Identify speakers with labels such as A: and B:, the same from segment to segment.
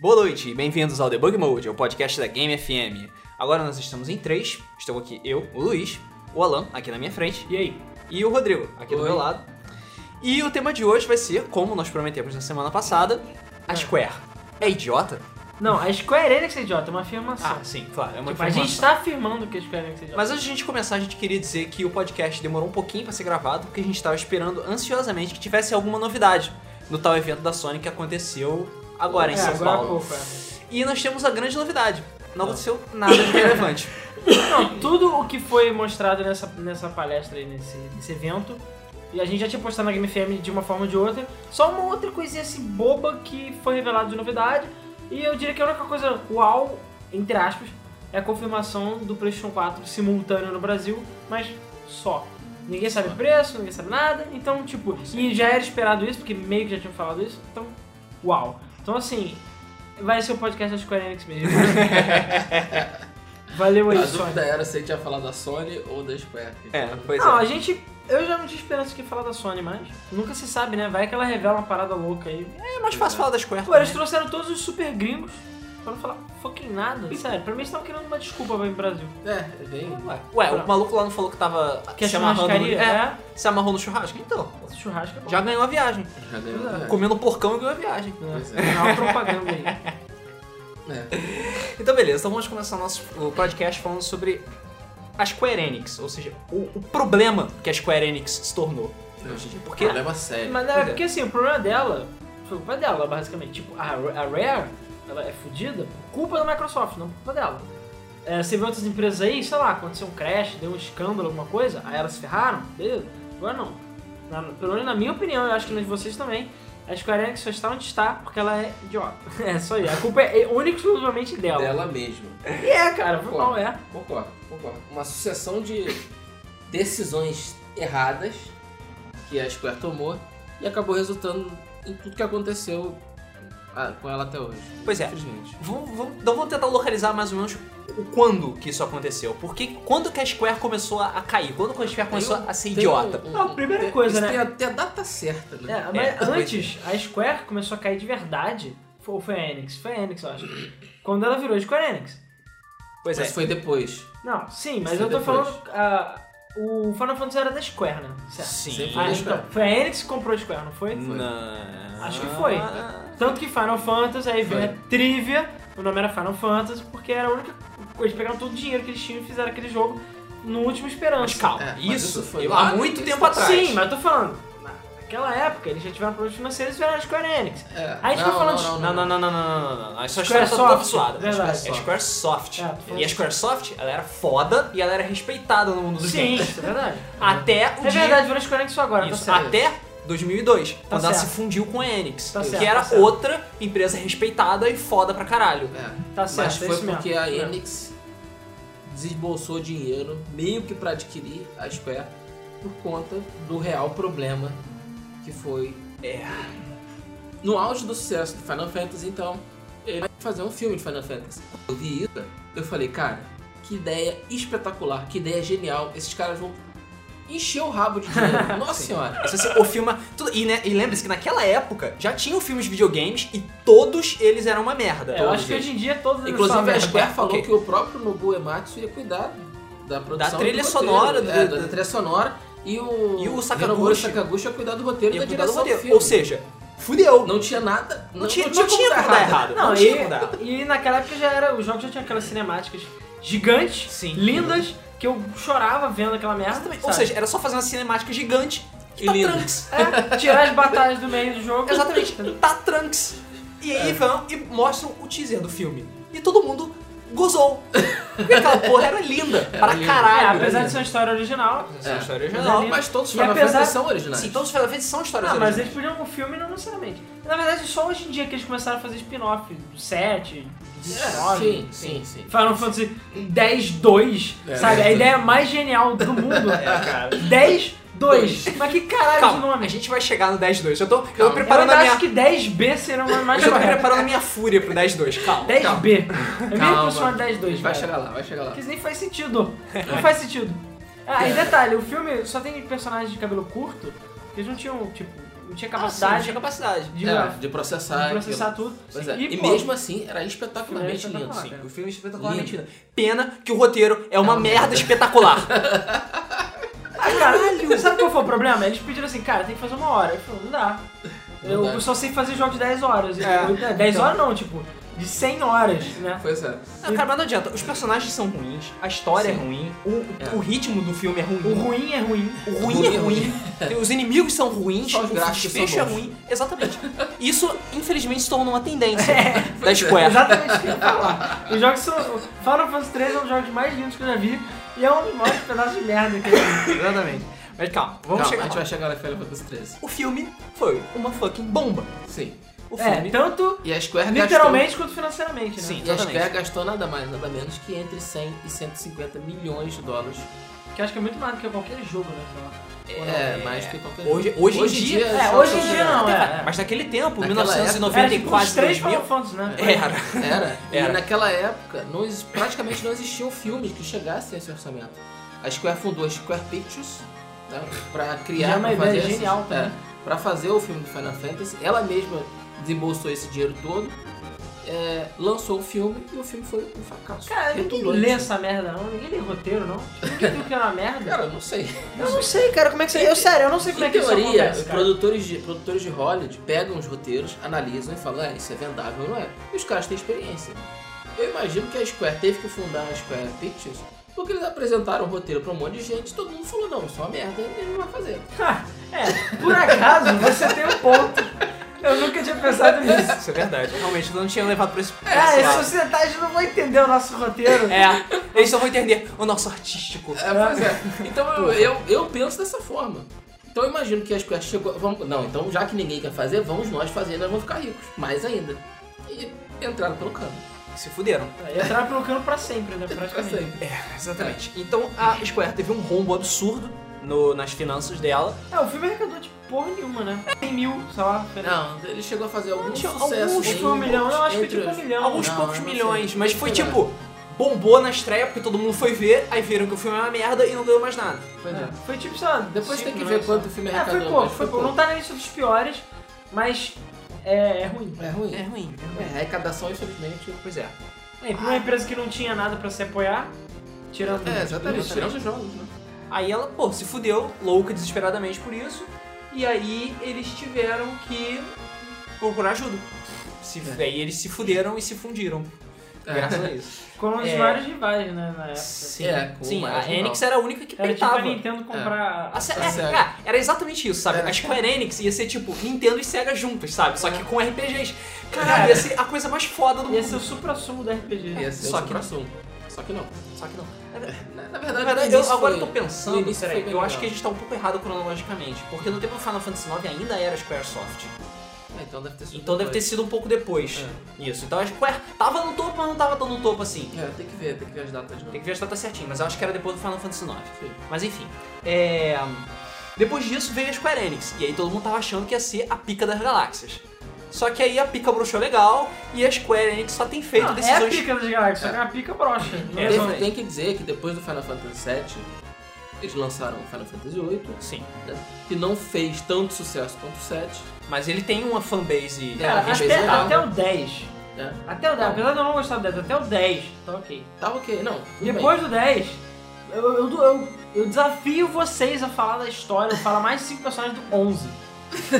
A: Boa noite e bem-vindos ao Debug Mode, o podcast da Game FM. Agora nós estamos em três. Estou aqui eu, o Luiz, o Alan, aqui na minha frente,
B: E aí?
A: e o Rodrigo, aqui do
B: Oi.
A: meu lado. E o tema de hoje vai ser, como nós prometemos na semana passada,
B: Ah.
A: a Square. É idiota?
B: Não, a Square Enix é idiota, é uma afirmação.
A: sim, claro, é
B: Tipo, a gente tá afirmando que a Square Enix é idiota.
A: Mas antes de a gente começar, a gente queria dizer que o podcast demorou um pouquinho pra ser gravado, porque a gente tava esperando ansiosamente que tivesse alguma novidade no tal evento da Sony que aconteceu agora em
B: é,
A: São
B: agora há
A: Paulo.
B: pouco, é.
A: E nós temos a grande novidade. Não aconteceu nada de relevante.
B: Não, tudo o que foi mostrado nessa, nessa palestra aí, nesse, nesse evento, e a gente já tinha postado na Game FM de uma forma ou de outra, só uma outra coisinha assim boba que foi revelada de novidade, e eu diria que a única coisa uau, entre aspas, é a confirmação do PlayStation 4 simultâneo no Brasil, mas só. Ninguém sabe o preço, ninguém sabe nada, então, tipo, e já era esperado isso, porque meio que já tinham falado isso, então, uau. Então, assim, vai ser o podcast da Square Enix mesmo. Valeu aí,
C: A
B: Sony.
C: dúvida era se a gente ia falar da Sony ou da Square.
A: É, pois
B: Não,
A: é.
B: a gente. Eu já não tinha esperança de falar da Sony, mas nunca se sabe, né? Vai que ela revela uma parada louca aí.
A: É né? mais fácil falar da Square.
B: Pô, eles trouxeram todos os super gringos pra não falar fucking nada. Sério, pra mim eles estavam querendo uma desculpa pra ir pro Brasil.
C: É, é bem.
A: Ué, Ué, o maluco lá não falou que tava
B: Que a
A: se amarrando no...
B: churrascaria
A: É,
B: é.
A: se amarrou no churrasco? Então,
B: Churrasco é bom.
A: já ganhou a viagem.
C: Já deu.
B: Pois
C: É.
A: Comendo porcão ganhou a viagem.
C: Pois
B: É, é uma propaganda aí.
C: É.
A: Então, beleza, então vamos começar o nosso o podcast falando sobre a Square Enix, ou seja, o, o problema que a Square Enix se tornou. hoje em dia. Porque
C: Problema sério.
B: Mas é porque assim, o problema dela foi culpa dela, basicamente. Tipo, a, Ra- a Rare, ela é fodida por culpa da Microsoft, não por culpa dela. É, você vê outras empresas aí, sei lá, aconteceu um crash, deu um escândalo, alguma coisa, aí elas se ferraram, beleza. Agora não. Na- pelo menos na minha opinião, eu acho que nas de vocês também, a Square Enix só está onde está porque ela é idiota. É só isso. A culpa é é única e exclusivamente dela.
C: Dela mesma.
B: E é, cara, foi mal, é.
C: Concordo, concordo. Uma sucessão de decisões erradas que a Square tomou e acabou resultando em tudo que aconteceu ah, com ela até hoje.
A: Pois é.
C: Infelizmente.
A: Vamos, vamos- então vamos tentar localizar mais ou menos o quando que isso aconteceu. Porque quando que a Square começou a, a cair? Quando que a Square começou a ser
C: Tem
A: assim, idiota?
C: um- um-
B: Não, primeira
C: tem-
B: coisa,
C: isso
B: né?
C: Tem até a data certa, né?
B: É, mas
A: É,
B: antes, a Square começou a cair de verdade. Ou foi a Enix? Foi a Enix, eu acho. Quando ela virou Square Enix.
A: Pois
C: Mas
A: é.
C: foi depois.
B: Não, sim, mas
C: Isso
B: eu tô
C: depois.
B: falando. ah, o Final Fantasy era da Square, né? Certo.
A: Sim.
C: Sempre
B: Ah,
C: da
B: então,
C: Square.
B: foi a Enix que comprou a Square, não foi?
A: Não.
B: Acho que foi. Tanto que Final Fantasy, aí veio
C: Foi.
B: a Trivia, o nome era Final Fantasy, porque era a única. Eles pegaram todo o dinheiro que eles tinham e fizeram aquele jogo no último esperança.
A: Mas calma,
C: É, mas
A: isso,
C: isso foi
A: eu-
C: lá
A: há
C: no
A: muito
C: início
A: tempo
C: da-
A: atrás.
B: Sim, mas eu tô falando. Naquela época, eles já tiveram problemas financeiros e vieram a Square Enix.
C: É.
B: A gente tá falando de-
A: Não, não, não, não, não, não, não, não. A sua
B: Square
A: história tá toda
B: Soft,
A: zoada.
B: verdade.
A: É Square Soft.
B: É, foi.
A: e a Square Soft, ela era foda e ela era respeitada no mundo dos
B: Sim,
A: games.
B: isso é verdade.
A: Até o
B: É
A: Um dia...
B: verdade, virou Square Enix só agora, tá
A: Isso,
B: certo. Tá
A: até 2002, quando ela se
B: certo.
A: fundiu com a Enix,
B: Tá
A: que
B: certo,
A: era
B: tá certo.
A: outra empresa respeitada e foda pra caralho.
C: É.
B: Tá certo,
C: Mas
B: é
C: foi
B: isso mesmo.
C: porque a
B: É.
C: Enix desembolsou dinheiro meio que para adquirir a Square por conta do real problema que foi
A: É.
C: no auge do sucesso do Final Fantasy, então ele vai fazer um filme de Final Fantasy. Quando Eu vi isso, eu falei, cara, que ideia espetacular, que ideia genial. Esses caras vão encher o rabo de dinheiro. Nossa senhora.
A: Isso, assim, o filme. tudo- e né, e lembre-se que naquela época já tinham filmes de videogames e todos eles eram uma merda. Então,
B: É, eu
C: Todos
B: acho que
C: eles.
B: hoje em dia todos eles são
C: Ah, Inclusive a
B: merda.
C: Square falou
A: Ok.
C: que o próprio Nobu Ematsu ia cuidar da produção
A: Da trilha
C: do roteiro,
A: sonora, do-
C: é,
A: do-
C: da trilha sonora e o
A: E o Sakaguchi.
C: Hironobu Sakaguchi ia cuidar do roteiro e
A: Ia
C: da
A: cuidar do
C: direção do
A: roteiro.
C: filme.
A: Ou seja, fudeu.
C: não tinha nada, não,
A: Não tinha,
C: não tinha como dar errado.
A: Não,
B: Não,
A: tinha como dar errado.
B: e, e naquela época já era. Os jogos já tinham aquelas cinemáticas gigantes,
A: Sim.
B: lindas, que eu chorava vendo aquela merda.
A: Ou
B: sabe?
A: seja, era só fazer uma cinemática gigante e
C: E
A: tá
C: lindo.
A: Trunks.
B: É, tirar as batalhas do meio do jogo. É,
A: Exatamente, tá Trunks. E aí vão e mostram o teaser do filme. E todo mundo gozou. Porque aquela porra era linda pra
C: linda.
B: É,
A: caralho.
B: apesar de ser uma história original.
A: Essa é a história
B: Mas é
A: original.
B: lindo.
C: Mas todos os
B: E
C: Final
B: apesar-
C: Fantasy são originais.
A: Sim, todos os Final Fantasy são histórias
B: Ah, mas
A: originais.
B: eles podiam com filme, não necessariamente. Na verdade, só hoje em dia que eles começaram a fazer spin-off do 7, do
C: É,
B: 19.
C: sim, sim, sim.
B: Final Fantasy 10, 2,
C: É,
B: sabe? A
C: é.
B: ideia mais genial do mundo. É, cara. 10, 2. Mas que caralho de
A: Calma,
B: nome.
A: a gente vai chegar no 10-2. Eu tô, eu tô
C: Calma.
B: Eu
A: preparando
B: ainda
A: a minha...
B: acho que 10B seria uma mais
A: Eu tô
B: correta.
A: preparando a minha fúria pro 10-2, calma.
B: 10B. É meio que
C: Calma.
B: funciona 10, 2,
C: Vai
B: velho.
C: chegar lá, vai chegar lá.
B: Que isso nem faz sentido. Não faz sentido. Ah, e detalhe, o filme só tem personagens de cabelo curto, porque eles não tinham, tipo, não
A: Ah, sim, não
B: tinha capacidade
A: tinha capacidade.
B: de,
C: É,
B: gra-
C: de processar.
B: de processar tudo.
C: aquilo. Pois é.
B: E,
C: E,
B: pô,
C: mesmo assim, era
B: era
C: espetacularmente lindo.
B: espetacular,
C: sim.
B: cara.
A: O filme é espetacularmente
C: Lindo.
A: lindo. Pena que o roteiro é uma merda espetacular.
B: Ah, Caralho! Sabe qual foi o problema? Eles pediram assim, cara, tem que fazer uma hora. Ele falou, não dá.
C: Não
B: eu
C: dá.
B: só sei fazer jogo de 10 horas.
A: É.
B: Eu- 10 horas não, tipo, de 100 horas, né?
C: Pois é.
A: Não, cara, mas não adianta. Os personagens são ruins, a história
C: Sim.
A: é ruim, o,
C: É.
A: o ritmo do filme é
B: O
A: ruim.
B: ruim é ruim.
A: O ruim, é ruim, os inimigos são ruins,
C: Só os
A: o
C: gráficos
A: desfecho é
C: são bons.
A: ruim. Exatamente. Isso, infelizmente, se tornou uma tendência da Square.
B: É Exatamente o que eu ia falar. Os jogos são. o Final Fantasy 3 é um dos jogos mais lindos que eu já vi e é um dos maiores pedaços de merda que eu já vi. É,
A: Exatamente. Mas calma, vamos
C: Calma, a
A: chegar
C: gente
A: lá.
C: vai chegar na Final Fantasy 13.
A: O filme foi uma fucking bomba.
C: Sim.
A: O
B: É,
A: filme...
B: tanto
C: E a Square
B: literalmente quanto financeiramente, né?
A: Sim.
C: gastou. E a
A: Exatamente.
C: Square gastou nada mais, nada menos que entre 100 e 150 milhões de dólares.
B: Que eu acho que é muito mais do que qualquer jogo, né? sei lá. Ou não.
C: É, mais que qualquer
A: Hoje-
C: jogo.
A: hoje em dia-
B: É,
C: só
B: hoje em
C: são
B: dia não,
C: grandes.
B: é.
A: Mas naquele tempo,
C: Naquela
A: 1990
B: Era tipo
A: e quase
B: uns três
A: 2000...
B: Final Fantasy, né?
A: Era.
C: Era. E
A: Era.
C: naquela época, não, exi- praticamente não existiam filmes que chegassem a esse orçamento. A Square fundou a Square Pictures né, pra criar,
B: Já é uma
C: pra fazer
B: ideia genial
C: esses-
B: também.
C: é, pra fazer o filme do Final Fantasy. Ela mesma desembolsou esse dinheiro todo, é, lançou o filme e o filme foi um fracasso.
B: Cara, ninguém
C: Retumbante.
B: lê essa merda não, ninguém lê roteiro não. Ninguém viu que era uma merda.
C: Cara, eu não sei.
B: Eu não sei, cara, como é que você. Eu sério, eu não sei como
C: Em
B: é que isso
C: teoria, os
B: acontece, cara.
C: produtores de, produtores de Hollywood pegam os roteiros, analisam e falam, é, isso é vendável ou não é? E os caras têm experiência. Eu imagino que a Square teve que fundar a Square Pictures porque eles apresentaram o roteiro pra um monte de gente e todo mundo falou, não, isso é uma merda, ele não vai fazer.
B: Ah, é, por acaso você tem um ponto. Eu nunca tinha pensado nisso.
A: Isso é verdade. Realmente, eu não tinha levado pra esse...
B: É,
A: esse
B: a
A: lado.
B: sociedade não vai entender o nosso roteiro. né?
A: É, eles só vão entender o nosso artístico.
C: É,
B: Ah.
C: pois é. Então eu, eu, eu penso dessa forma. Então eu imagino que a Square chegou, vamos, não, então já que ninguém quer fazer, vamos nós fazer, nós vamos ficar ricos, mais ainda. E entraram pelo cano.
A: Se fuderam.
B: Entrar pelo cano pra sempre, né?
C: Pra
B: Praticamente.
C: sempre.
A: Exatamente. Então a Square teve um rombo absurdo no- nas finanças dela.
B: É, o filme arrecadou de porra nenhuma, né? 100 mil, sei lá. foi-
C: Não, ele chegou a fazer alguns
A: Tinha
C: sucessos.
A: alguns,
C: hein,
B: Acho que foi um milhão, eu acho que
C: entre
B: tipo um
C: os-
B: milhão.
A: Alguns
C: não,
A: poucos
C: não sei.
A: milhões, mas foi
C: Sei lá.
A: tipo, bombou na estreia porque todo mundo foi ver, aí viram que o filme é uma merda e não ganhou mais nada.
C: Pois é.
B: Foi tipo, sei lá.
C: Depois
B: cinco
C: tem que
B: milhões, sei
C: ver
B: lá.
C: quanto o filme
B: É,
C: arrecadou.
B: foi pouco,
C: mas
B: foi pouco. Não tá na lista dos piores, mas é, é ruim.
C: É ruim.
A: É
C: É,
A: ruim.
C: arrecadação, infelizmente.
A: Pois é.
B: É, pra uma empresa que não tinha nada pra se apoiar, tirando.
C: Ah. É, exatamente.
A: Exatamente.
C: Tirando os jogos, né?
A: Aí ela, pô, se fudeu, louca, desesperadamente por isso. E aí eles tiveram que procurar ajuda. Se,
C: É.
A: Aí eles se fuderam e se fundiram. Graças a isso.
B: Com os
A: É.
B: vários rivais, né, na época.
A: Sim,
C: É, com
A: sim a
C: mais não.
A: Enix era a única que
B: Era tipo
A: peitava.
B: a Nintendo comprar.
A: A Se-
C: Tá É.
A: é,
C: certo.
A: cara, era exatamente isso, sabe?
C: Era.
A: A Square Enix ia ser tipo Nintendo e Sega juntas, sabe? Só que
C: É.
A: com RPGs. Caralho, ia ser a coisa mais foda do
B: Ia
A: mundo.
B: ser o supra-sumo do RPG.
C: Ia ser
A: Só
C: é, o
A: que
C: Supra Sumo. Só que não.
A: Só que não.
C: Na, na
A: Na
C: verdade,
A: verdade,
C: no
A: eu,
C: início
A: agora eu
C: foi-
A: tô
C: no
A: pensando,
C: início foi
A: peraí,
C: bem
A: eu acho
C: legal.
A: que a gente tá um pouco errado cronologicamente, porque no tempo do Final Fantasy IX ainda era Square Soft.
C: Ah, então deve ter sido.
A: Então deve ter
C: depois.
A: sido um pouco depois. Isso, então a Square tava no topo, mas não tava tão no topo assim.
C: É. É, tem que ver, tem que ver as datas. Não.
A: Tem que ver a data certinho, mas eu acho que era depois do Final Fantasy IX.
C: Sim.
A: Mas enfim, é... depois disso veio a Square Enix, e aí todo mundo tava achando que ia ser a pica das galáxias. Só que aí a pica broxou legal, e a Square Enix só tem feito
B: Não, é a
A: decisões...
B: pica das galáxias, só que é uma pica broxa. Não
A: É,
B: é
A: exatamente.
C: Tem, tem que dizer que depois do Final Fantasy VII, eles lançaram o Final Fantasy VIII,
A: Sim,
C: que não fez tanto sucesso quanto o 7.
A: mas ele tem uma fanbase...
C: É,
B: Cara,
C: a gente
B: até,
C: fez legal,
B: até
C: né?
B: o 10.
C: Né?
B: Até o 10,
C: Não.
B: apesar de eu não gostar do 10, até o 10, tá ok.
C: Tá ok, não. tudo
B: Depois do 10, eu, eu, eu- eu desafio vocês a falar da história, falar mais de 5 personagens do 11.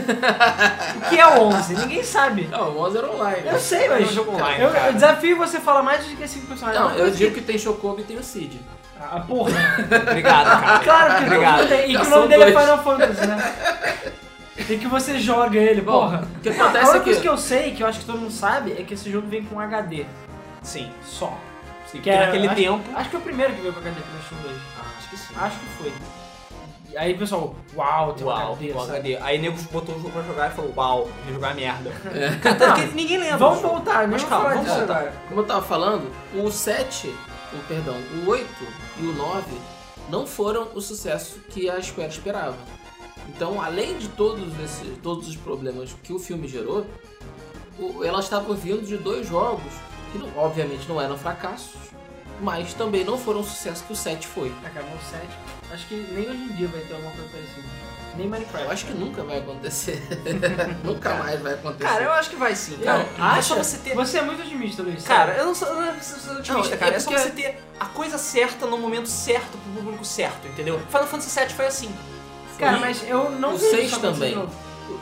B: o que é o 11? Ninguém sabe.
C: bem. Não, o 11 era online.
B: Eu sei, mas.
A: É um jogo online,
B: eu,
A: cara.
B: eu desafio você a falar mais do que 5 personagens.
C: Não, eu digo que tem Chocobo e tem o Cid.
B: Ah, porra.
A: Obrigado, cara.
B: Claro que
A: Obrigado.
B: não tem. E que
C: Já
B: o nome
C: são
B: dele é
C: dois.
B: Final Fantasy, né? E que você joga ele,
C: Bom,
B: porra.
C: o que
B: Não,
C: acontece
B: a única
C: é que-
B: coisa que eu sei, que eu acho que todo mundo sabe, é que esse jogo vem com HD
A: Sim,
B: só.
A: sim,
B: Que
A: porque
B: era-
A: naquele
B: acho-
A: tempo...
B: Acho que é o primeiro que veio com HD pro PlayStation 2.
A: Ah, acho que sim.
B: Acho que foi. E aí, pessoal, uau, tem um
A: Uau,
B: HD,
A: o
B: sabe?
A: HD. Aí nego botou o jogo pra jogar e falou, uau, vou jogar merda.
B: Não,
A: Tanto que ninguém lembra.
B: Vamos
A: do jogo.
B: voltar,
A: Mas
B: mas
A: calma,
B: falar
A: vamos
B: disso
A: voltar.
B: agora.
C: Como eu tava falando, o 7, o, perdão, o 8 e o 9 não foram o sucesso que a Square esperava. Então, além de todos, esses, todos os problemas que o filme gerou, o- elas estavam vindo de dois jogos que, não- um obviamente, não eram fracassos, mas também não foram o sucesso que o 7 foi.
B: Acabou o 7. Acho que nem hoje em dia vai ter alguma coisa parecida. Nem Minecraft.
C: Eu acho que nunca vai acontecer. nunca mais vai acontecer.
A: Cara, eu acho que vai sim, cara.
B: Não,
A: é
B: acha?
A: só você ter.
B: Você é muito otimista, Luiz.
A: Cara, eu não sou, eu não sou- sou otimista,
C: Não, é
A: cara. É só
C: porque-
A: você ter a coisa certa no momento certo pro público certo, entendeu? Final Fantasy VII foi assim.
B: sério. Cara, mas eu não
C: o
B: vejo isso
C: seis
B: acontecendo
C: também.
B: de novo.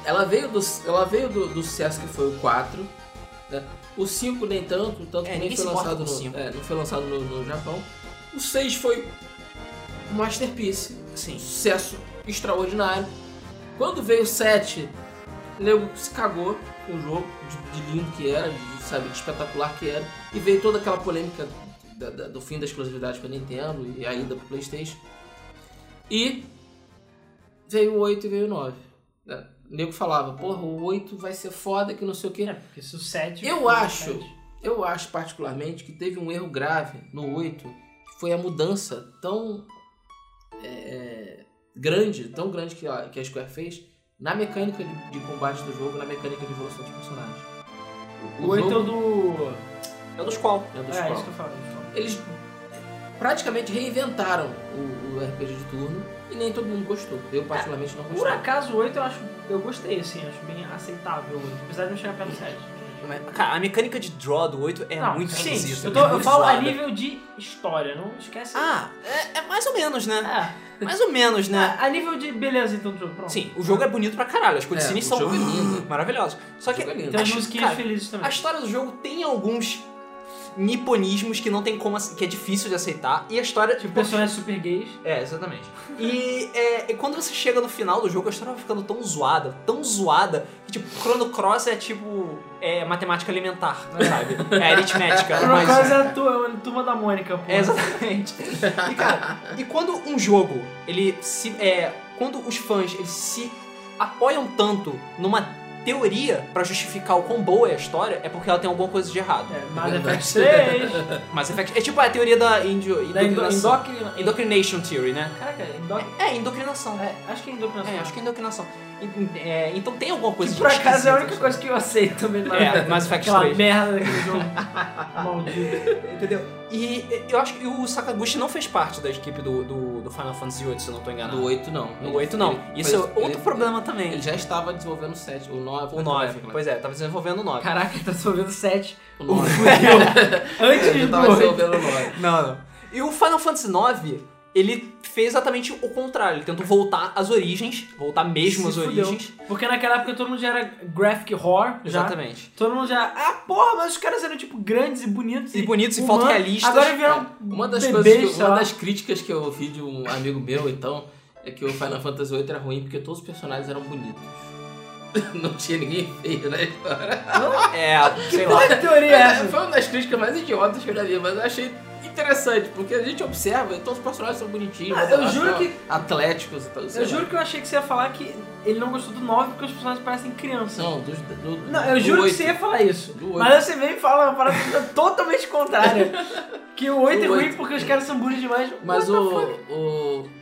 C: Ela veio do, ela veio do, do sucesso que foi o 4. né? O 5 nem tanto, tanto
A: É,
C: que nem
A: ninguém
C: foi
A: se importa
C: lançado,
A: com o
C: no,
A: cinco.
C: é, não foi lançado no, no Japão. O 6 foi um masterpiece, um
A: Sim.
C: sucesso extraordinário. Quando veio o 7, nego se cagou com o jogo, de, de lindo que era, de, sabe, de espetacular que era. E veio toda aquela polêmica da- da- do fim da exclusividade para Nintendo e ainda para PlayStation. E veio o 8 e veio o 9. né? O nego falava, porra, o 8 vai ser foda, que não sei o quê.
B: É, porque se o 7.
C: Eu
B: for o
C: acho.
B: sete-
C: Eu acho particularmente que teve um erro grave no 8, que foi a mudança tão é, grande, tão grande que a, que a Square fez na mecânica de, de combate do jogo, na mecânica de evolução dos personagens.
B: O 8 é
C: jogo
B: o do.
A: É dos qual?
C: é dos
B: É,
C: qual-
B: isso que eu falo. eu falo.
C: Eles praticamente reinventaram o, o RPG de turno e nem todo mundo gostou. Eu particularmente não
B: Por
A: É,
C: gostei.
B: acaso, o 8 eu acho. Eu gostei, assim, acho bem aceitável. Apesar de não chegar perto do 7.
C: né?
A: Mas, Cara, a mecânica de draw do 8 é
B: não,
A: muito
B: sim,
A: esquisita.
B: Eu, tô- eu
A: muito
B: falo a
A: zoada.
B: nível de história, não esquece.
A: Ah, é, é mais ou menos, né?
B: É.
A: Mais ou menos, né?
B: Ah, A nível de beleza, então, do jogo. Pronto.
A: Sim, o jogo é bonito pra caralho, as cutscenes
C: o
A: são
C: jogo é lindo.
A: maravilhosas. Só que então
C: O jogo é lindo.
B: Tem as
A: acho-
B: musiquinhas
A: cara,
B: felizes também.
A: a história do jogo tem alguns niponismos que não tem como ace- que é difícil de aceitar e a história
B: Tipo, personagens super gays.
A: É, exatamente. E, é, e quando você chega no final do jogo, a história vai ficando tão zoada, tão zoada, que tipo, Chrono Cross é tipo é, matemática elementar, sabe? É aritmética.
B: Por
A: mas-
B: acaso é a tu- é a turma da Mônica, pô.
A: É, exatamente. E, cara, e quando um jogo, ele se. É, quando os fãs eles se apoiam tanto numa teoria pra justificar o quão boa é a história, é porque ela tem alguma coisa de errado.
B: É, Mass
C: É
B: Effect
C: verdade.
B: 3.
A: Mas é, é tipo a teoria da indio,
B: da indo-
A: indoctrinação.
B: Indoctrina.
A: Indoctrination Theory, né?
B: Caraca, Indoctrina.
A: É, indoctrinação.
B: acho que é Indoctrinação.
A: É, acho que é indoctrinação. E- é, então tem alguma coisa
B: Que por
A: de
B: acaso é
A: esquisito,
B: a
A: assim.
B: única coisa que eu aceito também. Mass
A: É,
B: Effect.
A: Mass Effect
B: Aquela
A: 3.
B: merda daquele jogo. Maldito.
A: assim, Entendeu? E eu acho que o Sakaguchi não fez parte da equipe do, do, do Final Fantasy VIII, se eu não tô enganado.
C: No 8 não.
A: No
C: Ele-
A: 8 não.
C: ele-
A: Isso é
C: ele-
A: outro
C: ele-
A: problema também.
C: Ele já estava desenvolvendo o 7, o né? 9.
A: O 9. Pois é, tava desenvolvendo o 9.
B: Caraca, tá desenvolvendo 7.
C: O 9.
B: Antes
C: Ele
B: do
C: tava
B: 8.
C: desenvolvendo o 9.
A: Não, não. E o Final Fantasy IX, ele fez exatamente o contrário. Ele tentou voltar às origens, voltar mesmo
B: Se
A: às
B: fudeu.
A: origens.
B: Porque naquela época todo mundo já era graphic horror. Já.
A: Exatamente.
B: Todo mundo já. Ah, porra, mas os caras eram tipo grandes e bonitos.
A: E bonitos e
B: humanos.
A: fotorrealistas.
B: Agora vieram.
C: É, Uma das
B: bebês,
C: coisas que
B: sei
C: eu,
B: lá.
C: uma das críticas que eu ouvi de um amigo meu, então, é que o Final Fantasy VIII era ruim porque todos os personagens eram bonitos. Não tinha ninguém feio, né?
A: É, sei lá.
B: Ah, Que teoria é essa?
C: Foi uma das críticas mais idiotas que eu já vi, mas eu achei interessante, porque a gente observa e todos os personagens são bonitinhos,
B: Ah, eu
C: elas
B: juro
C: são
B: que-
C: atléticos e tal. sei
B: Eu
C: lá.
B: juro que eu achei que você ia falar que ele não gostou do 9 porque os personagens parecem criança.
C: Não, dos, do,
B: Não, eu
C: do
B: juro que
C: oito.
B: você ia falar isso.
C: Do oito.
B: Mas você vem e fala uma parada totalmente contrária. Que o 8 é
C: Do
B: ruim
C: oito.
B: porque os caras são burros demais.
C: Mas
B: What the
C: o, Hum.
B: fuck?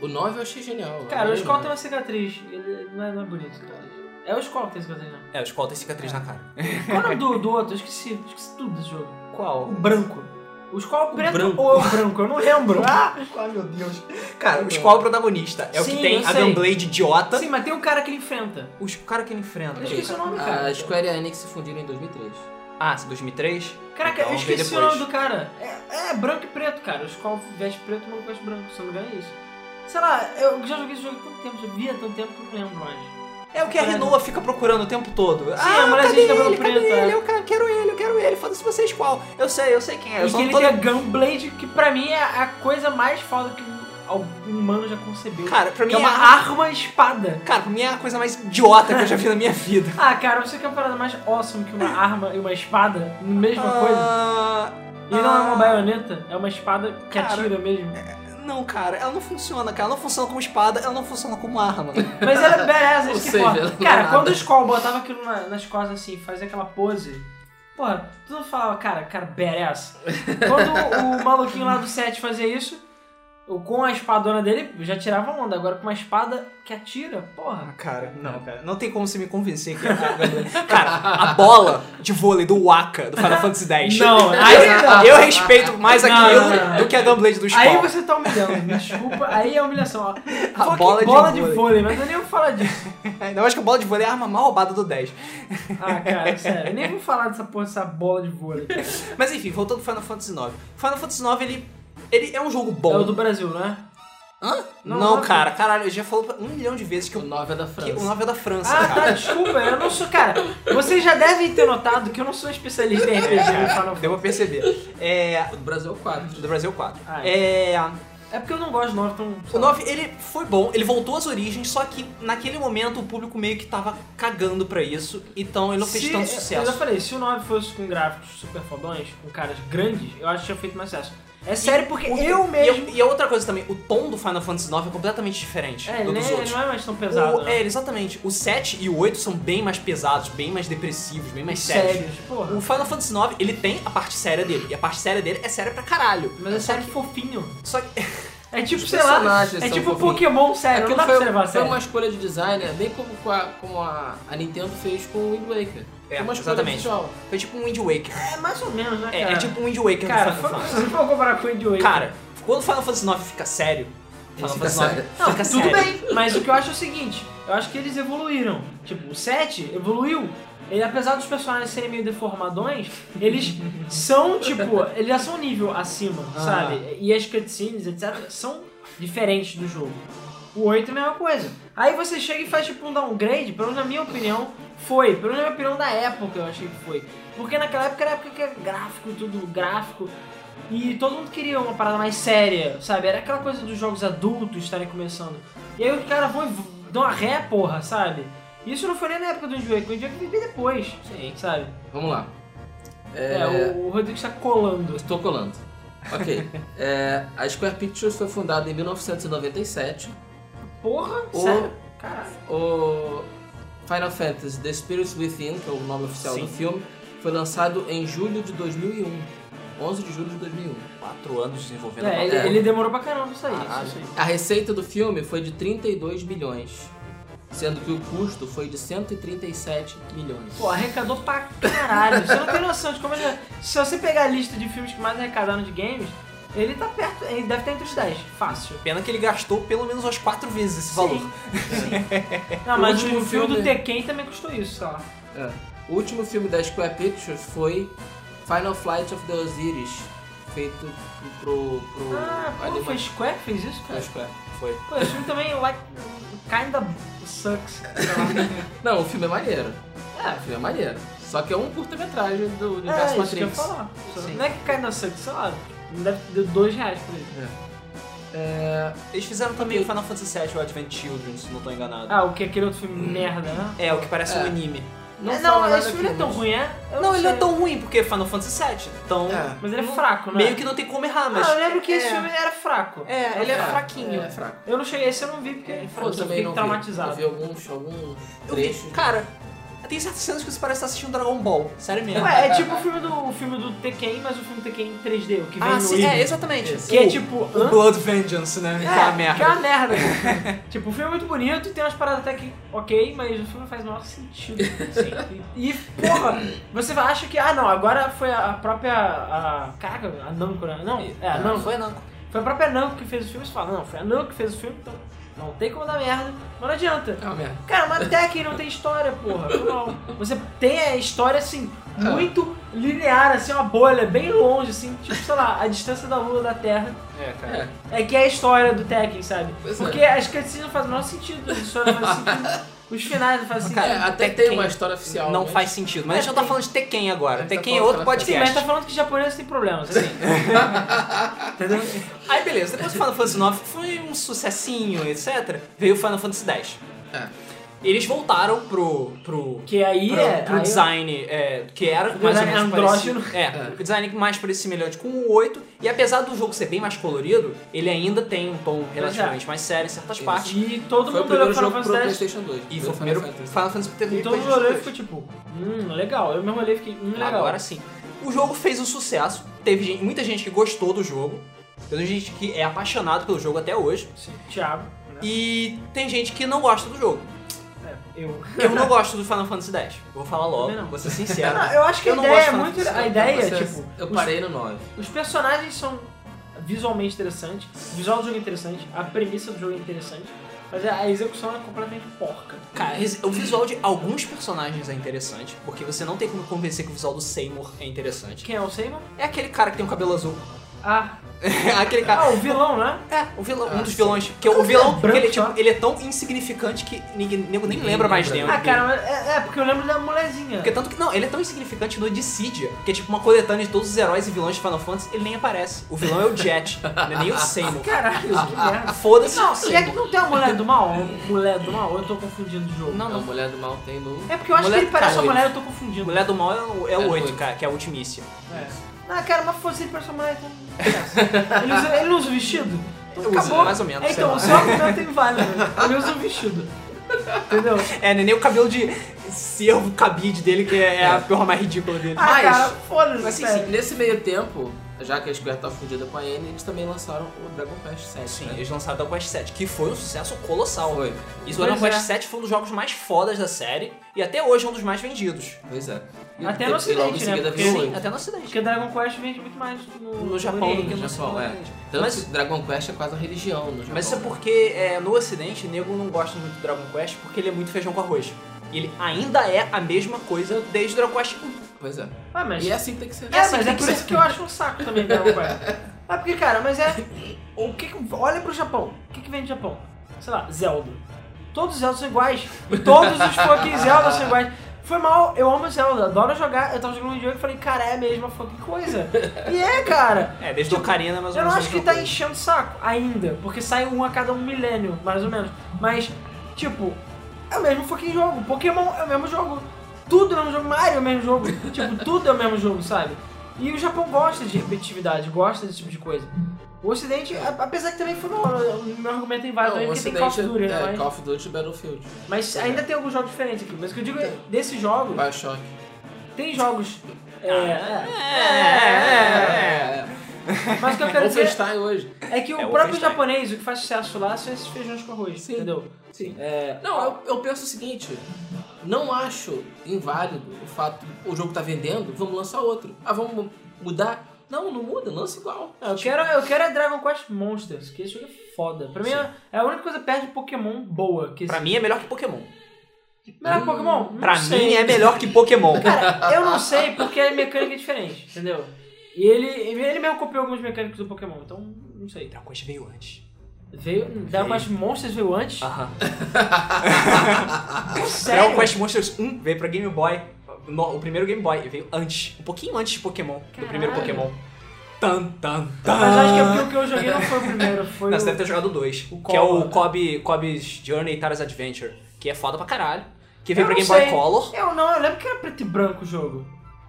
C: o, o 9 eu achei genial.
B: Cara, o
C: os
B: Skull tem uma cicatriz. Ele não é, não é bonito. cara. É o Skull que tem cicatriz, não.
A: É, o Skull tem cicatriz na cara.
B: Qual é o nome do, do outro? Eu esqueci. Esqueci tudo desse jogo.
A: Qual?
B: O branco. O Skull é o preto
C: branco.
B: ou é o branco? Eu não lembro. Ah!
A: Ai, meu Deus. Cara, o Skull é o protagonista. É o
B: Sim,
A: que tem
B: eu
A: a
B: sei.
A: Gunblade idiota.
B: Sim, mas tem um cara que ele enfrenta.
A: Os cara que ele enfrenta.
B: Eu esqueci o nome, cara.
C: A Square e a Enix se fundiram em 2003.
A: Ah, esse 2003?
B: Caraca,
A: Então,
B: eu
A: vê
B: esqueci o
A: depois.
B: nome do cara. É, é branco e preto, cara. Os qual veste preto e o veste branco, se eu não me engano é isso. Sei lá, eu já joguei esse jogo há tanto tempo, já via há tanto tempo que eu não lembro mais.
A: É o que a Rinoa fica procurando o tempo todo. Sim,
B: a mulherzinha de cabelo preto,
A: Ah, Cadê
B: é.
A: ele? Eu quero- quero ele, eu quero ele. Foda-se vocês qual. Eu sei, eu sei quem é. Eu
B: e
A: só
B: que
A: não
B: ele
A: tô
B: tem a Gunblade, que pra mim é a coisa mais foda que um humano já concebeu.
A: Cara, pra mim
B: que é uma
A: a...
B: arma e espada.
A: Cara, pra mim é a coisa mais idiota que eu já vi na minha vida.
B: Ah, cara, você quer uma parada mais awesome que uma arma e uma espada? Mesma coisa.
A: Ah,
B: E não é uma
A: ah.
B: baioneta, é uma espada que
A: Cara,
B: atira mesmo.
C: é.
A: Não, cara, ela não funciona, cara. Ela não funciona como espada, ela não funciona como arma.
B: Mas é era beleza,
C: Ou
B: isso que
C: seja,
B: importa.
C: não é
B: tipo Cara,
C: nada.
B: quando o Skull botava aquilo na- nas costas assim, fazia aquela pose. Porra, todo mundo falava, cara, cara, badass. Quando o maluquinho lá do set fazia isso, Eu, com a espadona dele, eu já tirava onda. Agora com uma espada que atira, porra.
A: Ah, cara, não, cara. Não tem como você me convencer que. é cara, a bola de vôlei do Waka do Final Fantasy X.
B: Não, aí não.
A: Aí Ah, eu respeito mais
B: Não,
A: aquilo
B: não, não.
A: do que a Gunblade do Spawn.
B: Aí você tá humilhando, desculpa. Aí é humilhação, ó.
A: A
B: Fucking
A: bola de
B: de
A: vôlei.
B: vôlei, mas eu nem vou falar disso.
A: Ainda mais que a bola de vôlei é a arma mal roubada do 10.
B: Ah, cara, sério. Eu nem vou falar dessa porra, dessa bola de vôlei.
A: Mas enfim, voltando pro Final Fantasy IX. Final Fantasy IX, ele, ele é um jogo bom.
B: É o do Brasil, né?
A: Hã? Não,
B: Não, não. é
A: cara, caralho, eu já falou um milhão de vezes que
C: O
A: o,
C: 9 é da França.
A: que o 9 é da França,
B: Ah,
A: cara.
B: tá, desculpa, eu não sou. Cara, vocês já devem ter notado que eu não sou especialista em RPG no Final
A: Deu pra
B: Fantasy.
A: perceber. É.
C: O do Brasil é o 4.
A: Do Brasil 4.
B: Ah,
A: é.
B: É porque eu não gosto de 9 tão.
A: O 9, ele foi bom, ele voltou às origens, só que naquele momento o público meio que tava cagando pra isso, então ele não fez
B: Se-
A: tanto
B: Eu já
A: sucesso.
B: falei, se o 9 fosse com gráficos super fodões, com caras grandes, eu acho que tinha feito mais sucesso. É sério, porque
A: O-
B: eu
A: e-
B: mesmo.
A: E, a outra coisa também, o tom do Final Fantasy IX é completamente diferente
B: É,
A: do
B: ele,
A: dos
B: nem- ele
A: outros.
B: não é mais tão pesado.
A: O-
B: né?
A: é, exatamente. O 7 e o 8 são bem mais pesados, bem mais depressivos, bem mais sérios.
B: Sérios, porra.
A: O Final Fantasy IX, ele tem a parte séria dele. E a parte séria dele é séria pra caralho.
B: Mas é sério fofinho.
A: Só que.
B: É tipo,
C: Os
B: sei lá,
C: personagens
B: é
C: são
B: tipo
C: fofinhos.
B: Pokémon sério, não
C: Aquilo
B: dá pra
C: É foi,
B: você levar a
C: foi
B: sério.
C: uma escolha de design, né? bem como, com a, como a, a Nintendo fez com o Wind Waker.
A: É,
C: foi uma escolha
A: exatamente.
C: visual.
A: Foi tipo um Wind Waker.
B: É mais ou menos, né,
A: É,
B: cara?
A: é tipo um Wind Waker
B: Cara,
A: do Final
B: foi- um
A: Fantasy.
B: se for comparar com o Indie
A: Cara, quando o Final Fantasy IX fica sério. Final
C: fica
A: Fantasy IX
C: sério.
A: Fica
B: Tudo
A: sério.
B: bem, mas o que eu acho é o seguinte, eu acho que eles evoluíram. Tipo, o 7 evoluiu. Ele, apesar dos personagens serem meio deformadões, eles são, tipo, eles já são um nível acima,
A: Ah.
B: sabe? E as cutscenes, etc, são diferentes do jogo. O 8 é a mesma coisa. Aí você chega e faz, tipo, um downgrade, pelo menos na minha opinião, foi. Pelo menos na minha opinião da época, eu achei que foi. Porque naquela época era a época que era gráfico, tudo gráfico. E todo mundo queria uma parada mais séria, sabe? Era aquela coisa dos jogos adultos estarem começando. E aí os caras vão e v- dão a ré, porra, sabe? Isso não foi nem na época do Indie Wake, o Indie Wake veio bem depois,
C: Sim.
B: sabe?
C: Vamos lá.
B: É, o, o Rodrigo está colando.
C: Estou colando. Ok. É, a Square Pictures foi fundada em 1997.
B: Porra,
C: O-
B: sério? Caralho.
C: O Final Fantasy The Spirits Within, que é o nome oficial
A: Sim.
C: do filme, foi lançado em julho de 2001. 11 de julho de 2001.
A: Quatro anos desenvolvendo a
B: É, ele,
A: matéria.
B: ele demorou pra caramba pra sair.
A: Caralho.
B: isso aí.
C: A receita do filme foi de 32 milhões, sendo que o custo foi de 137 milhões.
B: Pô, arrecadou pra caralho. Você não tem noção de como ele. é. Se você pegar a lista de filmes que mais arrecadaram de games, ele tá perto. Ele deve estar entre os 10. Fácil.
A: Pena que ele gastou pelo menos umas quatro vezes esse valor.
B: Não,
C: É, O
B: mas o,
C: último
B: filme do
C: filme-
B: Tekken também custou isso, sei lá.
C: É. O último filme da Square Pictures foi Final Flight of the Osiris, feito pro. pro
B: Ah, como
C: anima-
B: foi Square que fez isso, cara?
C: da Square.
A: Foi.
B: Pô, esse filme também, like, kinda sucks.
C: Não, o filme é maneiro.
B: É,
C: É, o filme é maneiro. Só que é um curta-metragem do universo
B: é isso que eu ia
C: Matrix.
B: falar.
C: Sim.
B: Não é que kinda sucks, sei lá. Deve deu dois reais por ele.
A: Eles fizeram também o Final Fantasy VII, o Advent Children, se não tô enganado.
B: Ah, o que aquele outro filme merda, né?
A: É, o que parece um
C: É.
A: anime.
B: É,
C: fala
B: não
C: nada
B: esse filme não é
C: aqui,
B: tão
C: mas-
B: ruim, é? Eu
A: Não, ele não é
B: sei.
A: tão ruim, porque é Final Fantasy VII. Então,
C: É.
B: Mas ele é
A: não-
B: fraco, né?
A: meio que não tem como errar, mas...
B: Ah, eu lembro que esse
A: é.
B: filme era fraco.
A: É, ele é fraquinho.
C: É, fraco.
B: Eu não cheguei, esse eu não vi porque
C: Eu
B: foda-se, eu
C: também
B: fiquei
C: não vi.
B: traumatizado.
C: Eu vi alguns, alguns
A: Eu vi-
C: trechos.
A: é um cara, tem certas cenas que você parece estar assistindo Dragon Ball. Sério mesmo.
B: Ué, é tipo o filme do, o filme do Tekken, mas o filme do Tekken em 3D, o que vem
A: ah,
B: no
A: sim,
B: Wii.
A: é, exatamente.
C: Esse.
B: Que é
A: O-
B: tipo...
A: O
B: hã?
A: Blood Vengeance, né?
B: É,
A: Aquela
B: Que é
A: merda.
B: uma merda. tipo, o filme é muito bonito, tem umas paradas até que ok, mas o filme faz o maior sentido. assim. E, porra, você acha que, ah não, agora foi a própria. A, caraca, a Namco, né? Não, é, a Namco.
A: foi não.
B: Foi a própria Namco que fez o filme, você fala, não, foi a Namco que fez o filme, então não tem como dar merda, mas não adianta.
C: É uma merda.
B: Cara, mas Tekken não tem história, porra. Foi mal. Você tem a história, assim, muito linear, assim, uma bolha bem longe, assim, tipo, sei lá, a distância da Lua da Terra.
A: É,
C: É.
B: É que é a história do Tekken, sabe?
C: Pois é.
B: Porque as cutscenes não fazem o menor sentido, a história não faz sentido, os finais não fazem sentido.
C: Cara, É, até
A: Tekken
C: tem uma história oficial. né?
A: Não
C: mas-
A: faz sentido. Mas a gente não tá falando de Tekken agora.
C: A gente tá
A: Tekken é
C: falando
A: outro
C: de
B: Sim, mas
A: podcast.
B: tá falando que japonês tem problemas, assim. Entendeu?
A: Aí beleza, depois do Final Fantasy IX foi um sucessinho, etc. Veio o Final Fantasy X.
C: É.
A: Eles voltaram pro. pro.
B: Que aí
A: pro,
B: é.
A: pro
B: aí-
A: design é, que era mais ou
B: design
A: menos
B: andrógeno.
A: parecido. É, o design que mais parecia semelhante com o 8. E apesar do jogo ser bem mais colorido, ele ainda tem um tom
B: é.
A: relativamente mais sério em certas
C: Isso.
A: partes.
B: E todo
C: Foi o
B: mundo olhou
C: primeiro
B: o Final
C: jogo pro
B: Fantasy X.
C: PlayStation 2.
A: E foi o primeiro
C: Final Fantasy.
A: Final Fantasy que teve
B: E todo mundo
A: depois
B: olhou e
A: disso.
B: ficou tipo, hum, legal. Eu mesmo olhei e fiquei, hum, legal.
A: Agora sim. O jogo fez um sucesso, teve gente- muita gente que gostou do jogo. Tem gente que é apaixonado pelo jogo até hoje.
B: Sim. Thiago. né?
A: E tem gente que não gosta do jogo.
B: É, eu.
A: Eu não gosto do Final Fantasy X. Vou falar logo,
B: Também não.
A: vou ser sincero.
B: Não, eu acho que
A: Eu
B: a
A: não
B: ideia
A: gosto
B: é
A: de Final
B: muito.
A: Fantasy,
B: A ideia é,
C: Você-
B: tipo.
C: Eu
B: os-
C: parei no 9.
B: Os personagens são visualmente interessantes, o visual do jogo é interessante, a premissa do jogo é interessante, mas a execução é completamente porca.
A: Cara, res- o visual de alguns personagens é interessante, porque você não tem como convencer que o visual do Seymour é interessante.
B: Quem é o Seymour?
A: É aquele cara que tem o cabelo azul.
B: Ah,
A: aquele cara.
B: ah, o vilão, né?
A: É, o vilão, um
C: Ah,
A: dos
C: sim.
A: vilões. Porque o
B: Cara,
A: vilão,
B: branco,
A: porque ele, tipo,
B: só.
A: ele é tão insignificante que ninguém, nego nem
C: Ninguém
A: lembra mais
C: lembra.
A: dele.
B: Ah, cara, mas é, é, porque eu lembro da molezinha.
A: Porque tanto que. Não, ele é tão insignificante no Dissidia, que é tipo uma coletânea de todos os heróis e vilões de Final Fantasy, ele nem aparece. O vilão é o Jet, não é nem o Seymour.
B: Caralho,
A: Ah,
B: que merda.
A: Foda-se.
B: Ah,
A: o
B: Não, e é que
A: Seymour.
B: não tem a mulher do mal? Mulher do mal? Ou eu tô confundindo o jogo?
A: Não,
C: A
A: não.
C: É, mulher do mal tem no. um.
B: É porque eu acho
A: Mulher-
B: que ele parece
A: cara,
B: uma mulher, eu tô confundindo.
A: Mulher do Mal é o, é o
C: É o
A: 8,
C: oito.
A: cara, que é a Ultimícia.
B: É. Ah, cara, mas se fosse ele parece uma mulher, então não interessa. ele, usa, ele não usa vestido? Então
A: Eu uso,
B: acabou.
A: mais ou menos, sei
B: É, então,
A: lá.
B: o seu argumento é inválido. Ele usa um vestido. Entendeu?
A: É, nem o cabelo de cervo cabide dele, que é, a forma mais ridícula dele.
B: Ah,
C: Mas-
B: cara, foda-se.
C: Mas assim,
B: cara.
C: sim, nesse meio tempo, já que a Square tá fundida com a N, eles também lançaram o Dragon Quest 7.
A: É, Sim,
C: né?
A: eles lançaram o Quest 7, que foi um sucesso colossal.
C: Foi.
A: E Dragon
B: Pois é.
A: Quest 7 foi um dos jogos mais fodas da série e até hoje é um dos mais vendidos.
C: Pois é.
B: Até no
C: e, e logo em
B: ocidente,
C: seguida
B: né?
C: veio
B: Sim,
C: o 8.
A: até no ocidente.
B: Porque Dragon Quest vende muito mais no, né?
A: No Japão do
B: Oriente.
A: que no
C: no Japão, é.
A: Ocidente.
C: Tanto
A: Mas-
C: que Dragon Quest é quase uma religião no Japão. né?
A: Mas isso é porque é, no ocidente, nego não gosta muito do Dragon Quest porque ele é muito feijão com arroz. E ele ainda é a mesma coisa desde Dragon Quest 1.
C: Pois é.
B: Ah, mas...
C: E é
B: É,
C: assim que tem que ser.
B: mas é
A: tem que
B: por
A: ser.
B: isso que eu acho um saco também Dragon Quest. Ah, porque, cara, mas é... O que que... Olha pro Japão. O que que vem do Japão? Sei lá, Zelda. Todos os Zelda são iguais. Todos os fucking Zelda são iguais. Foi mal, eu amo Zelda, adoro jogar. Eu tava jogando um jogo e falei, cara, é a mesma fucking coisa. E é, cara.
A: É, desde o Ocarina, mais ou
B: Eu não
A: menos.
B: acho que tá enchendo o saco ainda, porque sai um a cada um milênio, mais ou menos. Mas, tipo, é o mesmo fucking jogo. Pokémon é o mesmo jogo. Tudo é o mesmo jogo. Mario é o mesmo jogo. tipo, tudo é o mesmo jogo, sabe? E o Japão gosta de repetitividade, gosta desse tipo de coisa. O Ocidente, a- apesar que também foi mal, o meu argumento é inválido
C: Não,
B: aí,
C: o
B: porque tem Call of
C: ocidente
B: Duty,
C: é
B: né?
C: Call of Duty e Battlefield.
B: Mas, mas ainda tem alguns jogos diferentes aqui. Mas o que eu digo é, desse jogo,
C: Bioshock.
B: tem jogos...
C: Ah,
B: É, é, é, é.
C: É.
B: Mas o que eu quero dizer
C: Wolfenstein hoje.
B: É que o
A: É, o
B: próprio
A: Wolfenstein.
B: japonês, o que faz sucesso lá, são esses feijões com arroz,
C: Sim.
B: entendeu?
C: Sim.
B: É,
C: Não, eu, eu penso o seguinte. Não acho inválido o fato de o jogo tá vendendo, vamos lançar outro. Ah, vamos mudar? Não, não muda, lança igual.
B: eu quero, eu quero é Dragon Quest Monsters, que esse jogo é foda. Pra mim, é- é a única coisa perto de Pokémon boa. Que esse...
A: Pra mim é melhor que Pokémon.
B: Não é Pokémon? Não
A: Pra
B: sei.
A: mim é melhor que Pokémon.
B: Cara, eu não sei porque a mecânica é diferente, entendeu? E ele, ele mesmo copiou algumas mecânicas do Pokémon, então não sei.
A: Dragon Quest veio antes.
B: Veio, Dragon Quest Monsters veio antes?
A: Aham.
B: Sério?
A: Ah, Dragon Quest Monsters 1 veio pra Game Boy. No- o primeiro Game Boy veio antes. Um pouquinho antes de Pokémon. Do primeiro
B: Caralho.
A: Pokémon. Tan, tan, tan.
B: Mas acho que é porque o que eu joguei não foi o primeiro, foi
A: Não,
B: o...
A: você deve ter jogado dois.
B: o
A: que é
B: Color,
A: o
B: né?
A: Kobe, Kobe's Journey Tara's Adventure. Que é foda pra caralho. Que veio
B: Eu
A: pra
B: não
A: Game Boy
B: sei.
A: Color.
B: Eu não, eu lembro que era preto e branco o jogo.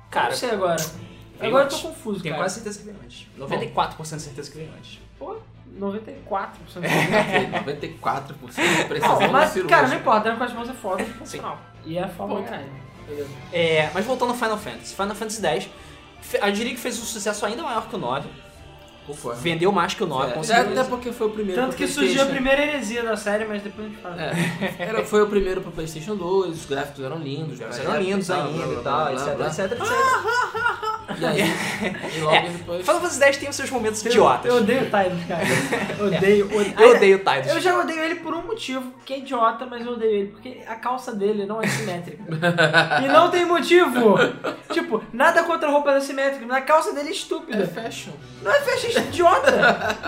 A: Cara,
B: não sei agora.
A: veio
B: Agora eu
A: antes.
B: tô confuso,
A: tenho
B: cara.
A: quase certeza que veio antes. 94% de certeza que veio antes.
B: Pô, 94%.
C: Ok, 94% de um precisão
B: Não, mas,
C: do
B: cara, não
C: cirúrgico.
B: importa, Dragon Quest Monster é foda, funcional. E é
C: Pô,
B: foda, cara. né?
A: É, mas voltando ao Final Fantasy. Final Fantasy X, fe- eu diria que fez um sucesso ainda maior que o 9.
C: Conforme.
A: Vendeu mais que o 9,
C: É,
A: com
C: até-
A: certeza.
C: até porque foi o primeiro
B: Tanto
C: pro
B: que surgiu a
C: PlayStation.
B: primeira heresia da série, mas depois a gente fala.
C: É. Era, foi o primeiro pro Playstation 2, os gráficos eram lindos,
A: Eles
C: pra
A: eram
C: época
A: lindos
C: e tal,
A: ainda
C: Tá, blá,
A: e
C: blá,
A: tal,
C: blá,
A: etc,
C: blá,
A: etc, etc.
C: blá. E aí, e logo
A: É,
C: depois.
B: um
A: Final Fantasy X tem os seus momentos idiotas.
B: Ah! Eu
C: assim.
B: odeio o Tidus, cara.
C: É.
B: Odeio, odeio.
A: Eu odeio o Tidus.
B: Eu já odeio ele por um motivo, que é idiota, mas eu odeio ele, porque a calça dele não é simétrica. e não tem motivo! Tipo, nada contra a roupa da simétrica, mas a calça dele é
C: É
B: estúpida.
C: fashion.
B: Não é fecha idiota!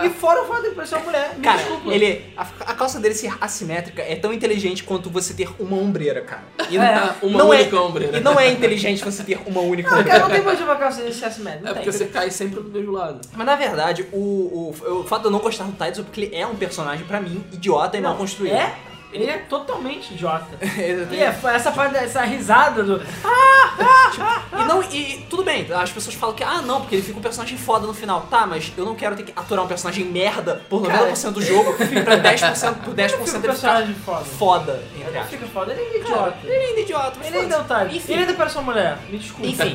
B: e fora o fato de parecer uma mulher, me
A: Cara,
B: desculpa.
A: ele. A, a calça dele ser assimétrica é tão inteligente quanto você ter uma ombreira, cara. E,
B: É.
C: Uma
A: não
C: única
A: é,
C: ombreira.
A: E não é inteligente você ter uma única
B: Não,
A: ombreira.
B: cara, não tem motivo pra calça desse S-Man, não tem.
C: É porque você cai sempre do mesmo lado.
A: Mas na verdade, o, o, o fato de eu não gostar do Tidus é porque ele é um personagem, pra mim, idiota e mal
B: Não,
A: construído.
B: É? Ele é totalmente idiota.
A: Eu
B: E
A: tenho-
B: é, essa, parte- essa risada do.
A: E não, e tudo bem, as pessoas falam que, ah não, porque ele fica um personagem foda no final. Tá, mas eu não quero ter que aturar um personagem merda por 90% do jogo pra 10%, por 10%
B: Fica
A: ele ficar
B: personagem foda.
A: foda, entre
B: Ele
A: aspas.
B: fica foda, ele é idiota.
A: Ele ainda é idiota, mas
B: Ele ainda é
A: foda-se.
B: otário.
A: Enfim.
B: Ele ainda parece uma mulher, me desculpa.
A: Enfim.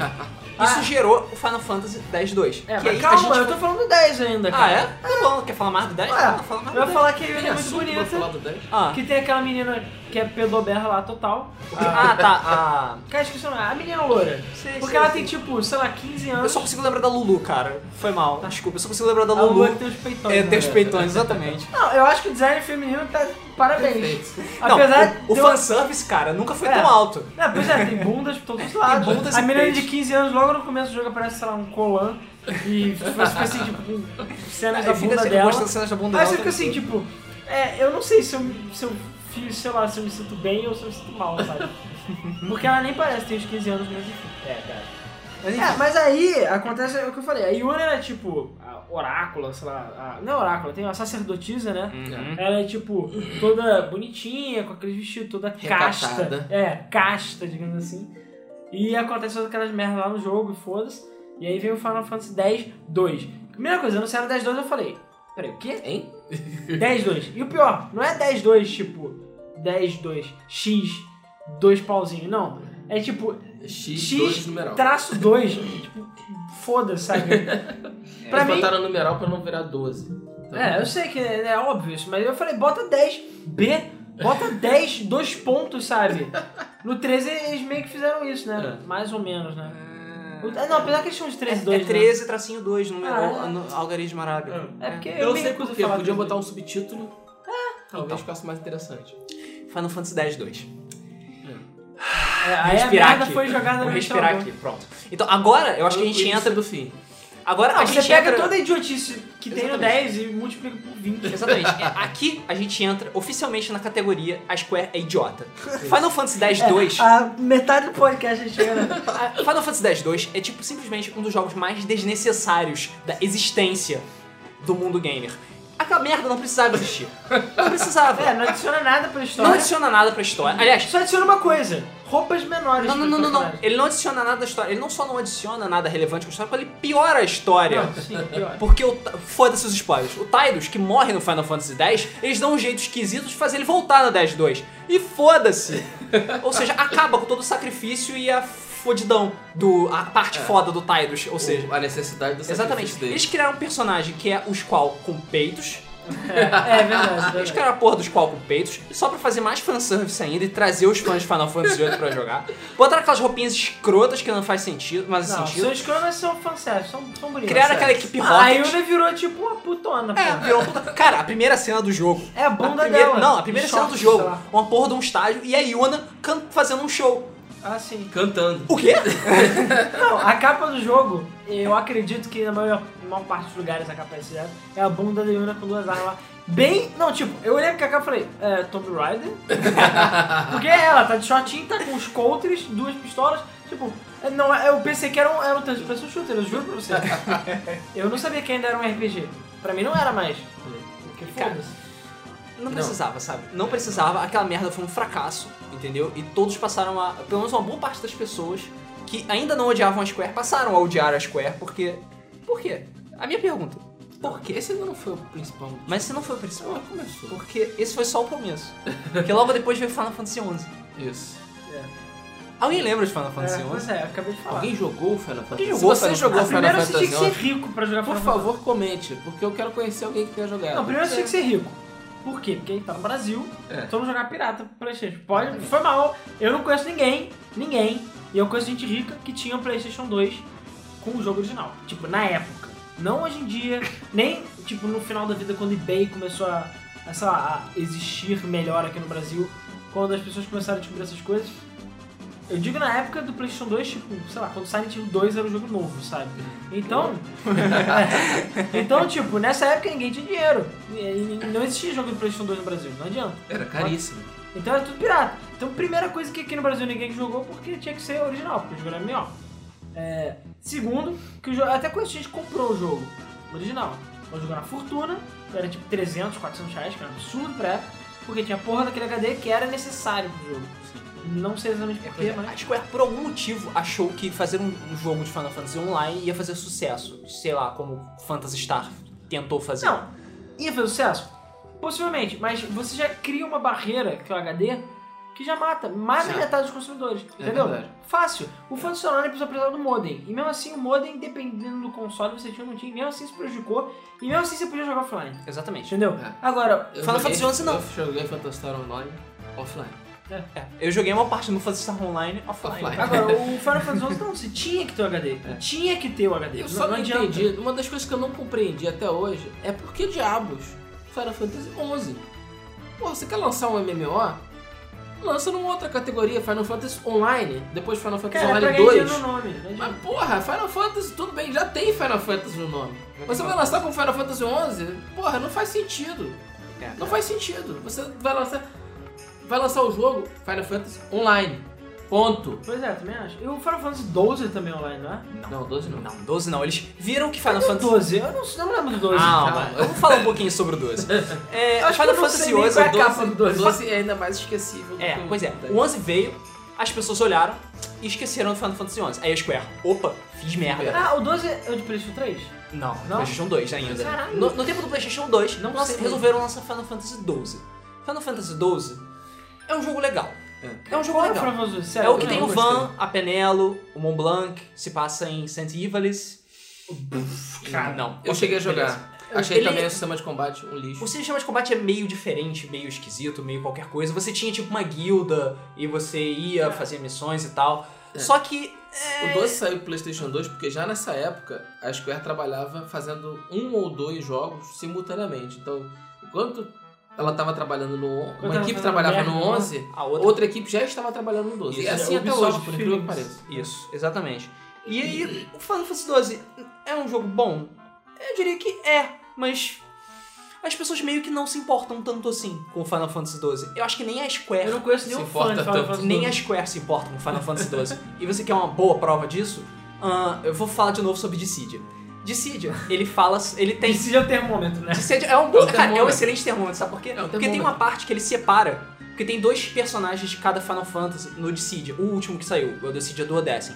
A: Isso gerou o Final Fantasy X-2.
B: Ah. É,
A: que
B: mas
A: aí
B: calma,
A: a gente...
B: eu tô falando do 10 ainda,
A: Ah,
B: cara.
A: é? Tá bom, quer falar mais do 10?
B: Ué,
A: Não, fala mais do
B: Eu ia
A: 10.
B: falar que ele
C: Tem
B: é muito
C: assunto pra falar
B: bonita.
C: do 10?
A: Ah,
B: Que tem aquela menina que é pedoberra lá total.
A: ah tá. Ah,
B: Cara, esqueci o nome. A menina loura.
A: Sei,
B: Porque
A: sei,
B: ela
A: sei.
B: tem, tipo, sei lá, 15 anos.
A: eu só consigo lembrar da Lulu, cara. Foi mal, desculpa. Eu só consigo lembrar da
B: Tá. a
A: Lulu.
B: loura que tem os peitões.
A: É,
B: né,
A: tem os
B: velho?
A: peitões, exatamente.
B: Não, eu acho que o design feminino tá. Parabéns.
C: Perfeito.
A: Não,
B: Apesar
A: o, o
B: de eu-
A: fanservice, cara, nunca foi
B: É.
A: tão alto.
B: Não, pois é, tem bundas por todos os lados.
A: bundas
B: a
A: e
B: menina
A: peitos.
B: de 15 anos, logo no começo do jogo, aparece, sei lá, um colan. E tipo, assim, tipo, com cenas da
A: Aí fica
B: bunda
A: assim,
B: dela.
A: mostrando cenas da bunda
B: Aí
A: dela.
B: você fica assim, tipo, é, eu não sei se eu, se eu fiz, sei lá, se eu me sinto bem ou se eu me sinto mal, sabe? Porque ela nem parece ter uns 15 anos, mas enfim. É, cara.
A: Mas enfim.
B: É, mas aí acontece o que eu falei. A Yuna era tipo a orácula, sei lá. a- não é orácula, tem uma sacerdotisa, né?
C: Uhum.
B: Ela é tipo toda bonitinha, com aquele vestido toda casta.
C: Recatada.
B: É, casta, digamos assim. E acontece todas aquelas merdas lá no jogo, e foda-se. E aí vem o Final Fantasy X 2. Primeira coisa, anunciaram 10 2 eu falei. Peraí, o quê?
C: Hein?
B: 10 2. E o pior, não é 10 2 tipo 10 2 X 2 pauzinho, não. É tipo
C: X,
B: X,
C: 2 numeral.
B: traço 2, tipo, foda-se, sabe? pra
C: Eles
B: mim-
C: botaram numeral pra não virar 12. Então,
B: É, eu sei que é, é óbvio isso, mas eu falei, bota 10, B, bota 10, dois pontos, sabe? No 13 eles meio que fizeram isso, né? Mais ou menos, né? O- ah, não, apesar que eles chamam de 13, 2,
A: É 13 tracinho 2 no,
B: né? Ah, é.
A: no algarismo arábico.
B: né? É porque
C: Eu não
B: meio
C: sei
B: que coisa
C: porquê,
B: falar
C: podiam
B: 13.
C: botar um subtítulo. Talvez ficasse mais interessante.
A: Final Fantasy X 2.
B: É, aí a
A: um respirar
B: merda
A: aqui.
B: foi jogada no né?
A: Vou respirar
B: respirador.
A: aqui, pronto. Então agora, eu acho que a
C: O
A: gente
C: início
A: entra.
C: do fim.
A: Agora
B: Não,
A: a
B: você
A: gente
B: pega
A: entra.
B: toda a idiotice que tem no
C: Exatamente.
B: 10 e multiplica por 20.
A: Exatamente. É, Aqui a gente entra oficialmente na categoria A Square é idiota. Final Fantasy X
B: É.
A: 2.
B: A metade do podcast a gente chega, né?
A: a- Final Fantasy X 2 é tipo simplesmente um dos jogos mais desnecessários da existência do mundo gamer. Aquela merda não precisava existir. Não precisava.
B: É, não adiciona nada pra
A: não
B: história.
A: adiciona nada pra história. Aliás,
B: Só adiciona uma coisa: roupas menores.
A: Não, não,
B: pros
A: não, não, não.
B: personagens.
A: Ele não adiciona nada à história. Ele não só não adiciona nada relevante com a história, como ele piora a história.
B: Não, sim, pior.
A: Porque o. Ta- Foda-se os spoilers. O Tidus, que morre no Final Fantasy X, eles dão um jeito esquisito de fazer ele voltar na 10-2. E foda-se! Ou seja, acaba com todo o sacrifício e a fodidão do. a parte foda do Tidus. Ou seja.
C: É. O- a necessidade do
A: Exatamente.
C: sacrifício
A: Eles criaram um personagem que é o Squall com peitos.
B: É, é verdade.
A: Eles
B: verdade.
A: criaram a porra do Squall com peitos. Só pra fazer mais fanservice ainda e trazer os fãs de Final Fantasy VIII pra jogar. Botaram aquelas roupinhas escrotas que não faz sentido, mas
B: Não,
A: sentido.
B: seus cromas são fanservice, são, são bonitos. É.
A: Criaram aquela equipe rocket.
B: A Yuna virou tipo uma putona,
A: É,
B: pô.
A: virou uma puta. Cara, a primeira cena do jogo.
B: É a
A: A
B: bunda
A: primeira-
B: dela.
A: Não, a primeira
B: Shorts,
A: cena do
B: sei
A: jogo.
B: lá.
A: Uma porra de um estágio e a Yuna can- fazendo um show.
B: Ah, sim.
C: Cantando.
A: O quê?
B: Não, a capa do jogo, eu acredito que na maior, na maior parte dos lugares a capa é esse, né? é a bunda da Yuna com duas armas lá. Bem, não, tipo, eu olhei pra capa e falei, é, Tomb Raider? Porque ela tá de shortinho, tá com os coulters, duas pistolas, tipo, é, não, é- eu pensei que era um, era um terceira pessoa shooter, eu juro pra você. Eu não sabia que ainda era um RPG. Pra mim não era mais.
C: É.
B: Porque
A: Cara,
B: foda-se.
A: Não precisava, sabe? Não precisava. Aquela merda foi um fracasso, entendeu? E todos passaram a. Pelo menos uma boa parte das pessoas que ainda não odiavam a Square passaram a odiar a Square porque. Por quê? A minha pergunta. Por quê?
C: Esse ainda não foi o principal.
A: Mas se não foi o principal.
C: Ah, começou.
A: Porque esse foi só o começo. Porque logo depois veio Final Fantasy XI.
C: Isso.
A: Alguém lembra de Final Fantasy
B: É,
A: XI?
B: pois é, eu acabei de falar.
C: Alguém jogou o Final Fantasy? Se
A: jogou
C: você
A: Final
C: jogou
B: Ah,
C: o Final
B: primeiro você
C: Fantasy,
B: tinha que ser rico pra jogar
C: por
B: Final Fantasy.
C: favor, comente, porque eu quero conhecer alguém que tenha jogado.
B: Não, primeiro você tinha que ser rico. Por quê? Porque tá no Brasil,
C: É.
B: todo mundo jogar pirata pro Playstation. Pode, foi mal. Eu não conheço ninguém, ninguém. E eu conheço gente rica que tinha o Playstation 2 com o jogo original. Tipo, na época. Não hoje em dia, nem tipo no final da vida quando o eBay começou a, a, sei lá, a existir melhor aqui no Brasil. Quando as pessoas começaram a descobrir essas coisas. Eu digo na época do Playstation 2, tipo, sei lá, quando Silent Hill 2 era um jogo novo, sabe? Então. então, tipo, nessa época ninguém tinha dinheiro. E- e Não existia jogo do Playstation 2 no Brasil, não adianta.
C: Era caríssimo.
B: Então era tudo pirata. Então, primeira coisa que aqui no Brasil ninguém jogou porque tinha que ser original, porque o jogo era melhor. É, segundo, que o jogo, até quando a gente comprou o jogo original, nós jogamos na Fortuna, que era tipo 300, 400 reais, que era um absurdo pra época, porque tinha a porra daquele HD que era necessário pro jogo. Não sei exatamente
A: Pois
B: porquê,
A: é,
B: mas.
A: A Square, por algum motivo, achou que fazer um, um jogo de Final Fantasy online ia fazer sucesso. Sei lá, como Phantasy Star tentou fazer.
B: Não, ia fazer sucesso? Possivelmente, mas você já cria uma barreira, que é o HD, que já mata mais da
C: Já.
B: metade dos consumidores.
C: É
B: entendeu?
C: verdade.
B: Fácil. O funcionário precisa precisar do modem. E mesmo assim, o modem, dependendo do console, você tinha ou não tinha. E mesmo assim, isso prejudicou. E mesmo assim, você podia jogar offline.
A: Exatamente.
B: Entendeu?
C: É.
B: Agora,
C: Eu
A: Final
C: joguei-
A: Fantasy XI não.
C: Eu joguei Phantasy Star Online offline.
A: É, eu joguei uma parte no Phantasy Star Online offline.
C: Offline.
B: agora, o Final Fantasy XI não, você tinha que ter o HD. Tinha que ter o HD.
C: É. Eu
B: não,
C: só
B: não
C: não
B: adianta.
C: entendi, uma das coisas que eu não compreendi até hoje é por que diabos Final Fantasy XI? Porra, você quer lançar um MMO? Lança numa outra categoria, Final Fantasy Online, depois Final Fantasy
B: Cara, é pra
C: Online
B: ganhar dinheiro
C: 2.
B: no nome. Não adianta.
C: Mas porra, Final Fantasy, tudo bem, já tem Final Fantasy no nome. Você vai lançar com Final Fantasy XI? Porra, não faz sentido.
A: É.
C: Não faz sentido. Você vai lançar. Vai lançar o jogo Final Fantasy Online. Ponto.
B: Pois é, também acho. E o Final Fantasy 12 também é online, não é?
C: Não, 12 não.
A: Não, 12 não. Eles viram que Final
B: Não,
A: Fantasy...
B: 12, eu não, não lembro do 12.
A: Calma,
C: calma.
A: eu vou falar um pouquinho sobre o 12. É,
B: Acho que
A: Final
B: eu não
A: Fantasy
B: sei
A: XI,
B: nem qual é a
A: o 12
B: capa do 12.
C: 12 é ainda mais esquecível do
A: É,
C: que o-
A: pois é. O 11 veio, as pessoas olharam e esqueceram do Final Fantasy 11. Aí a Square, opa, fiz merda.
B: Ah, o 12 é o de PlayStation 3?
A: Não,
B: Não?
A: PlayStation 2 ainda.
B: Caralho.
A: No, no tempo do PlayStation 2,
C: Não
A: lança-
C: sei.
A: resolveram lançar Final Fantasy 12. Final Fantasy 12 é um jogo legal.
C: É.
A: É um jogo
B: Qual é o
A: legal.
B: Final Fantasy 12?
A: É
B: Sério,
A: o que
B: eu
A: tem
B: não
A: o
B: gostei.
A: Van, a Penelo, o Mont Blanc, se passa em St. Ivalis.
B: Cara,
A: não.
C: Eu cheguei a
A: Beleza.
C: jogar. Achei
A: Ele-
C: também o sistema de combate um lixo.
A: O sistema de combate é meio diferente, meio esquisito, meio qualquer coisa. Você tinha tipo uma guilda e você
B: É.
A: ia fazer missões e tal. Só que.
C: É.
A: é,
C: O é. 12 saiu pro PlayStation 2 porque já nessa época a Square trabalhava fazendo um ou dois jogos simultaneamente. Então, enquanto ela estava trabalhando no.
B: Enquanto
C: Uma
B: ela
C: equipe
B: tava
C: trabalhava
B: merda,
C: no
B: né?
C: 11,
A: A
C: outra, equipe já estava trabalhando no 12.
A: Isso,
C: e assim
B: é,
C: até
B: Ubisoft
C: hoje, por incrível que
B: Philips.
C: pareça.
A: Isso, exatamente. E aí, o Final Fantasy XII é um jogo bom? Eu diria que é, mas as pessoas meio que não se importam tanto assim com o Final Fantasy XII. Eu acho que nem a Square,
B: Eu não conheço
C: Se
B: nenhum fã
C: importa
B: de Final
C: tanto.
B: Fantasy
A: nem a
B: 12.
A: Square se importa com o Final Fantasy XII. E você quer uma boa prova disso? Ah, eu vou falar de novo sobre Dissidia. Dissidia, ele fala, ele tem
B: Esse já é o termômetro, né?
A: Dissede é um bom,
C: É um
A: cara, é um
C: termômetro.
A: excelente termômetro, sabe por quê?
C: É um
A: Porque tem
C: termômetro.
A: uma parte que ele separa, porque tem dois personagens de cada Final Fantasy no Dissidia, o último que saiu, o Dissidia do Odessen.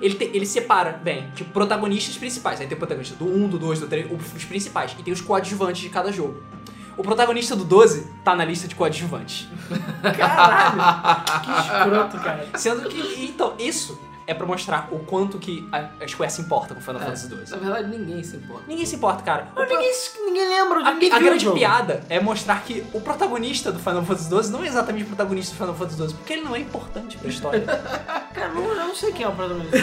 A: Ele, te- ele separa, bem, tipo, protagonistas principais. Aí tem o protagonista do 1, do 2, do 3, os principais. E tem os coadjuvantes de cada jogo. O protagonista do 12 tá na lista de coadjuvantes.
B: Caralho! que escroto, cara.
A: Sendo que, então, isso é pra mostrar o quanto que a, a Square se importa com Final
C: É.
A: Fantasy
C: Na
A: 12.
C: verdade, ninguém se importa.
A: Ninguém se importa, cara. O
B: Mas ninguém, ninguém lembra,
A: A,
B: ninguém
A: a
B: viu o
A: grande
B: jogo.
A: piada é mostrar que o protagonista do Final Fantasy XII não é exatamente o protagonista do Final Fantasy XII, porque ele não é importante pra história.
B: Cara, não, eu não sei quem é o protagonista.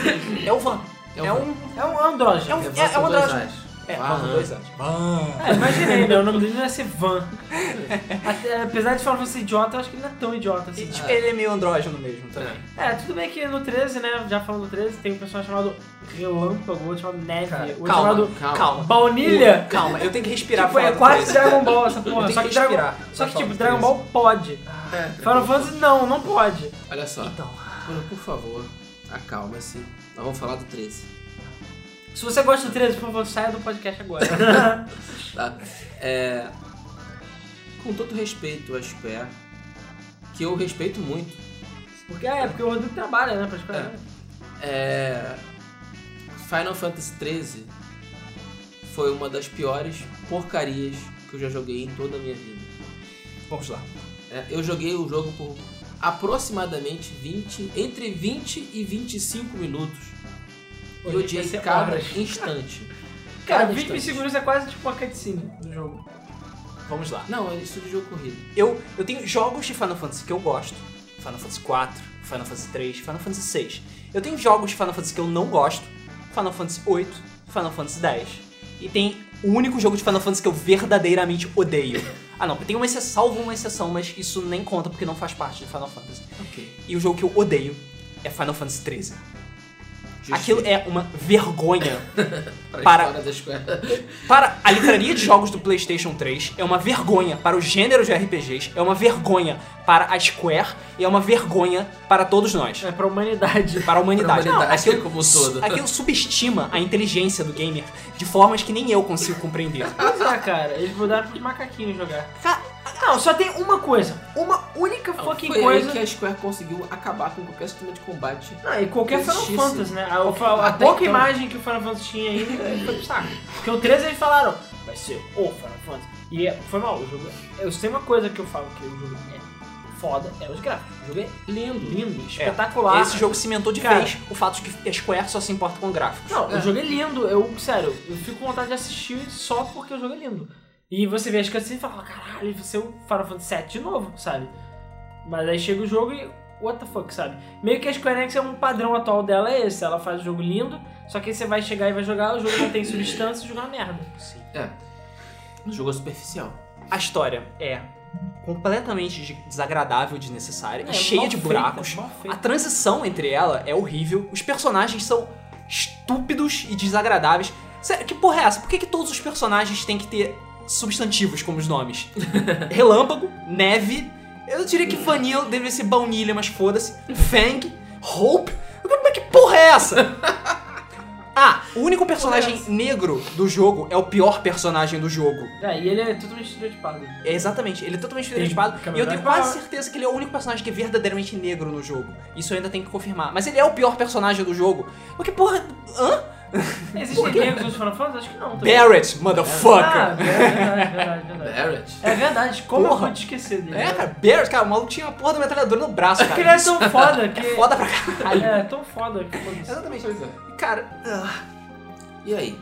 A: é o Van.
C: É o
A: É
C: Van.
A: um.
B: É um andrógeno.
A: É um. É, é um andrógeno. É, Van com dois anos.
B: É, imaginei, né? O nome dele não ia ser Van. Até- apesar de falar você idiota, eu acho que ele não é tão idiota
A: E,
B: assim.
A: tipo, ele é meio andrógeno mesmo também.
B: É, tudo bem que no 13, né? Já falando do 13, tem um personagem chamado Relâmpago, outro chamado Neve,
C: Cara,
B: outro
A: calma,
B: chamado
A: Calma.
B: Baunilha.
A: Calma, eu tenho que respirar
B: Tipo,
A: pra
B: é
A: falar
B: quase
A: do trailer.
B: Dragon Ball essa
A: Eu
B: porra.
A: tenho
B: Só
A: que
B: que, Dragon,
A: respirar pra
B: só que
A: falar
B: tipo,
A: do
B: Dragon
A: 13.
B: Ball
C: É,
B: pode. Final Fantasy não, não pode.
C: Olha
B: um-
C: só,
A: Então,
C: por, por favor, acalma-se. Nós vamos falar do 13.
B: Se você gosta do 13, por favor, saia do podcast agora.
C: tá? É, com todo respeito à Square, que eu respeito muito,
B: porque é, porque o Rodrigo trabalha, né? Pra escolar.
C: É, Final Fantasy XIII foi uma das piores porcarias que eu já joguei em toda a minha vida.
A: vamos lá.
C: É, eu joguei o jogo por aproximadamente 20, entre 20 e 25 minutos. E
B: Hoje
C: eu odiei
B: vai ser
C: cada
B: é horas.
C: instante.
B: Cara,
C: Cada
B: 20
C: instante.
B: segundos é quase tipo uma cutscene do jogo.
A: Vamos lá.
C: Não, é isso de jogo corrido.
A: Eu, eu tenho jogos de Final Fantasy que eu gosto. Final Fantasy IV, Final Fantasy III, Final Fantasy VI. Eu tenho jogos de Final Fantasy que eu não gosto. Final Fantasy VIII, Final Fantasy X. E tem o único jogo de Final Fantasy que eu verdadeiramente odeio. Ah não, tem uma exceção, salvo uma exceção, mas isso nem conta porque não faz parte de Final Fantasy.
C: Ok.
A: E o jogo que eu odeio é Final Fantasy XIII. Aquilo é uma vergonha para-
C: Para... Da Square.
A: Para a livraria de jogos do PlayStation 3 é uma vergonha para o gênero de RPGs, é uma vergonha para a Square e é uma vergonha para todos nós,
B: É pra humanidade.
A: para a humanidade.
C: Pra humanidade
A: aquilo,
C: como um todo.
A: aquilo subestima a inteligência do gamer de formas que nem eu consigo compreender.
B: Pois é, cara. Eles mudaram pros macaquinhos jogar.
A: Ca-
B: Não, só tem uma coisa. Uma única fucking
C: Foi
B: coisa.
C: aí que a Square conseguiu acabar com qualquer sistema de combate.
B: Não, Ah, e qualquer Final
C: Existisse.
B: Fantasy, né? A, a- a
C: Até
B: pouca
C: então.
B: imagem que o Final Fantasy tinha aí foi pro saco. Porque o 13 eles falaram, vai ser o Final Fantasy. E é- foi mal, o jogo. Eu sei uma coisa que eu falo que o jogo é foda é os gráficos. O jogo é
C: Lindo.
B: lindo, espetacular.
A: Esse jogo cimentou de
B: Cara.
A: vez o fato de que a Square só se importa com gráficos.
B: Não,
C: É.
B: o jogo é lindo. Eu, sério, eu fico com vontade de assistir só porque o jogo é lindo. E você vê as cutscenes e fala, caralho, vai ser o Final Fantasy VII de novo, sabe? Mas aí chega o jogo e what the fuck, sabe? Meio que a Square Enix é um padrão atual dela é esse. Ela faz o jogo lindo, só que aí você vai chegar e vai jogar, o jogo não tem substância e o jogo é uma merda.
A: Sim.
C: É. O jogo é superficial.
A: A história é completamente de- desagradável, desnecessária
B: É,
A: e cheia
B: mal
A: de
B: feita,
A: buracos.
B: mal
A: A
B: feita.
A: transição entre ela é horrível, os personagens são estúpidos e desagradáveis. Sério, que porra é essa? Por que, que todos os personagens têm que ter substantivos como os nomes? Relâmpago, Neve, eu diria que Vanilla deveria ser baunilha, mas foda-se. Fang, Hope. Como é que porra é essa? Ah, o único personagem negro do jogo é o pior personagem do jogo.
B: É, e ele é totalmente estereotipado.
A: É, exatamente, ele é totalmente
B: Tem
A: estereotipado. E eu
B: Cameron
A: tenho
B: Diaz.
A: quase certeza que ele é o único personagem que é verdadeiramente negro no jogo. Isso eu ainda tenho que confirmar. Mas ele é o pior personagem do jogo. Mas que porra. Hã?
B: Existem negros nos Final Fantasy? Acho que não. também.
A: Barrett,
B: Ah,
A: motherfucker!
B: verdade, verdade, verdade.
C: Barrett.
B: É verdade, como eu
A: Porra.
B: pude esquecer dele?
A: É, cara, Barrett, cara, o maluco tinha uma porra da metralhadora no braço,
B: Porque ele é
A: cara.
B: tão foda que.
A: Foda pra caralho.
B: É, tão foda que foda-se.
A: Exatamente.
C: Pois é.
A: E, Cara, ah,
C: E aí?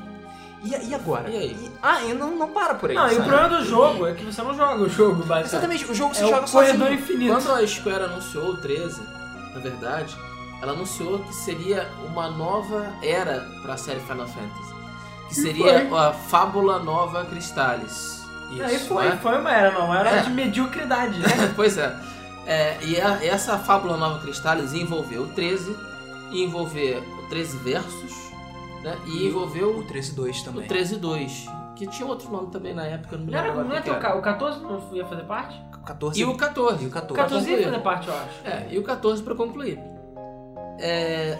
A: e, e agora?
C: E aí?
A: ah, e não, não para por aí.
B: Não, e o
A: sabe?
B: problema do jogo é que você não joga o jogo, basicamente.
A: Exatamente, o jogo se
B: É
A: joga assim.
B: o corredor
A: sozinho.
B: infinito.
C: Quando a Square anunciou o 13, na verdade, ela anunciou que seria uma nova era para a série Final Fantasy. Que seria a Fábula Nova Cristales.
B: Aí foi,
C: né?
B: foi uma era nova, era
C: É.
B: de mediocridade. né?
C: pois é. É, e a- essa Fábula Nova Cristales envolveu o 13, ia envolver o 13 Versus, né? E
A: O
C: envolveu
A: 13-2
C: o
A: também.
C: 13 2, que tinha outro nome também na época, eu não me
B: Não era,
C: lembro agora
B: não é
C: o que
B: teu
C: que era.
B: ca- o 14 não ia fazer parte?
A: 14
C: E o 14.
A: e o 14.
B: O 14 ia
C: concluir.
B: fazer parte, eu acho.
C: É, e o 14 pra concluir. É,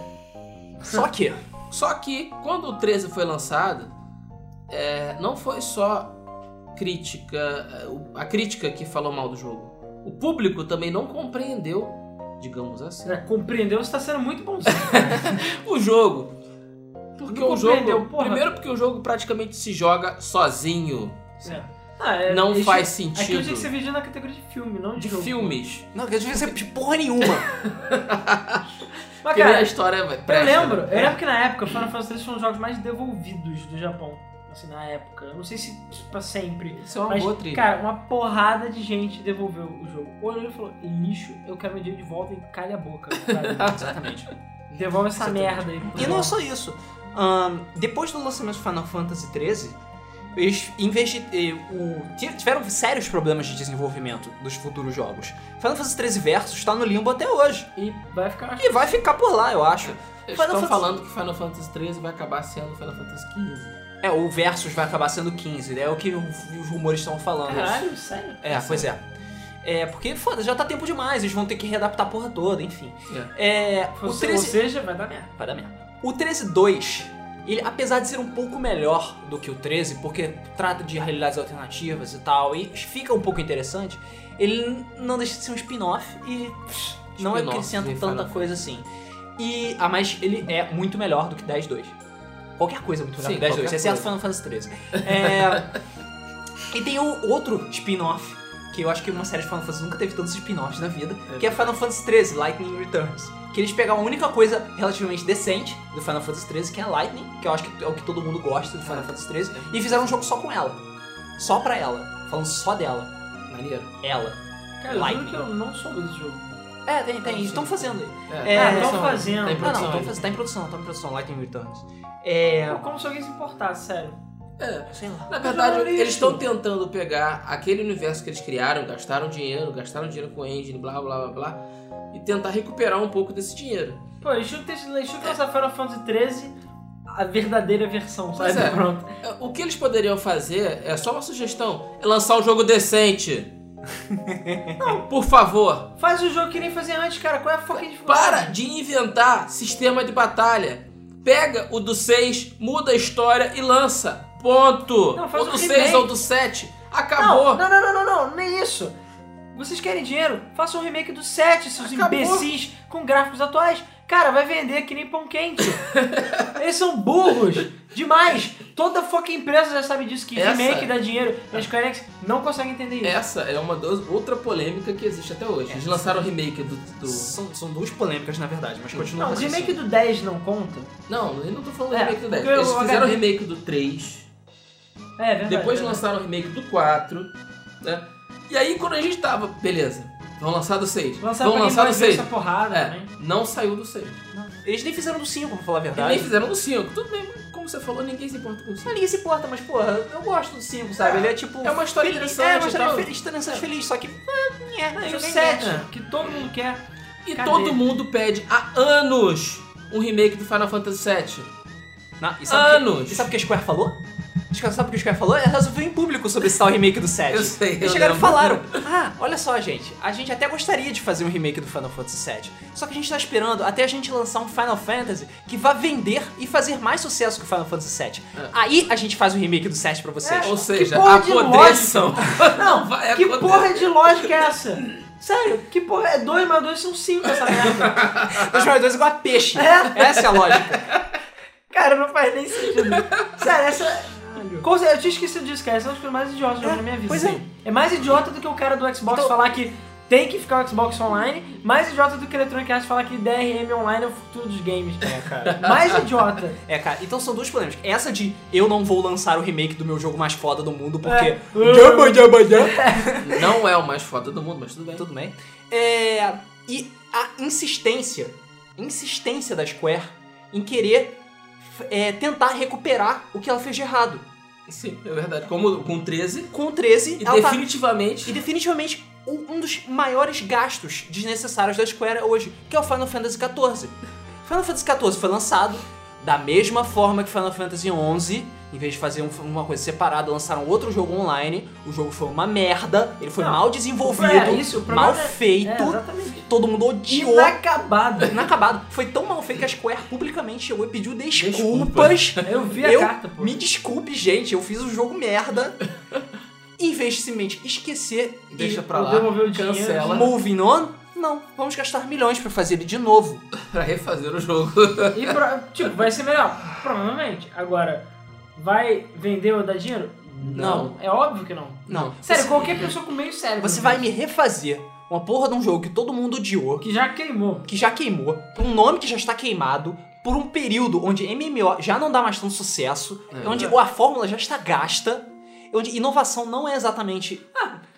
A: Só que.
C: só que quando o 13 foi lançado, é, não foi só crítica, é, o- a crítica que falou mal do jogo. O público também não compreendeu, digamos assim,
B: É, Compreendeu, você tá sendo muito bom.
C: o jogo. Porque
B: Não
C: o jogo,
B: compreendeu, porra.
C: primeiro porque o jogo praticamente se joga sozinho,
B: Ah, é,
C: não
B: isso-
C: faz
B: Aquilo
C: sentido.
B: tinha que ser vídeo na categoria de filme, não de,
C: De
B: jogo.
C: filmes.
A: Não, que eu devia ser de porra nenhuma.
B: Mas,
C: Porque a
B: cara,
C: história vai.
B: eu
C: presta,
B: lembro,
C: né?
B: eu lembro que na época Final Fantasy III foi um dos jogos mais devolvidos do Japão. Assim, na época. Eu não sei se pra sempre.
C: Isso é uma
B: Mas,
C: boa trilha.
B: cara, uma porrada de gente devolveu o jogo. Olhou e falou, lixo, eu quero meu dinheiro de volta e calha a boca. sabe?
A: Exatamente.
B: Devolve essa
A: Exatamente.
B: merda aí.
A: E não é só isso. Ahn, depois do lançamento de Final Fantasy XIII, eles em vez de, eh, o- ti- tiveram sérios problemas de desenvolvimento dos futuros jogos. Final Fantasy XIII Versus está no limbo até hoje.
B: E vai ficar...
A: E vai ficar por lá, eu acho.
C: Eles
A: Final
C: estão
A: Fantasy-
C: falando que Final Fantasy XIII vai acabar sendo Final Fantasy XV.
A: É, o Versus vai acabar sendo 15, né? É o que os os rumores estão falando.
B: Caralho, sério?
A: É, pois é. É, porque foda, já tá tempo demais, eles vão ter que readaptar a porra toda, enfim. É, o
B: Ou se-
A: 13
B: Ou seja, vai dar merda.
A: Vai dar merda. O 13.2, ele, apesar de ser um pouco melhor do que o 13, porque trata de realidades alternativas e tal, e fica um pouco interessante, ele não deixa de ser um spin-off e pff, não
C: Spin-off
A: acrescenta
C: de
A: tanta
C: Final
A: coisa assim. E, ah, mas ele é muito melhor do que 10.2. Qualquer coisa é muito melhor
C: Sim,
A: que 10.2,
C: qualquer
A: exceto
C: coisa.
A: Final Fantasy 13. É, e tem o outro spin-off, que eu acho que uma série de Final Fantasy nunca teve tantos spin-offs na vida,
C: É
A: que é Final Fantasy XIII, Lightning Returns. Que eles pegam a única coisa relativamente decente do Final Fantasy XIII, que é a Lightning, que eu acho que é o que todo mundo gosta do Final Fantasy XIII, e fizeram um jogo só com ela. Só pra ela. Falando só dela.
C: Maneiro.
A: Ela.
B: Cara, eu juro
A: Lightning.
B: que eu não soube desse jogo.
A: É, tem, tem. Estão fazendo aí. É,
B: ah,
A: não,
B: estão
C: são-
B: fazendo.
A: Não,
C: tem
A: não,
C: produção
A: tão
C: aí.
A: fazendo, tá em produção, tá em produção, Lightning Returns. É.
B: Pô, Como se alguém se importasse, sério.
C: É.
A: Sei lá.
C: Na verdade,
B: Jornalista.
C: eles estão tentando pegar aquele universo que eles criaram, gastaram dinheiro, gastaram dinheiro com engine, blá blá blá blá, e tentar recuperar um pouco desse dinheiro.
B: Pô, deixa eu, ter, deixa eu lançar Final Fantasy 13 a verdadeira versão,
C: Pois
B: sabe?
C: é.
B: Pronto.
C: É, O que eles poderiam fazer é só uma sugestão: é lançar um jogo decente. Não, por favor,
B: Faz o jogo que nem fazia antes, cara. Qual é a fucking dificuldade?
C: para de inventar sistema de batalha. Pega o do 6, muda a história e lança. Ponto.
B: Não, faz
C: ou
B: um
C: do 6
B: remake.
C: ou do 7. Acabou.
B: Não, não, não, não, não, não, nem isso. Vocês querem dinheiro? Façam um remake do 7, seus
C: Acabou.
B: imbecis, com gráficos atuais. Cara, vai vender que nem pão quente. Eles são burros demais. Toda fucking empresa já sabe disso, que
C: Essa-
B: remake dá dinheiro. E a Square Enix não consegue entender isso.
C: Essa é uma das outra polêmica que existe até hoje. Eles lançaram o remake do. do-
A: São, são duas polêmicas, na verdade, mas continua.
B: Não, o
A: assim.
B: remake do 10 não conta.
C: Não, eu não tô falando do
B: É,
C: remake do 10.
B: porque
C: Eles
B: o
C: fizeram o
B: HD
C: remake do 3.
B: É, verdade.
C: Depois
B: verdade.
C: lançaram o remake do 4, né? E aí quando a gente tava, beleza, vão lançar do 6.
B: Lançaram
C: vão
B: pra quem
C: lançar do
B: vai ver
C: 6.
B: essa porrada,
C: É,
B: né?
C: não saiu do 6.
A: Eles nem fizeram do 5, pra falar a
C: E
A: verdade.
C: nem fizeram do 5. Tudo bem, como você falou, ninguém se importa com o 5.
A: Mas ninguém se importa, mas porra, eu gosto do 5, sabe? Ele é tipo.
C: É uma história
A: feliz-
C: interessante
A: É uma
B: tá
A: história
C: e tal.
A: feliz, interessante, feliz, só que. É, é,
B: E o
A: joguei
B: 7,
A: merda.
B: que todo mundo quer.
C: E
B: Cadê?
C: todo mundo pede há anos um remake do Final Fantasy VII.
A: Não, e sabe o
C: Anos.
A: que- Ah, E sabe o que a Square falou? Acho que Sabe o que a Square falou? Ela resolveu em público sobre esse tal remake do 7.
C: Eu sei, eu
A: Eles chegaram e
C: lembro.
A: falaram: Ah, olha só, gente, a gente até gostaria de fazer um remake do Final Fantasy VII. Só que a gente tá esperando até a gente lançar um Final Fantasy que vá vender e fazer mais sucesso que o Final Fantasy VII.
C: É.
A: Aí a gente faz o remake do 7 pra vocês.
C: Ou seja,
B: porra
C: a
B: de lógica.
C: podreção.
B: Não,
C: vai
B: que
C: acontecer.
B: porra de lógica é essa? Sério, que porra é 2 mais 2 são 5 essa merda.
A: Os jogadores igual a peixe.
B: É.
A: Essa é a lógica.
B: Cara, não faz nem sentido. Sério, essa. Com certeza, Eu tinha esquecido disso, cara. Essa é uma das coisas mais idiotas que eu já vi na minha vida.
A: pois é.
B: Sim. É mais idiota do que o cara do Xbox
A: Então-
B: falar que tem que ficar o Xbox online. Mais idiota do que o Electronic Arts falar que DRM online é o futuro dos games.
A: É, cara.
B: Mais idiota.
A: É, cara, então são duas polêmicas. Essa de eu não vou lançar o remake do meu jogo mais foda do mundo porque.
B: É.
A: Jabba, jabba, jabba.
C: Não é o mais foda do mundo, mas tudo bem.
A: Tudo bem. É, e a insistência, insistência da Square em querer f- é, tentar recuperar o que ela fez de errado.
C: Sim, é verdade. Como com 13.
A: Com o 13,
C: E
A: ela tá-
C: definitivamente.
A: e definitivamente um um dos maiores gastos desnecessários da Square hoje, que é o Final Fantasy XIV. Final Fantasy XIV foi lançado da mesma forma que Final Fantasy XI. Em vez de fazer um- uma coisa separada, lançaram outro jogo online. O jogo foi uma merda, ele foi
B: Não,
A: mal desenvolvido,
B: É, isso, o
A: mal
B: problema é-
A: feito.
B: É, exatamente.
A: Todo mundo odiou.
B: Inacabado.
A: Inacabado. Foi tão mal feito que a Square publicamente chegou e pediu
C: Desculpa.
A: desculpas.
B: Eu vi a
A: Eu
B: carta, pô.
A: Me desculpe, gente, eu fiz um jogo merda. em vez de simplesmente esquecer
C: Deixa
A: e
C: pra lá.
B: devolver o dinheiro.
C: Cancela.
A: moving on, não, vamos gastar milhões pra fazer ele de novo.
C: Pra refazer o jogo.
B: E, pro- tipo, vai ser melhor? Provavelmente. Agora, vai vender ou dar dinheiro?
A: Não.
B: É óbvio que não.
A: Não.
C: Hum.
B: Sério,
A: você,
B: qualquer pessoa com meio cérebro.
A: você vai me refazer uma porra de um jogo que todo mundo odiou,
B: Que já queimou.
A: que já queimou, um nome que já está queimado, por um período onde MMO já não dá mais tanto sucesso,
C: É.
A: onde a fórmula já está gasta, onde inovação não é exatamente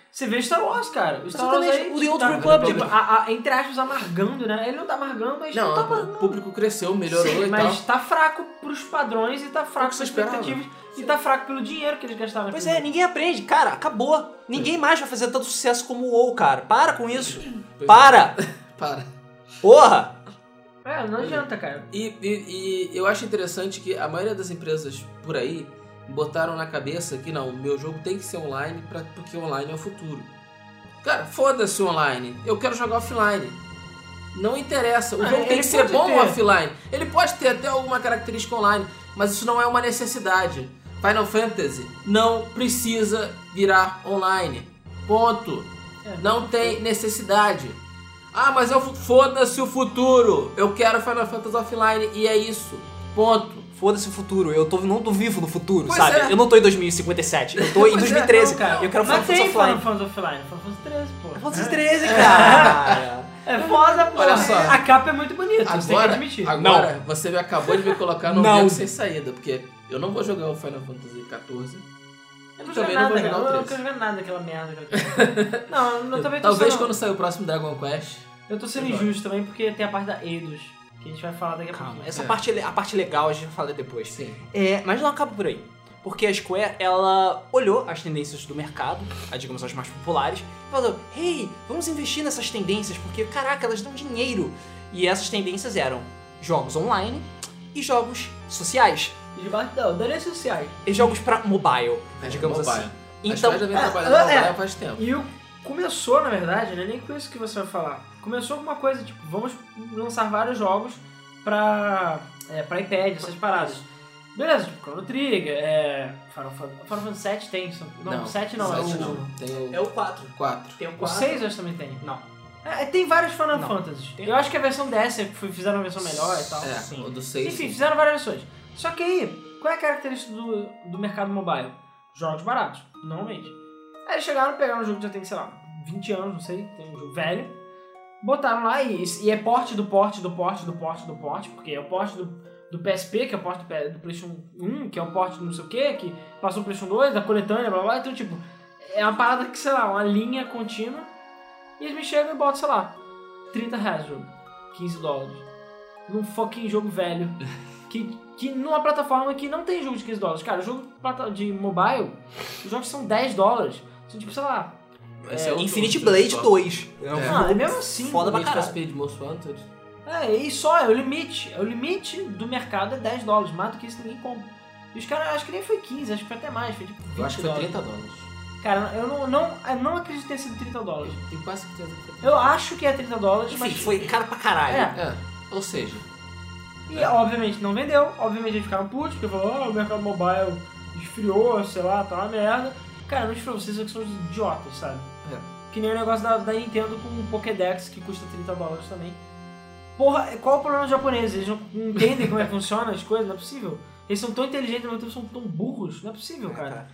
B: Você vê Star Wars, cara. O Star Wars
A: Exatamente,
B: aí,
A: o The Old
B: tá,
A: Republic.
B: tipo, a- a- entre aspas, amargando, né? Ele não tá amargando, mas não,
C: Não,
B: tá
C: o público cresceu, melhorou
B: Sim,
C: e
B: mas
C: tal.
B: tá fraco pros padrões e tá fraco
C: que você
B: pras expectativas. E tá fraco pelo dinheiro que eles gastaram.
A: Pois
B: com
A: é, ninguém aprende. Cara, acabou.
C: É.
A: Ninguém mais vai fazer tanto sucesso como o WoW, cara. Para com isso.
C: Pois é.
A: Para.
C: Para.
A: Porra.
B: É, não adianta, cara.
C: E, e- e eu acho interessante que a maioria das empresas por aí botaram na cabeça que não, meu jogo tem que ser online pra, porque online é o futuro. Cara, foda-se o online. Eu quero jogar offline. Não interessa. O
B: Ah,
C: jogo
B: ele
C: tem que ser
B: pode
C: bom
B: ter.
C: offline. Ele pode ter até alguma característica online, mas isso não é uma necessidade. Final Fantasy não precisa virar online. Ponto.
B: É.
C: Não tem necessidade. Ah, mas eu foda-se o futuro. Eu quero Final Fantasy Offline e é isso. Ponto.
A: Foda-se o futuro. Eu tô, não tô vivo no futuro,
C: Pois
A: sabe?
C: é.
A: Eu não tô em 2057. Eu tô em
C: Pois é,
A: 2013.
B: Não, cara.
A: Eu quero
B: Mas
A: Final Fantasy
B: tem Final
A: Offline.
B: Fantasy Offline. Final Fantasy 13, pô.
A: Final Fantasy 13, cara.
B: É foda, pô.
C: Olha só.
B: A capa é muito bonita, você tem que
C: Agora,
B: admitir.
C: agora você me acabou de me colocar no
A: Não.
C: beco sem saída, porque eu não vou jogar o Final Fantasy XIV.
B: Eu não
C: também
B: jogo
C: não
B: nada,
C: vou
B: cara.
C: jogar o
B: Eu não
C: 13.
B: quero ver nada daquela merda. cara. não, eu também tô
C: Talvez
B: sendo...
C: quando sair o próximo Dragon Quest.
B: Eu tô sendo
C: Melhor.
B: injusto também, porque tem a parte da Eidos, que a gente vai falar daqui a pouco.
A: Calma, essa
C: É.
A: parte, a parte legal a gente fala depois.
C: Sim.
A: É, mas não acaba por aí. Porque a Square, ela olhou as tendências do mercado, a, digamos as mais populares, e falou: hey, vamos investir nessas tendências, porque caraca, elas dão dinheiro. E essas tendências eram jogos online e jogos sociais.
B: Esbarro, não, é redes sociais.
A: E jogos pra mobile,
C: É,
A: digamos
C: mobile.
A: assim.
C: Então,
A: Então,
C: já vem
B: é,
C: trabalhando no
B: é.
C: mobile faz tempo.
B: E o começou, na verdade, né? Nem com isso que você vai falar. Começou com uma coisa, tipo, vamos lançar vários jogos pra, é, pra iPad, essas paradas. Beleza, tipo, Chrono Trigger, é, Final Fantasy, Final Fantasy VII tem, são- não, o 7 não,
C: sete
B: é o,
C: não. Tem o
A: o 4.
C: 4.
A: Tem o
B: o 6 eu acho que também tem.
A: Não.
B: É, é, tem vários Final
A: Não.
B: Fantasies.
A: Tem- um.
B: Eu acho que a versão DS é que foi- fizeram uma versão melhor e tal.
C: É,
A: sim.
C: o do 6.
B: Enfim, fizeram várias versões. Só que aí, Qual é a característica do, do mercado mobile? Jogos baratos, normalmente. Aí eles chegaram, pegaram um jogo que já tem, sei lá, 20 anos, não sei, tem um jogo velho. Botaram lá e, e é porte do porte do porte do porte do porte, porque é o porte do, do PSP, que é o porte do, P- do PlayStation 1, que é o porte do não sei o que, que passou o PlayStation 2, da coletânea, blá blá. blá. Então, tipo, é uma parada que, sei lá, uma linha contínua. E eles me chegam e botam, sei lá, 30 reais o jogo, 15 dólares. Num fucking jogo velho. Que, que numa plataforma que não tem jogo de 15 dólares. Cara, jogo de plata- de mobile, os jogos são 10 dólares. São tipo, sei lá,
C: Esse É outro-
A: Infinity
C: outro
A: Blade
C: jogo.
A: 2. É um
C: É.
A: jogo
B: Ah, é mesmo assim,
A: Foda pra
C: Need for
A: caralho.
C: Speed Most Wanted.
B: É, e só, é o limite. É o limite do mercado é 10 dólares. Mais do que isso ninguém compra. E os caras, acho que nem foi 15, acho que foi até mais, foi tipo 20
C: Eu acho que foi
B: dólares.
C: 30 dólares.
B: Cara, eu não, não, eu não acredito que tenha sido 30 dólares.
C: Eu tenho quase certeza que foi 30
B: Eu acho que é 30 dólares,
A: Enfim,
B: mas...
A: foi caro pra caralho.
B: É,
C: É, ou seja,
B: e obviamente não vendeu, obviamente eles ficaram putos, porque falou, ah, o mercado mobile esfriou, sei lá, tá uma merda. Cara, não esfriou, vocês são uns idiotas, sabe?
A: É.
B: Que nem o negócio da, da Nintendo com o Pokédex, que custa 30 dólares também. Porra, qual é o problema dos japoneses? Eles não entendem como é que funciona as coisas? Não é possível. Eles são tão inteligentes, mas ao mesmo tempo são tão burros. Não é possível, cara.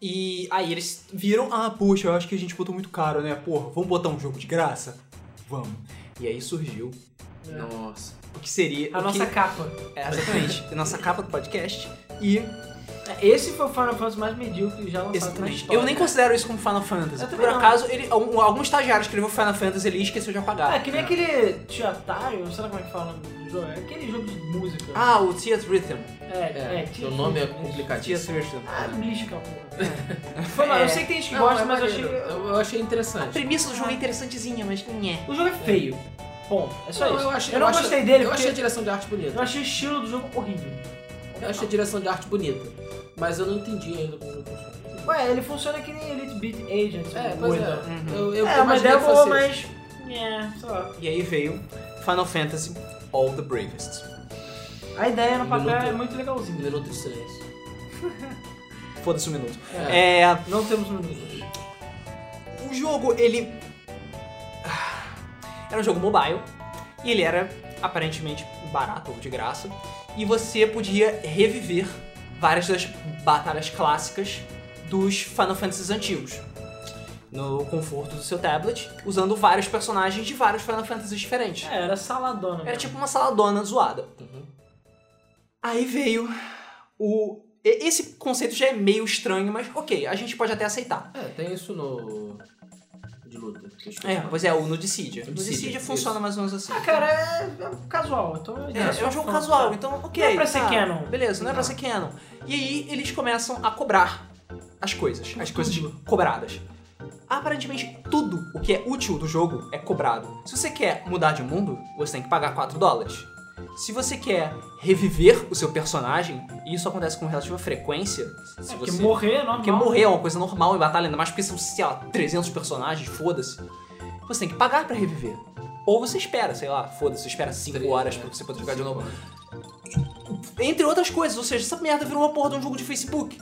A: E aí eles viram, ah, poxa, eu acho que a gente botou muito caro, né? Porra, vamos botar um jogo de graça? Vamos. E aí surgiu
C: É. nossa.
A: o que seria...
B: A
A: o
B: nossa
A: que...
B: capa.
A: É, exatamente. a nossa capa do podcast. E,
B: É, Esse foi o Final Fantasy mais medíocre já lançado na
A: exatamente,
B: história.
A: eu nem considero isso como Final Fantasy.
B: Eu também
A: Por
B: não.
A: acaso, ele, algum, algum estagiário escreveu Final Fantasy, ele esqueceu de apagar.
B: É, que nem aquele Tiatário, sei lá como é que fala o nome do jogo. É aquele jogo de música.
A: Ah, o Theater Rhythm.
B: é,
C: É,
B: é.
C: o nome é
B: complicado. É.
C: complicadíssimo.
A: Theater Rhythm.
B: Ah, lixo, aquela porra. Foi mal, eu sei que tem gente que
C: Não,
B: gosta,
C: é
B: mas eu achei...
C: maneiro. Eu, eu achei
A: A
C: interessante.
A: premissa do jogo é interessantezinha, mas nhé.
B: O jogo é feio. Bom, é só
C: Eu,
B: isso.
C: eu achei-
B: não
C: eu achei-
B: gostei dele
C: Eu
B: porque...
C: achei a direção de arte bonita.
B: Eu achei o estilo do jogo horrível.
C: Eu achei a direção de arte bonita. Mas eu não entendi ainda como funciona.
B: Ué, ele funciona que nem Elite Beat Agents.
C: É,
B: um
C: pois é.
B: doido.
C: Eu, eu
B: é, uma
C: imaginei
B: ideia
C: que fosse
B: boa,
C: isso.
B: mas... É, sei lá.
A: E aí veio Final Fantasy All the Bravest.
B: A ideia no papel
C: Minuto.
B: é muito
C: Um
B: legalzinha.
C: minuto de silêncio.
A: Foda-se um minuto.
C: É.
A: É,
B: Não temos um minuto.
A: o jogo, ele. Era um jogo mobile. E ele era aparentemente barato ou de graça. E você podia reviver várias das batalhas clássicas dos Final Fantasies antigos. No conforto do seu tablet, usando vários personagens de vários Final Fantasies diferentes.
B: É, era saladona.
A: Era
B: mesmo.
A: tipo uma saladona zoada.
C: Uhum.
A: Aí veio o. e- Esse conceito já é meio estranho, mas ok, a gente pode até aceitar.
C: É, tem isso no. De luta. que eu esqueci.
A: É, pois é, o no Dissidia. No
C: Dissidia,
A: Dissidia
C: isso.
A: funciona mais ou menos assim.
B: Ah, cara, é, é um casual. Então,
A: É, é um jogo casual, então ok.
B: Não é pra ser canon.
A: Beleza, não é pra
C: Não.
A: ser canon. E aí eles começam a cobrar as coisas, as
B: Tudo.
A: coisas cobradas. Aparentemente, tudo o que é útil do jogo é cobrado. Se você quer mudar de mundo, você tem que pagar 4 dólares. Se você quer reviver o seu personagem, e isso acontece com relativa frequência, se
B: É, porque
A: você...
B: morrer é normal.
A: Porque morrer é uma coisa normal em batalha, ainda mais porque são, sei lá, 300 personagens, foda-se. Você tem que pagar pra reviver. Ou você espera, sei lá, foda-se, espera 5
C: Três,
A: horas
C: né?
A: pra você poder jogar de novo. Entre outras coisas, ou seja, essa merda virou uma porra de um jogo de Facebook.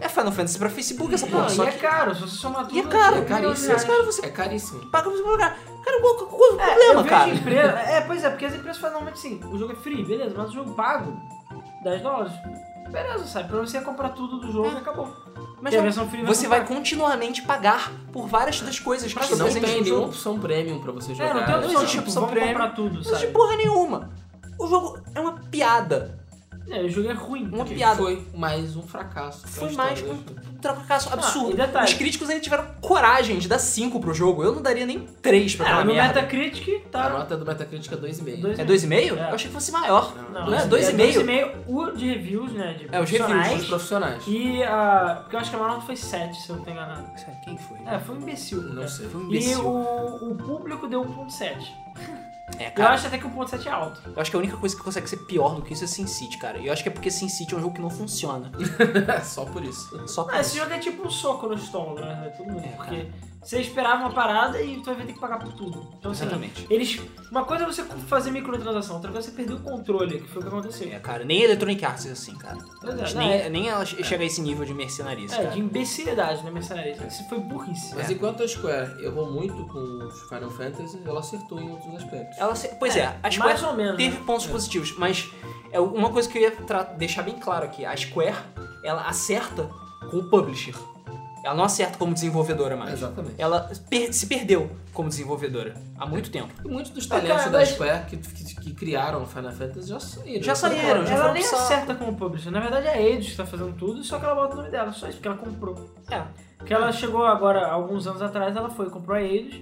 A: é Final Fantasy pra Facebook essa porra.
B: Não,
A: só
B: e é
A: que
B: caro. Se você somar tudo...
A: E é caro,
C: É
B: milhões de
C: caríssimo.
A: Mas,
B: reais.
A: cara, você-
C: É caríssimo.
A: paga pra você jogar. Cara, qual, qual, qual o problema,
B: É, eu
A: cara?
B: Vejo empresa, é, pois é, porque as empresas fazem normalmente assim, o jogo é free, beleza, mas o jogo pago, 10 dólares. Beleza, sabe? Pra você comprar tudo do jogo e acabou.
A: Mas
B: Tem
A: não,
B: a versão free,
A: você
B: versão
A: vai
B: paga.
A: continuamente pagar por várias das coisas que
C: Pra
A: estão
C: não
A: presentes
C: tem
A: no
C: nenhuma
A: jogo.
C: opção premium pra você jogar.
B: um- É, não tem
A: Não
B: opção,
A: existe
B: tipo,
A: opção
B: vamos
A: premium.
B: comprar tudo,
A: Não existe
B: sabe?
A: porra nenhuma. O jogo é uma piada.
B: É, o jogo é ruim.
A: Uma
B: porque-
A: piada.
C: Foi mais um fracasso. pra
A: Foi
C: história
A: mais um
C: do-
A: um fracasso absurdo.
B: Ah, e detalhe.
A: Os críticos ainda tiveram coragem de dar 5 pro jogo. Eu não daria nem 3 pra
B: Ah,
A: aquela
B: no
A: merda.
B: Metacritic
C: A
B: tá...
C: nota do Metacritic é 2,5.
B: Dois-
A: É 2,5?
B: É.
A: Eu achei que fosse maior.
C: Não,
B: Não,
A: não é
B: é
A: dois e meio?
B: 2,5 o de reviews, né? De
A: É, os reviews,
B: profissionais,
C: Os profissionais.
B: E a... Porque eu acho que a maior nota foi 7, se eu não tô enganado.
A: Quem foi?
B: É, foi um imbecil.
C: Não
B: cara.
C: sei.
A: Foi um
B: E
A: imbecil.
B: o, o público deu 1.7.
A: É,
B: Eu
A: cara.
B: acho até que o 1.7 é alto.
A: Eu acho que a única coisa que consegue ser pior do que isso é Sin City, cara. E eu acho que é porque Sin City é um jogo que não funciona.
C: É Só por isso.
A: Só por
B: Ah, esse
A: isso.
B: jogo é tipo um soco no estômago, né? Todo mundo.
A: É,
B: porque Você esperava uma parada e tu vai ter que pagar por tudo. Então, assim,
A: Exatamente.
B: eles. Uma coisa é você fazer microtransação, outra coisa é você perder o controle, que foi o que aconteceu.
A: É, cara, nem Electronic Arts é assim, cara.
B: Pois é,
A: nem,
B: não, é-
A: nem ela chega a esse nível de mercenarista,
B: É,
A: cara.
B: de imbecilidade, né, mercenaria? Isso foi burrice.
C: Mas enquanto a Square errou muito com os Final Fantasy, ela acertou em outros aspectos.
A: Ela se- Pois é, a Square
B: mais ou menos,
A: teve
B: né?
A: pontos positivos, mas é uma coisa que eu ia tra- deixar bem claro aqui. A Square, ela acerta com o publisher. Ela não acerta como desenvolvedora mais.
C: Exatamente.
A: Ela per- se perdeu como desenvolvedora há muito tempo.
C: E muitos dos
B: Cara,
C: talentos da
B: mas-
C: Square que, que, que criaram o Final Fantasy já saíram.
A: Já
C: foram
A: saíram,
C: embora.
A: já
B: Ela
A: foram
B: nem
A: pro saco.
B: acerta com o publisher. Na verdade é a Eidos que tá fazendo tudo, só que ela bota o nome dela, só isso, porque ela comprou.
A: É.
B: Porque ela chegou agora, alguns anos atrás, ela foi, comprou a Eidos,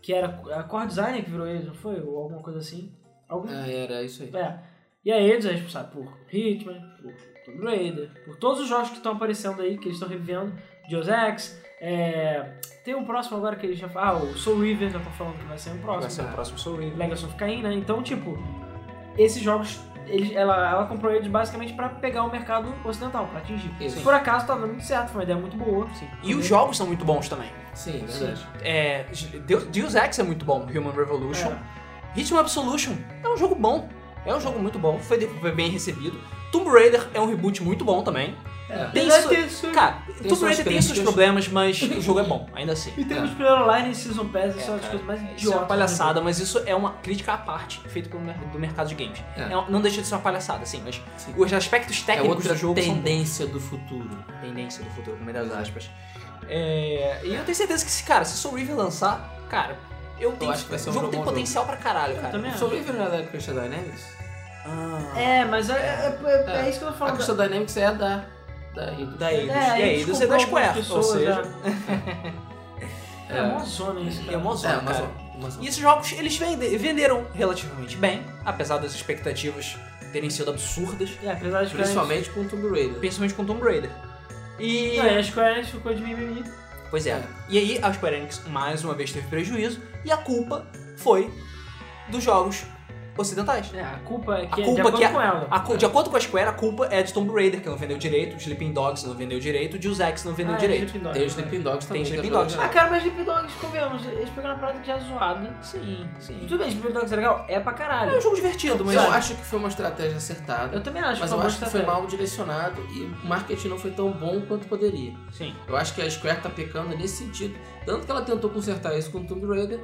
B: que era a Core Designer que virou Eidos, não foi? Ou alguma coisa assim. Algum...
C: Ah, era isso aí.
B: É. E a Eidos é responsável por Hitman, por Tomb Raider, por todos os jogos que estão aparecendo aí, que eles estão revivendo, Deus Ex, é... tem um próximo agora que eles já Ah, o Soul River já tá falando que vai ser um próximo.
A: Vai ser o próximo Soul Reaver.
B: Legacy of Kain, né? Então, tipo, esses jogos, eles- ela, ela comprou eles basicamente pra pegar o mercado ocidental, pra atingir.
C: Isso.
B: Por acaso, tá dando muito certo, foi uma ideia muito boa. Sim.
A: E os jogos são muito bons também.
C: Sim, verdade.
A: É, Deus, Deus Ex é muito bom, Human Revolution.
B: É.
A: Rhythm Absolution é um jogo bom. É um jogo muito bom, foi de- foi bem recebido. Tomb Raider é um reboot muito bom também.
C: É.
A: Tem
B: Apesar
A: su-
B: de ter su-
A: Cara, Tomb
C: suas
A: Raider tem seus
C: críticas.
A: problemas, mas o jogo é bom, ainda assim.
B: E tem
C: É.
B: os primeiro um online Season Pass,
A: É,
B: isso é uma das
A: cara,
B: coisas mais
A: Isso é uma
B: idiotas.
A: palhaçada, mas isso é uma crítica à parte feita pelo mer- do mercado de games.
C: É.
A: É uma- não deixa de ser uma palhaçada, assim, mas
C: Sim.
A: os aspectos
C: É
A: técnicos
C: outra
A: do jogo são
C: tendência do futuro.
A: tendência do futuro, com muitas aspas. É, e eu tenho certeza que, se, cara, se Soul Reaver lançar, cara, eu tenho.
C: acho que vai ser um
A: o jogo
C: bom
A: tem
C: jogo.
A: potencial pra caralho, cara.
B: também acho.
C: Sobre o livro da Crystal Dynamics,
A: Ah.
B: É, mas é, é, é- é
C: É.
B: isso que eu tô
C: a
B: falando.
C: Crystal Dynamics é da... da Eidos.
A: Da
B: É,
A: Eidos. e a
B: eles
A: Eidos é da
B: compraram
A: Square.
B: algumas
A: ou
B: pessoas,
A: seja,
B: é, é mó zona isso, cara.
A: é uma zona,
C: É, mas...
A: cara.
C: mas-
A: E esses jogos, eles vende- venderam relativamente bem, apesar das expectativas terem sido absurdas,
B: É, apesar de
C: Principalmente com Tomb Raider.
A: principalmente com Tomb Raider. E...
B: Não, é, e a Square Enix ficou de mimimi.
A: Pois é.
C: É.
A: E aí a Square Enix mais uma vez teve prejuízo e a culpa foi dos jogos ocidentais.
B: É, a culpa é que
A: A culpa
B: é de acordo
A: que é-
B: com ela.
A: A cu- de acordo com a Square, a culpa é de Tomb Raider, que não vendeu direito, de Sleeping Dogs não vendeu direito, de Ex não vendeu
B: Ah, é,
A: direito.
B: Sleeping Dogs,
C: Tem
B: né?
C: os Sleeping Dogs
A: Tem
C: também. que é
A: Sleeping Dogs.
C: jogo
B: Ah,
C: legal.
B: cara, mas Sleeping Dogs, convenhamos, eles pegaram uma parada já zoada. Sim.
A: Sim.
B: né? Tudo bem, Sleeping Dogs é legal? É pra
A: É um
B: caralho.
A: jogo divertido, mas...
C: Eu acho que foi uma estratégia acertada.
B: Eu também acho
C: Mas
B: que é
C: eu
B: uma
C: acho que foi
B: estratégia.
C: mal direcionado e o marketing não foi tão bom quanto poderia.
A: Sim.
C: Eu acho que a Square tá pecando nesse sentido. Tanto que ela tentou consertar isso com o Tomb Raider,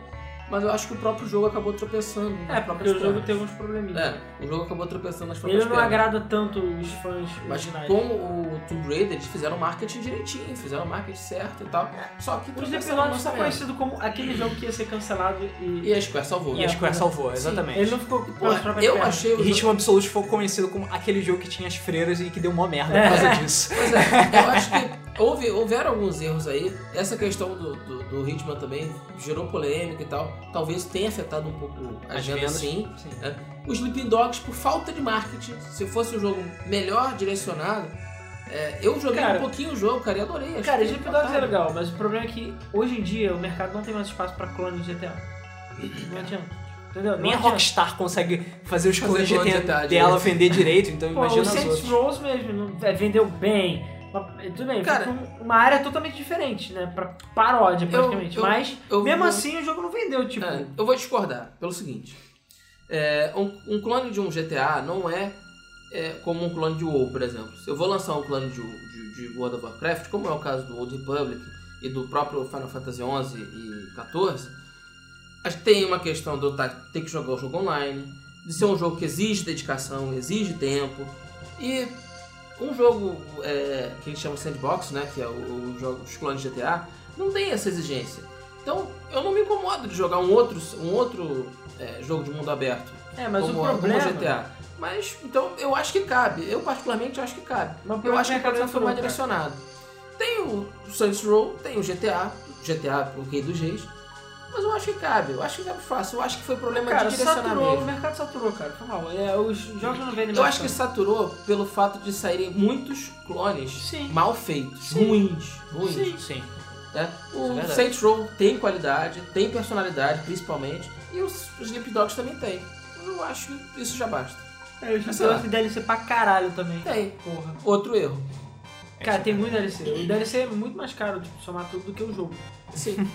C: mas eu acho que o próprio jogo acabou tropeçando.
B: É,
C: né?
B: porque o jogo teve uns probleminhas.
C: É, o jogo acabou tropeçando nas
B: Ele
C: próprias
B: não
C: pernas.
B: agrada tanto os fãs
C: Mas
B: originais.
C: com o Tomb Raider, eles fizeram o marketing direitinho, fizeram o marketing certo e tal. Só que
B: O Sleeping
C: tropeçaram
B: Dogs
C: na
B: foi
C: nossa
B: conhecido como aquele jogo que ia ser cancelado
C: perna.
B: e...
C: E a Square salvou.
A: E a Square salvou, exatamente.
B: Ele não ficou com
C: Pô,
B: as próprias
C: eu
B: pernas.
C: achei o
A: E
C: jogo...
A: Ritmo Absoluto foi conhecido como aquele jogo que tinha as freiras e que deu mó merda por causa disso.
C: Pois é, eu acho que houve, houveram alguns erros aí. Essa questão do, do, do Hitman também gerou polêmica e tal. Talvez tenha afetado um pouco a
A: As
C: agenda,
A: vendas.
C: sim. né? Os Sleeping Dogs, por falta de marketing, se fosse um jogo melhor direcionado, é, eu joguei
B: Cara,
C: um pouquinho o jogo, cara, e adorei. Acho
B: Cara,
C: que- tá
B: Sleeping Dogs é legal, mas o problema é que hoje em dia o mercado não tem mais espaço pra clones de GTA. Não adianta. Entendeu? Não
A: Nem a
B: adianta.
A: Rockstar consegue fazer os
C: Fazer
A: clones de
C: clone de
A: GTA
C: GTA
A: dela vender direito, então
B: Pô,
A: imagina
B: o
A: os
B: Saints
A: outros.
B: Row mesmo não- é, vendeu bem. mas- Tudo bem,
C: Cara,
B: foi pra um- uma área totalmente diferente, né? Pra paródia, praticamente.
C: eu-
B: Mas,
C: eu
B: mesmo
C: vou-
B: assim, o jogo não vendeu, tipo...
C: É, eu vou discordar pelo seguinte: É, um, um clone de um GTA não é, é, como um clone de WoW, por exemplo. Se eu vou lançar um clone de, de- de World of Warcraft, como é o caso do Old Republic e do próprio Final Fantasy XI e XIV, acho que tem uma questão do tá, ter que jogar o jogo online, de ser um jogo que exige dedicação, exige tempo e um jogo é, que a gente chama sandbox, né, que é o, o jogo, os clones de GTA, não tem essa exigência. Então, eu não me incomodo de jogar um outro, um outro é, jogo de mundo aberto,
B: É, mas
C: como,
B: o
C: como
B: problema...
C: GTA. Mas, então, eu acho que cabe. Eu, particularmente, acho que cabe.
B: Mas o
C: Eu
B: problema
C: acho
B: é
C: que
B: a
C: o caminho foi
B: cabeça
C: mal
B: do cara.
C: direcionado. Tem o Saints Row, tem o GTA, GTA, o Rei dos Reis. Mas eu acho que cabe, eu acho que cabe fácil. Eu acho que foi problema
B: Cara,
C: de direcionamento.
B: saturou, o mercado saturou, cara. Foi mal. É, os jogos não vendem
C: Eu
B: mais
C: acho que
B: tanto.
C: saturou pelo fato de saírem muitos clones
B: Sim.
C: mal feitos,
B: Sim.
C: ruins, ruins.
A: Sim.
C: né?
A: é
C: O
A: verdade.
C: Saints Row tem qualidade, tem personalidade, principalmente, e os Sleep Dogs também tem. Eu acho que isso já basta.
B: É, os
C: Mas sei lá. É.
B: jogos DLC pra caralho também.
C: Tem.
B: Porra.
C: Outro erro.
B: Cara, tem muito DLC. O DLC é muito mais caro de somar tudo do que o jogo.
C: Sim.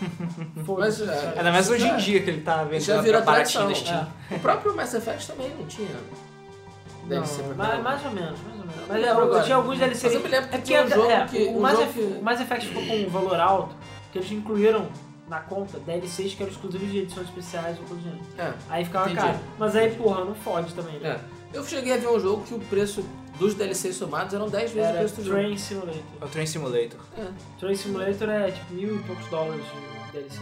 B: Foda-se,
C: Mas, é,
B: sabe?
A: Ainda mais hoje em
C: Já-
A: dia que ele tá vendendo
C: Já
A: pra
C: virou
A: baratinho
C: tradição.
A: na Steam.
C: é. O próprio Mass Effect também não tinha.
B: Não,
C: DLC pra
B: mais,
C: caramba.
B: mais ou menos, mais ou menos.
C: Eu
B: Mas
C: não
B: é,
C: lembro
B: eu
C: agora.
B: tinha alguns DLC.
C: Mas eu me lembro que
B: é porque
C: tinha um jogo
B: é,
C: que-
B: o,
C: um
B: Mass
C: jogo
B: Eff-
C: que-
B: o Mass Effect ficou com um valor alto, que eles incluíram na conta DLCs que eram exclusivos de edições especiais ou coisa do gênero.
C: É.
B: Aí ficava
C: Entendi.
B: caro. Mas aí, porra, não fode também, né?
C: É. Eu cheguei a ver um jogo que o preço dos DLCs somados eram 10 vezes o
B: Era
C: preço do jogo.
B: Train Simulator.
A: É o Train Simulator.
C: É.
B: Train Simulator é tipo mil e poucos dólares de DLC.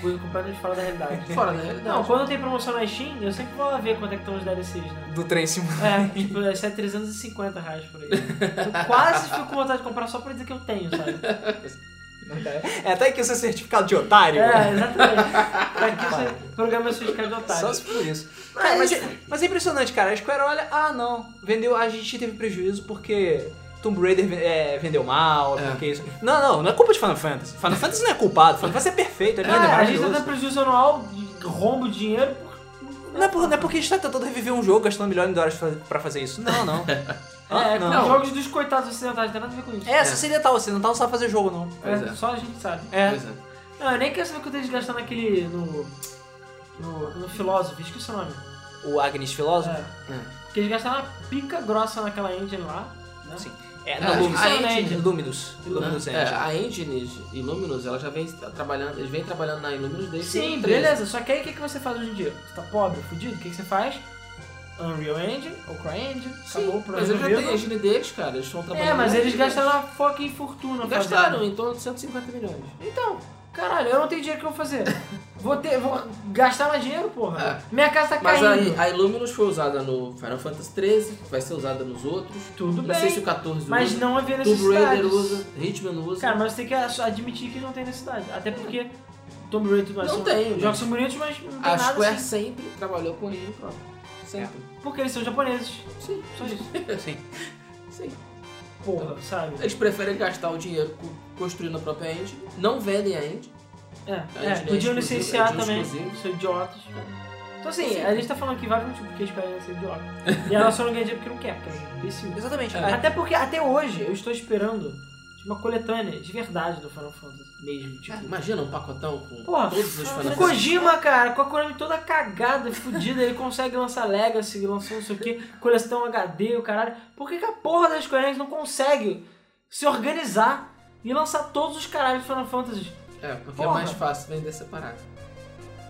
B: Coisa completamente fora da realidade.
C: é. Fora, né?
B: Não, quando tem promoção na Steam, eu sempre vou lá ver quanto é que estão os DLCs, né?
A: Do Train Simulator.
B: É, tipo, esse é 350 reais por aí. Eu quase fico com vontade de comprar só pra dizer que eu tenho, sabe?
A: É até que isso é certificado de otário.
B: É, exatamente. Pra que você programa seu escada de otário.
A: Só se por isso. É, mas, mas é impressionante, cara. A Square olha, ah não, vendeu, a gente teve prejuízo porque Tomb Raider ven- é, vendeu mal,
C: É.
A: porque isso. Não, não, não é culpa de Final Fantasy. Final Fantasy não é culpado, Final Fantasy é perfeito, é lindo, é
B: Ah, a gente tá
A: maravilhoso.
B: dando prejuízo anual, de rombo de dinheiro.
A: Não é, por- não é porque a gente tá tentando reviver um jogo, gastando milhões de dólares pra- pra fazer isso. Não, não. Ah,
B: é, com
A: não.
B: jogos dos coitados ocidentais, não tem nada a ver com isso.
A: É, ocidental, ocidental não sabe fazer jogo, não.
C: Pois é.
B: só a gente sabe.
A: É.
C: Pois é.
B: Não, eu nem quero saber quanto eles gastam naquele. no. no, no filósofo, esqueci o nome.
A: O Agnes Filósofo.
B: É. Que eles gastam na pica grossa naquela engine lá. Né?
A: Sim. É,
C: É,
A: na Luminous.
C: a engine.
A: Luminous. Luminous
C: É,
A: Engine.
C: a Engines e Luminous, ela já vem trabalhando, eles vêm trabalhando na Illuminous desde
B: Sim,
C: 13.
B: beleza. Só que aí o que, que você faz hoje em dia? Você tá pobre, fudido, o que, que você faz? Unreal Engine, ou CryEngine, acabou o
C: Sim,
B: problema.
C: mas eles já têm a
B: resolvido.
C: engine deles, cara. Eles estão trabalhando.
B: É, mas
C: na
B: eles
C: engine
B: gastaram uma fucking fortuna
C: deles. Gastaram
B: fazendo.
C: em torno de 150 milhões.
B: Então, caralho, eu não tenho dinheiro que eu vou fazer. Vou ter, vou gastar mais dinheiro, porra. Minha casa tá
C: É. Mas
B: caindo.
C: a, a Illuminous foi usada no Final Fantasy XIII, vai ser usada nos outros.
B: Tudo
C: Não sei se
B: bem,
C: o 14
B: mas
C: usa.
B: não havia
C: Tomb
B: necessidade.
C: Raider usa, Hitman usa.
B: Cara, mas você tem que a- admitir que não tem necessidade. Até porque Tomb Raider
C: É. Não
B: são,
C: tem, é.
B: jogos
C: mas-
B: são bonitos, mas não tem
C: a
B: nada
C: Square
B: assim,
C: sempre trabalhou com engine própria. Sempre.
B: porque eles são japoneses.
C: Sim,
B: É. Só isso.
A: Sim.
C: sim.
B: Porra, sabe?
C: Eles preferem gastar o dinheiro co- construindo a própria engine, não vendem a engine.
B: É,
C: É,
B: é,
C: de-
B: podiam
C: de-
B: licenciar
C: de- de-
B: também,
C: exclusivo.
B: são idiotas. Então assim,
C: Sim.
B: a gente tá falando aqui vários motivos porque a Square ia ser idiota. E ela só não ganha dinheiro porque não quer, porque ela é imbecil.
A: Exatamente.
C: É.
A: A-
B: Até porque, até hoje, eu estou esperando de uma coletânea de verdade do Final Fantasy mesmo, tipo...
C: Imagina um pacotão com
B: Porra,
C: todos os
B: o
C: Ah, Final Fantasy.
B: Kojima, cara, com a Konami toda cagada, fudida, ele consegue lançar Legacy, lançou não sei o que, coleção HD, o caralho. Por que, que a porra das Square Enix não consegue se organizar e lançar todos os caralhos de Final Fantasy?
C: É, porque
B: Porra.
C: é mais fácil vender separado.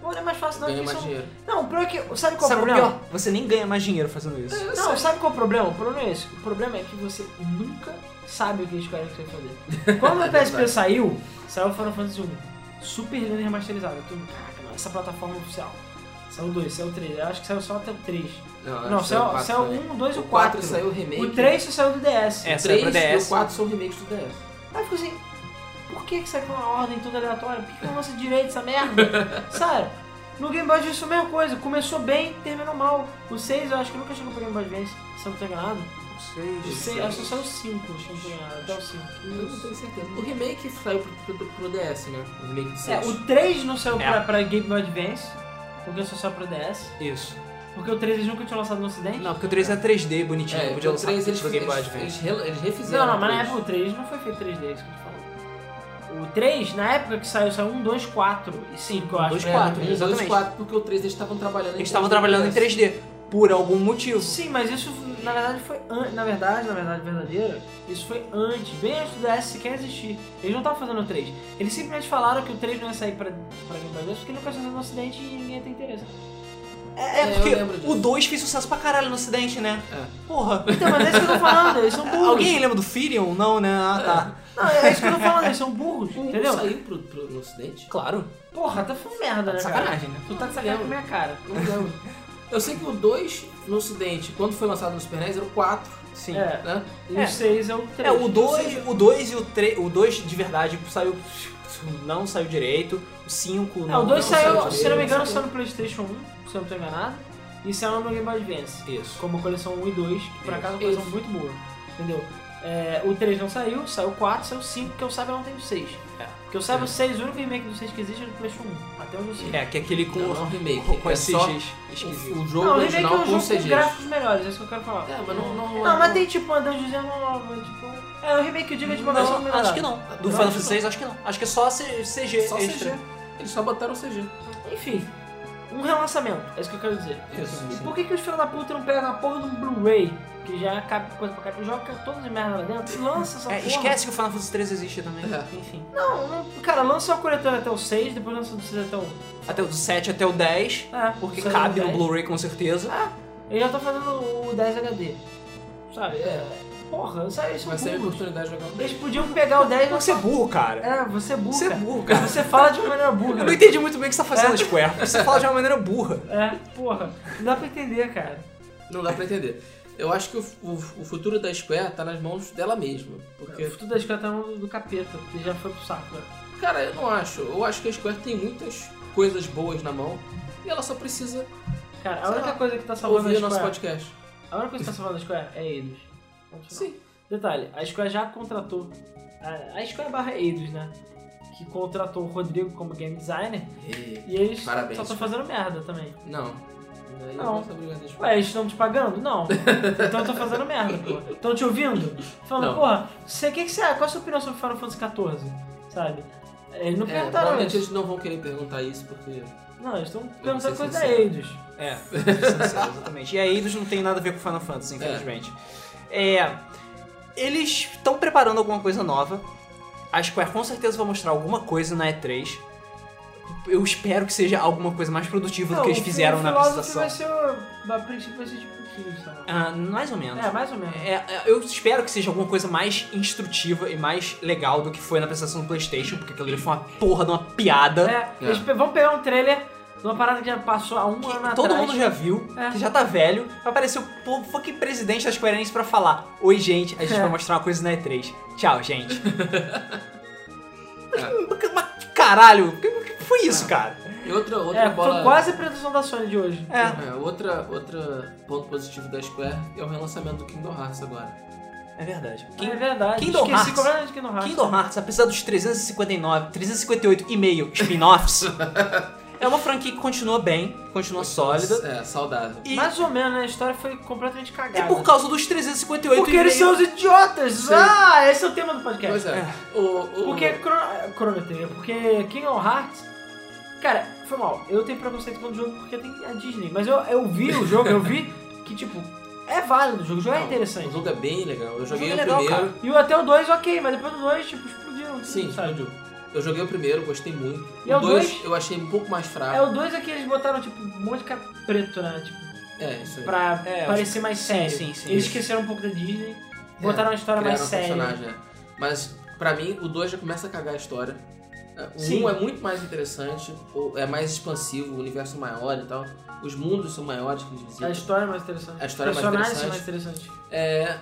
B: Pô, não é mais fácil não,
C: Ganha
B: porque
C: mais
B: são-
C: dinheiro.
B: Não, o pior é que. Sabe qual é
A: Sabe
B: o
A: o
B: problema?
A: pior? Você nem ganha mais dinheiro fazendo isso.
C: É, eu
B: Não,
C: sei.
B: sabe qual é o problema? O problema é esse. O problema é que você nunca sabe o que a Square Enix vai fazer. Quando o PSP
C: É Verdade.
B: saiu, saiu o Final Fantasy 1. Super lindo e remasterizado. Eu tô, caraca, mano, essa plataforma é oficial. Saiu o 2, saiu o 3. Eu acho que saiu só até o 3.
C: Não,
B: Não,
C: acho que Ah, saiu
B: saiu,
C: quatro
B: saiu
C: também.
B: o 1, 2 e o
C: O 4
B: 4.
C: saiu o remake.
B: O 3 só saiu do DS.
A: É,
C: O
A: saiu
C: 3
A: pra
C: e
A: DS.
C: o 4 são remakes do DS.
B: Aí ficou assim, por que que sai com uma ordem toda aleatória? Por que que eu lanço direito essa merda? Sério, no Game Boy Advance foi a mesma coisa, começou bem, terminou mal. O 6 eu acho que nunca chegou pro Game Boy Advance, se eu não tô enganado.
A: Não
B: O
A: sei.
B: 6, acho que só o 5, acho que eu não tô enganado,
A: é
B: até o 5.
C: Eu não tenho certeza. Hum. O remake saiu pro, pro, pro DS, né? O remake do 6.
B: É, o 3 não saiu
A: É.
B: pra, pra Game Boy Advance, porque só saiu pro DS.
A: Isso.
B: Porque o 3 eles nunca tinham lançado no ocidente.
A: Não, porque o 3 é 3D bonitinho,
C: É,
A: podia
C: o
A: lançar
C: 3 eles,
A: pro Game Boy
C: eles,
A: Advance.
C: eles, rela- eles refizeram.
B: Não, não, mas na
C: o
B: época o 3 não foi feito 3D, é isso que eu tô falando. O 3, na época que saiu, saiu 1, 2, 4 e 5, eu acho.
A: Um, dois,
B: né?
C: É,
A: quatro,
C: eles usaram os
A: exatamente.
C: 4 porque o 3 eles estavam trabalhando
A: Eles estavam trabalhando em 3D, por algum motivo.
B: Sim, mas isso na verdade foi an- na verdade, na verdade verdadeira, isso foi antes, bem antes do DS sequer existir. Eles não estavam fazendo o 3. Eles simplesmente falaram que o 3 não ia sair pra, pra Game Boy Advance porque ele não tinha sido um acidente e ninguém ia ter interesse.
A: É,
C: É, eu lembro
A: porque
C: disso.
A: o 2 fez sucesso pra caralho no ocidente, né?
C: É.
A: Porra.
B: Então, mas é isso que eu tô falando, eles são burros.
A: Alguém lembra do Firion? Não, né? Ah, tá.
B: Não, é isso que eu tô falando, eles são burros,
C: O um
B: entendeu?
C: saiu pro, pro, no ocidente?
A: É, Claro.
B: Porra, tá falando merda, né, cara?
A: Sacanagem, né?
B: Tu tá de sacanagem com a minha cara.
C: Não lembro. Eu sei que o 2 no ocidente, quando foi lançado no Super NES, era o 4,
A: Sim.
B: É,
C: né?
B: e
A: É.
B: o 6 é o 3.
A: É, o 2, o 2 e o 3, o 2 de verdade saiu não saiu direito, o 5
B: É,
A: não.
B: o 2
A: não
B: saiu,
C: saiu
B: se não me engano,
C: direito.
B: saiu
A: né?
B: no PlayStation 1, se eu não tô enganado, e saiu no Game Boy Advance.
A: Isso.
B: como a coleção 1 e 2, que por
A: Isso.
B: acaso é uma coleção
C: Isso.
B: muito boa, entendeu? É, o 3 não saiu, saiu o 4, saiu o 5, que eu saiba não tem o 6.
A: É.
B: Que eu saiba
C: É.
B: o 6, o único remake do 6 que existe é do Playstation 1, até onde eu sei.
A: É, que é aquele com
C: Não, não remake.
A: com, com
C: é
A: esses
C: só
A: esquisitos.
C: o, o jogo
B: Não, o remake é
C: original
B: um
C: com
B: jogo com
C: CGs.
B: gráficos melhores, é isso que eu quero falar.
C: É, mas não... Não,
B: Não, mas tem tipo uma dungeonzinha nova, tipo... É, o remake que eu digo é de uma
A: Não,
B: versão melhorada.
A: acho que não. Do
C: Não,
A: Final
C: acho que
A: Fantasy VI, acho que não. Acho que é só C- CG.
C: Só
A: extra.
C: CG. Eles só botaram CG.
B: Enfim, um relançamento, é isso que eu quero dizer.
C: Isso.
B: Por que, que os filhos da puta não pegam a porra de um Blu-ray? Que já cabe coisa pra cá, joga todas as merdas lá dentro e lança essa
A: É,
B: porra.
A: esquece que o Final Fantasy 3 existe também.
C: É.
A: Enfim.
B: Não, não- cara, lança a coletânea até o 6, depois lança do 6 até o.
A: Até o 7 até o 10.
B: É,
A: Porque
B: seis
A: cabe
B: ao
A: no
B: 10.
A: Blu-ray com certeza.
B: Eu já tô fazendo o 10 HD. Sabe? É. Porra, sabe, isso é
C: Vai ser a
B: burro.
C: oportunidade de jogar um
B: Eles podiam pegar o 10 e
A: Você é burro, cara.
B: É, você é burro.
A: Você é
B: cara.
A: burro, cara.
B: Você fala de uma maneira burra.
A: Eu não entendi muito bem o que você tá fazendo, Square. porque Você fala de uma maneira burra.
B: É, porra. Não dá pra entender, cara.
C: Não dá pra entender. Eu acho que o, o, o futuro da Square tá nas mãos dela mesma.
B: O
C: Porque,
B: futuro da escola tá no do capeta, porque já foi pro saco. né?
C: cara, eu não acho. Eu acho que a Square tem muitas coisas boas na mão e ela só precisa
B: Cara, a
C: Sei
B: única
C: lá.
B: coisa que tá salvando a
C: ouvir o
B: Square...
C: nosso podcast.
B: A única coisa que tá salvando a Square é eles. Ponto final.
C: Sim.
B: Detalhe, a Square já contratou... A, a Square barra eles, né? Que contratou o Rodrigo como game designer.
C: E-
B: E eles
C: Parabéns,
B: só estão
C: Square.
B: fazendo merda também.
C: Não. Daí
B: Não.
C: eu sou obrigado a
B: Ué,
C: Square.
B: eles estão te pagando? Não. Então eu tô fazendo merda, pô. Estão te ouvindo? Falando,
C: Não.
B: porra, você, que que você, qual a sua opinião sobre Final Fantasy XIV? Sabe? Eles não
C: É,
B: perguntaram
C: provavelmente
B: isso.
C: eles não vão querer perguntar isso porque.
B: Não, eles estão
C: vou ser
B: perguntando coisa da
C: sincero.
B: Eidos.
A: É, essencial, exatamente. E aí eles não tem nada a ver com Final Fantasy, infelizmente. É, eles estão preparando alguma coisa nova. A Square com certeza vai mostrar alguma coisa na E3. Eu espero que seja alguma coisa mais produtiva do que eles fizeram na apresentação.
B: vai ser, o- a princípio vai ser tipo um filme, sabe?
A: Ah, mais ou menos.
B: É, mais ou menos.
A: É, é, eu espero que seja alguma coisa mais instrutiva e mais legal do que foi na apresentação do PlayStation, porque aquilo ali foi uma porra de uma piada.
B: É, Eles pe- vão pegar um trailer de uma parada que já passou há um ano
A: Todo
B: atrás.
A: mundo já viu,
B: É.
A: que já tá velho. Vai aparecer o po- fucking presidente da Square Enix pra falar: Oi, gente, a gente
B: É.
A: vai mostrar uma coisa na E3. Tchau, gente. Mas,
C: É.
A: mas, que- mas que caralho, que, que foi isso, cara?
C: E outra, outra
B: É,
C: bola.
B: foi quase a apresentação da Sony de hoje.
A: É.
C: É, outra, outra ponto positivo da Square é o relançamento do Kingdom Hearts agora.
A: É verdade.
B: é
A: King,
B: verdade.
A: Kingdom
B: Esqueci
A: Hearts.
B: completamente de Kingdom Hearts.
A: Kingdom Hearts, apesar dos 359, 358 e meio spin-offs, é uma franquia que continua bem, continua sólida.
C: É, saudável.
A: E
B: Mais ou menos, né? A história foi completamente cagada.
A: é por causa dos 358
B: Porque
A: e
B: eles são
A: meio.
B: os idiotas! Ah, esse é o tema do podcast.
C: Pois é. O, o-
B: Porque Chrono, Chrono Trigger, porque Kingdom Hearts. Cara, foi mal. Eu tenho preconceito com o jogo porque tem a Disney. Mas eu, eu vi o jogo, eu vi que, tipo, é válido o jogo, o jogo é
C: Não, O
B: interessante.
C: jogo é bem legal. Eu joguei o,
A: jogo é legal,
C: primeiro.
B: E o até o 2, ok, mas depois do 2, tipo, explodiram. tudo,
C: Sim,
B: sabe?
C: explodiu. Eu joguei o primeiro, gostei muito.
B: E é o
C: o dois,
B: dois?
C: eu achei um pouco mais
B: É
C: fraco.
B: o 2 é que eles botaram, tipo, um monte de cara preto, né? Tipo,
C: É, isso aí.
B: pra
A: É, eu
B: parecer mais sério.
A: sim, sim,
B: eles
A: isso.
B: esqueceram um pouco da Disney, botaram uma história
C: É, Criaram
B: mais
C: um
B: séria.
C: personagem, é. Mas, pra mim, o 2 já começa a cagar a história. É, O
B: Sim.
C: 1 um é muito mais interessante, o- é mais expansivo, o universo é maior e tal. Os mundos são maiores que eles
B: A
C: visitam.
B: história é mais interessante.
C: A história é mais
B: personagens são mais interessantes.
C: É,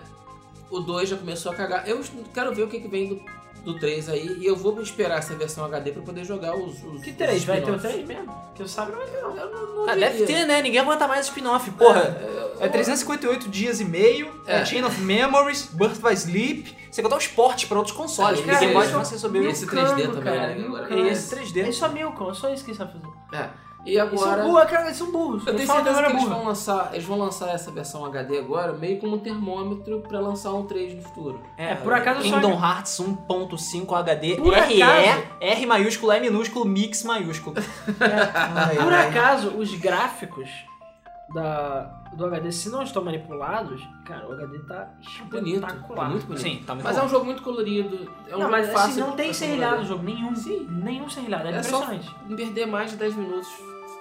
C: o 2 já começou a cagar. Eu quero ver o que, que vem do, do 3 aí. E eu vou esperar essa versão HD pra poder jogar os. os
B: Que
C: os
B: 3? Vai ter o
C: spin-offs.
B: 3 mesmo? Que eu saiba, não vai ter não.
C: Eu não, não
A: Ah,
C: diria.
A: deve ter, né? Ninguém aguenta mais spin-off, porra.
C: É,
A: É 358 dias e meio, é.
C: É.
A: Chain of Memories, Birth by Sleep, você contar os portes pra outros consoles,
C: É,
A: porque Game
C: isso.
A: Boy Advance resolveu isso.
C: Esse 3D também,
B: cara,
C: né,
B: Milcão.
C: agora.
A: E esse 3D.
B: É só Milcom, é só isso que eles sabem fazer.
C: É. E
B: Eles são
C: agora.
B: burros, cara, eles são burros.
C: Eu
B: Eles
C: tenho
B: falam
C: certeza que
B: agora
C: eles
B: burro.
C: vão lançar, eles vão lançar essa versão HD agora meio como um termômetro pra lançar um 3 no futuro.
B: É, por acaso só-
A: Kingdom Hearts 1.5 HD,
B: Por
A: RE,
B: acaso-
A: R maiúsculo, E minúsculo, Mix maiúsculo. Ai,
B: é. Por
A: ai.
B: acaso, os gráficos da, do HD, se não estão manipulados, cara, o HD tá
C: Bonito,
B: espetacular.
C: muito bonito.
A: Sim, tá muito
C: Mas é
A: bom.
C: um jogo muito colorido, é um
B: não,
C: jogo
B: mas
C: fácil.
B: assim, não tem
C: pra
B: serrilhado no
C: controlar.
B: jogo, nenhum.
C: Sim.
B: Nenhum serrilhado, é,
C: É só-
B: impressionante.
C: Em perder mais de 10 minutos,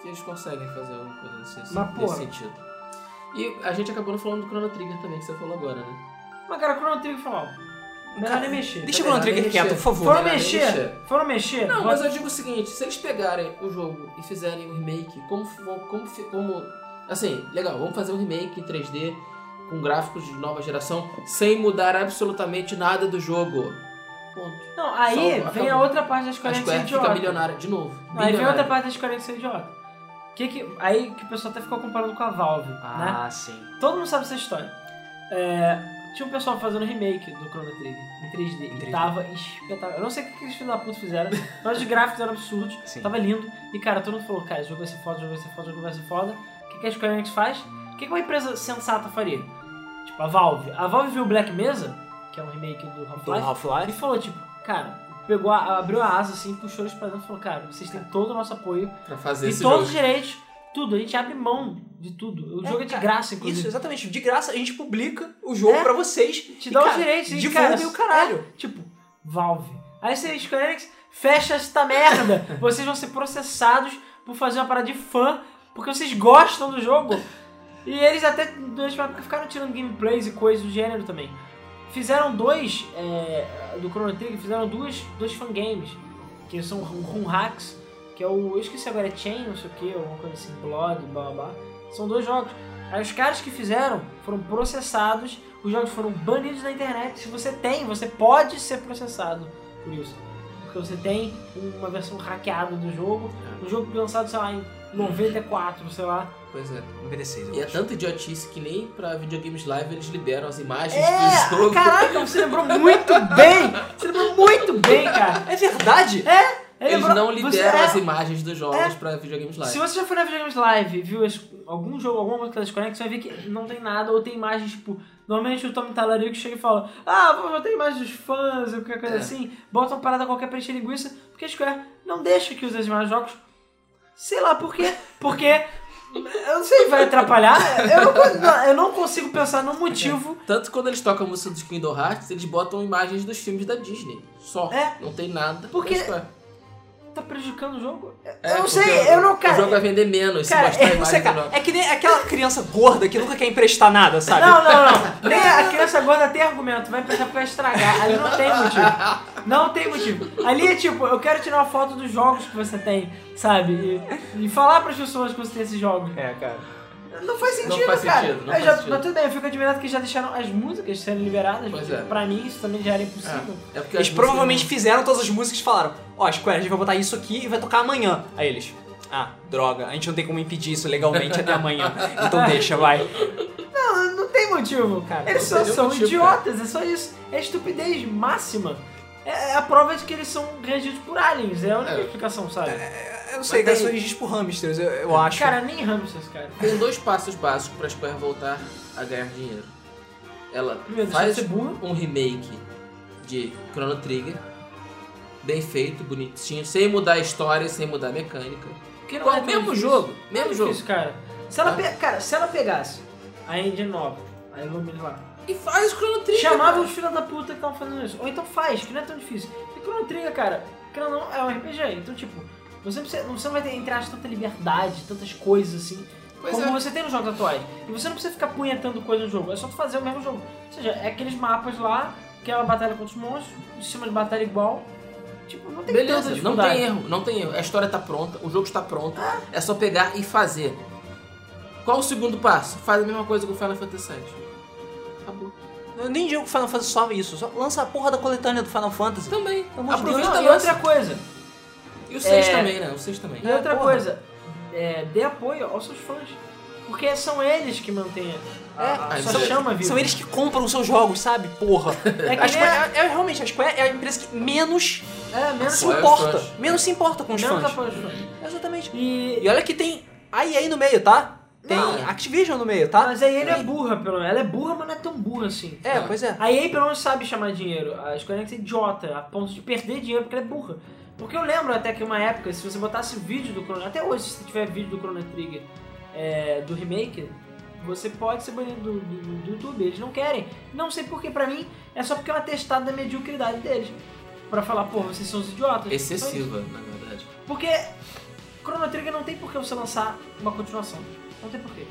C: eles conseguem fazer alguma coisa nesse, nesse
B: Mas, porra.
C: sentido. E a gente acabou não falando do Chrono Trigger também, que você falou agora, né?
B: Mas, cara, o Chrono Trigger foi mal. Melhor nem mexer.
A: Deixa o
C: Tá
A: Chrono
C: bem,
A: Trigger
C: vai
A: quieto, por
C: mexer.
A: favor.
B: Foram
C: Melhor nem
B: mexer,
C: mexer.
B: foram mexer.
C: Não,
B: bota-
C: mas eu digo o seguinte, se eles pegarem o jogo e fizerem um remake, como como como, fi- como assim, legal, vamos fazer um remake em 3D com gráficos de nova geração sem mudar absolutamente nada do jogo. Ponto.
B: Não, aí
C: Só-
B: vem a
C: acabou.
B: outra parte das
C: A
B: 40
C: Square fica milionária de novo.
B: Aí vem outra
C: Bilionária.
B: parte da história de ser idiota. Que que, aí que o pessoal até ficou comparando com a Valve, né?
A: Ah, sim.
B: Todo mundo sabe essa história. É, tinha um pessoal fazendo remake do Chrono Trigger em 3D.
A: Em
B: E
A: 3D.
B: tava espetacular. Eu não sei o que aqueles filhos da puta fizeram, mas os gráficos eram absurdos.
A: Sim.
B: Tava lindo. E cara, todo mundo falou, cara, esse jogo vai ser foda, esse jogo vai ser foda, esse jogo vai ser foda. O que, que a Square Enix faz? O que, que uma empresa sensata faria? Tipo, a Valve. A Valve viu o Black Mesa, que é um remake do
A: Do
B: Half-Life. Ele
A: Então, Half-Life.
B: falou, tipo, cara, pegou a- abriu a asa assim, puxou eles pra dentro e falou, cara, vocês têm todo o nosso apoio
C: Pra fazer
B: e
C: esse
B: todos os
C: jogo.
B: direitos, tudo. A gente abre mão de tudo. O
A: É,
B: jogo é de
A: cara,
B: graça, inclusive.
A: Isso, exatamente. De graça, a gente publica o jogo
B: É.
A: pra vocês.
B: Te
A: E,
B: dá os
A: cara,
B: direitos, hein,
A: divulga
B: cara.
A: e o caralho.
B: É, tipo, Valve. Aí você Square Enix, fecha esta merda. vocês vão ser processados por fazer uma parada de fã, porque vocês gostam do jogo. E eles até, durante uma época, ficaram tirando gameplays e coisas do gênero também. Fizeram dois, é, do Chrono Trigger, fizeram duas, dois fangames, que são run run hacks, que é o, eu esqueci agora, é Chain, não sei o que, alguma coisa assim, Blood, blá blá blá. São dois jogos. Aí os caras que fizeram foram processados, os jogos foram banidos da internet. Se você tem, você pode ser processado por isso. Porque você tem uma versão hackeada do jogo,
C: É.
B: um jogo lançado, sei lá, em 94, sei lá.
C: Pois é.
A: Mereceis, eu
C: E é
A: acho.
C: tanta idiotice que nem pra videogames live eles liberam as imagens
B: É,
C: do jogo.
B: caraca, você lembrou muito bem! Você lembrou muito bem, cara!
A: É verdade?
B: Ele
C: Eles
B: lembrou-
C: não
B: você-
C: liberam
B: é,
C: as imagens dos jogos
B: É.
C: pra videogames live.
B: Se você já foi na Videogames Live e viu es- algum jogo, alguma coisa da Square Enix, você vai ver que não tem nada, ou tem imagens, tipo... Normalmente o Tommy Talarico chega e fala Ah, vou botar imagem dos fãs, ou qualquer coisa
C: É.
B: assim. Bota uma parada qualquer pra encher linguiça, porque a Square não deixa que use as imagens dos jogos. Sei lá por quê. Porque... Eu não sei, vai atrapalhar. Eu não, con- eu não consigo pensar num motivo.
C: Tanto quando eles tocam a música dos Kingdom Hearts, eles botam imagens dos filmes da Disney. Só.
B: É.
C: Não tem nada.
B: Porque-
C: Isso é.
B: Tá prejudicando o jogo?
C: É,
B: eu não
C: porque
B: sei,
C: o-
B: eu não...
C: O jogo
B: Cara,
C: vai vender menos
A: Cara,
C: se mostrar a
A: é,
C: imagem
A: você,
C: do
A: cara,
C: jogo.
A: é que nem aquela criança gorda que nunca quer emprestar nada, sabe?
B: Não, não, não. Nem a criança gorda tem argumento, vai pensar pra estragar. Ali não tem motivo. Não tem motivo. Ali é tipo, eu quero tirar uma foto dos jogos que você tem, sabe? E, e falar pras pessoas que você tem esses jogos.
A: É, cara.
B: Não faz sentido,
C: faz
B: cara.
C: sentido, não
B: Eu
C: faz
B: já-
C: sentido.
B: Mas tudo bem, eu fico admirado que já deixaram as músicas sendo liberadas.
C: Pois
B: porque
C: é.
B: Pra mim isso também já era impossível.
C: É. É porque as
A: Eles
C: músicas
A: provavelmente
C: não-
A: fizeram todas as músicas e falaram: Ó, Square, a gente vai botar isso aqui e vai tocar amanhã. Aí eles: Ah, droga, a gente não tem como impedir isso legalmente até amanhã. Então deixa, vai.
B: Não, não tem motivo, cara. Eles
C: não
B: só
C: tem nenhum
B: são
C: motivo,
B: idiotas, é só isso. É estupidez máxima. É é a prova de que eles são regidos por aliens. É a única
C: É.
B: explicação, sabe?
A: Eu não sei,
C: Mas
A: cara,
C: tem-
A: são regidos por hamsters, eu, eu acho.
B: Cara, nem hamsters, cara.
C: Tem dois passos básicos pra Square voltar a ganhar dinheiro. Ela
B: Primeiro,
C: faz
B: deixa de ser é burro.
C: um remake de Chrono Trigger, bem feito, bonitinho, sem mudar a história, sem mudar a mecânica.
B: Porque não
C: Qual-
B: é tão
C: mesmo
B: difícil.
C: jogo,
B: Não é
C: mesmo jogo.
B: difícil, cara. Tá? Se ela,
C: Ah.
B: pe- cara, se ela pegasse é a engine nova, a Illumina lá,
C: E faz Chrono Trigger.
B: chamava
C: cara.
B: os filhos da puta que estavam fazendo isso. Ou então faz, que não é tão difícil. E Chrono Trigger, cara, que não é um RPG. Então, tipo, você não, precisa- você não vai ter, entre aspas, tanta liberdade, tantas coisas assim,
C: Pois
B: como
C: é.
B: você tem nos jogos atuais. E você não precisa ficar punhetando coisa no jogo, é só tu fazer o mesmo jogo. Ou seja, é aqueles mapas lá, aquela batalha contra os monstros, o sistema de batalha igual. Tipo, não tem tanta
C: Beleza, não
B: dificuldade.
C: tem erro, não tem erro. A história tá pronta, o jogo está pronto, é só pegar e fazer. Qual o segundo passo? Faz a mesma coisa que o Final Fantasy VII. Acabou.
A: eu nem digo que o Final Fantasy só isso, só lança a porra da coletânea do Final Fantasy.
C: Também.
A: Pelo amor de
C: Aproveita
B: Não,
C: e
B: e
C: lança.
B: outra coisa,
C: E o 6
B: É.
C: também, né? O 6 também.
B: E outra
A: porra.
B: coisa, é, dê apoio aos seus fãs. Porque são eles que mantêm a, a- a
C: É,
B: sua
C: são-
B: chama viva.
A: Ah, São eles que compram os seus jogos, sabe? Porra.
B: É
A: A
B: que nem a-
A: Square, é, é realmente, a Square é a empresa que menos
B: é, menos
A: se
C: Apoia os
A: importa.
C: fãs.
A: Menos se importa com os
B: menos
A: fãs.
B: apoio aos fãs.
A: Exatamente.
B: E,
A: E olha que tem a EA no meio, tá? Tem
C: Não.
A: Activision no meio, tá?
B: mas aí ele é burra, pelo menos. Ela é burra, mas não é tão burra assim.
A: É, pois é.
B: A EA pelo menos sabe chamar dinheiro. A Square Enix é idiota, a ponto de perder dinheiro porque ela é burra. Porque eu lembro até que uma época, se você botasse vídeo do Chrono... Até hoje, se tiver vídeo do Chrono Trigger, é, do remake, você pode ser banido do, do- do YouTube. Eles não querem. Não sei porquê. Pra mim, é só porque é um atestado da mediocridade deles. Pra falar, pô, vocês são os idiotas.
C: Excessiva, na verdade.
B: Porque Chrono Trigger não tem por que você lançar uma continuação. Não tem porquê.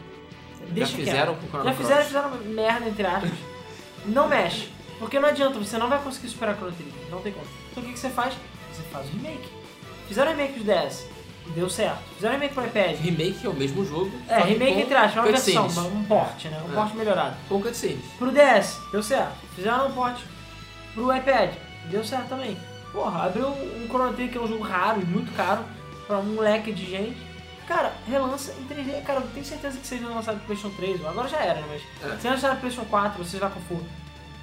B: Deixa
C: Já
B: quieto.
C: fizeram com o Chrono
B: Já fizeram,
C: Cross.
B: fizeram merda, entre aspas. Não mexe. Porque não adianta, você não vai conseguir superar Chrono Trigger. Não tem como. Então o que, que você faz? Você faz o remake. Fizeram o remake do DS. Deu certo. Fizeram o remake pro iPad.
C: Remake é o mesmo jogo.
B: É,
C: só que
B: remake
C: com
B: entre aspas, é uma versão,
C: cutscenes.
B: uma- um porte, né? Um
C: É.
B: porte melhorado.
C: Com cutscenes.
B: Pro DS, deu certo. Fizeram um porte pro iPad, deu certo também. Porra, abriu um Chrono Trigger, que é um jogo raro e muito caro, pra um leque de gente. Cara, relança em 3D. Cara, eu tenho certeza que seja lançado pro PlayStation 3, agora já era, né? Mas
C: É.
B: se lançar no PlayStation 4, ou seja lá qual for,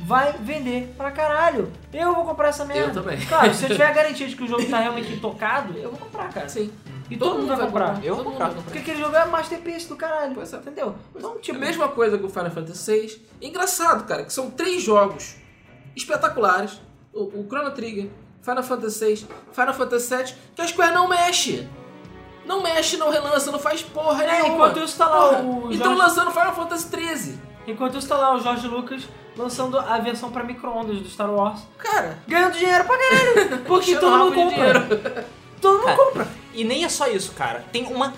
B: vai vender pra caralho. Eu vou comprar essa merda.
C: também.
B: Claro, se eu tiver a garantia de que o jogo tá realmente intocado, eu vou comprar, cara.
C: Sim.
B: E todo, mundo vai comprar.
A: Eu
C: Todo
A: vou
C: mundo
A: comprar.
C: vai
B: Porque aquele jogo é masterpiece do caralho,
C: Pois é.
B: entendeu? Então,
C: É a
B: tipo,
C: mesma coisa que o Final Fantasy VI. Engraçado, cara, que são três jogos espetaculares. O, o Chrono Trigger, Final Fantasy VI, Final Fantasy VII, que a Square não mexe. Não mexe, não relança, não faz porra
B: É,
C: nenhuma.
B: enquanto isso tá lá
C: Porra, então
B: o
C: E
B: Jorge-
C: estão lançando Final Fantasy XIII.
B: Enquanto isso tá lá o Jorge Lucas lançando a versão pra micro-ondas do Star Wars.
C: Cara,
B: Ganhando dinheiro pra caralho! Porque
C: enchendo
B: todo
C: o
B: mundo
C: rabo de
B: compra.
C: dinheiro.
B: Todo mundo
A: Cara,
B: compra.
A: E nem é só isso, cara. Tem uma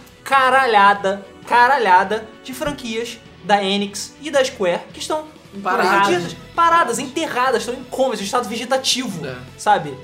A: caralhada, caralhada de franquias da Enix e da Square que estão
C: Paradas.
A: perdidas, paradas, enterradas, estão em comas, em estado vegetativo,
C: É.
A: sabe?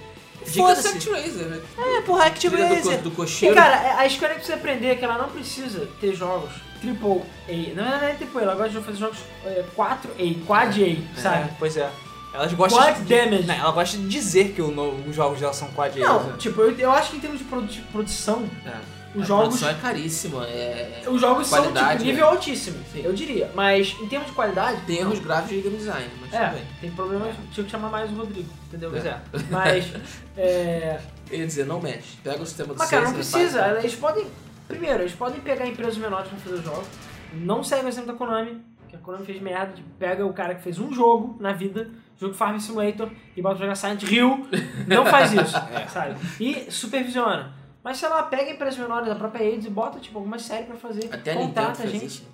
C: Diga do
A: Foda-se.
C: Actraiser, né?
A: É, porra,
C: Diga do, co-
A: Activision.
C: do
B: E
C: cocheiro.
B: cara, é, a Square precisa aprender que ela não precisa ter jogos triple A. Na verdade não é triple A, ela gosta de fazer jogos é, 4A, quad A, sabe?
A: É, pois é. Elas gostam
B: Quad
A: de...
B: damage.
A: Não, ela gosta de dizer que o no- os jogos dela são quad
B: Não, tipo, eu, eu acho que em termos de produ- produção,
C: É.
B: os
C: A
B: jogos
C: produção é caríssima. É...
B: Os jogos são tipo,
C: Qualidade,
B: nível
C: né?
B: altíssimo,
C: Sim.
B: eu diria. Mas em termos de qualidade.
C: Tem erros graves de game design, mas
B: É,
C: tudo bem.
B: tem problemas. Tinha que chamar mais o Rodrigo, entendeu?
C: Pois é.
B: Mas. é,
C: Eu ia dizer, não mexe. Pega o sistema do
B: Mas cara, não
C: César,
B: precisa.
C: faz-
B: Eles podem. Primeiro, eles podem pegar empresas menores pra fazer jogos. Não segue o exemplo da Konami, que a Konami fez merda de pega o cara que fez um jogo na vida, jogo Farm Simulator, e bota pra jogar Silent Hill. Não faz isso,
C: É.
B: sabe? E supervisiona. Mas sei lá, pega empresas menores da própria AIDS e bota, tipo, alguma série pra fazer.
C: Até a Nintendo
B: contrata
C: faz
B: gente.
C: isso.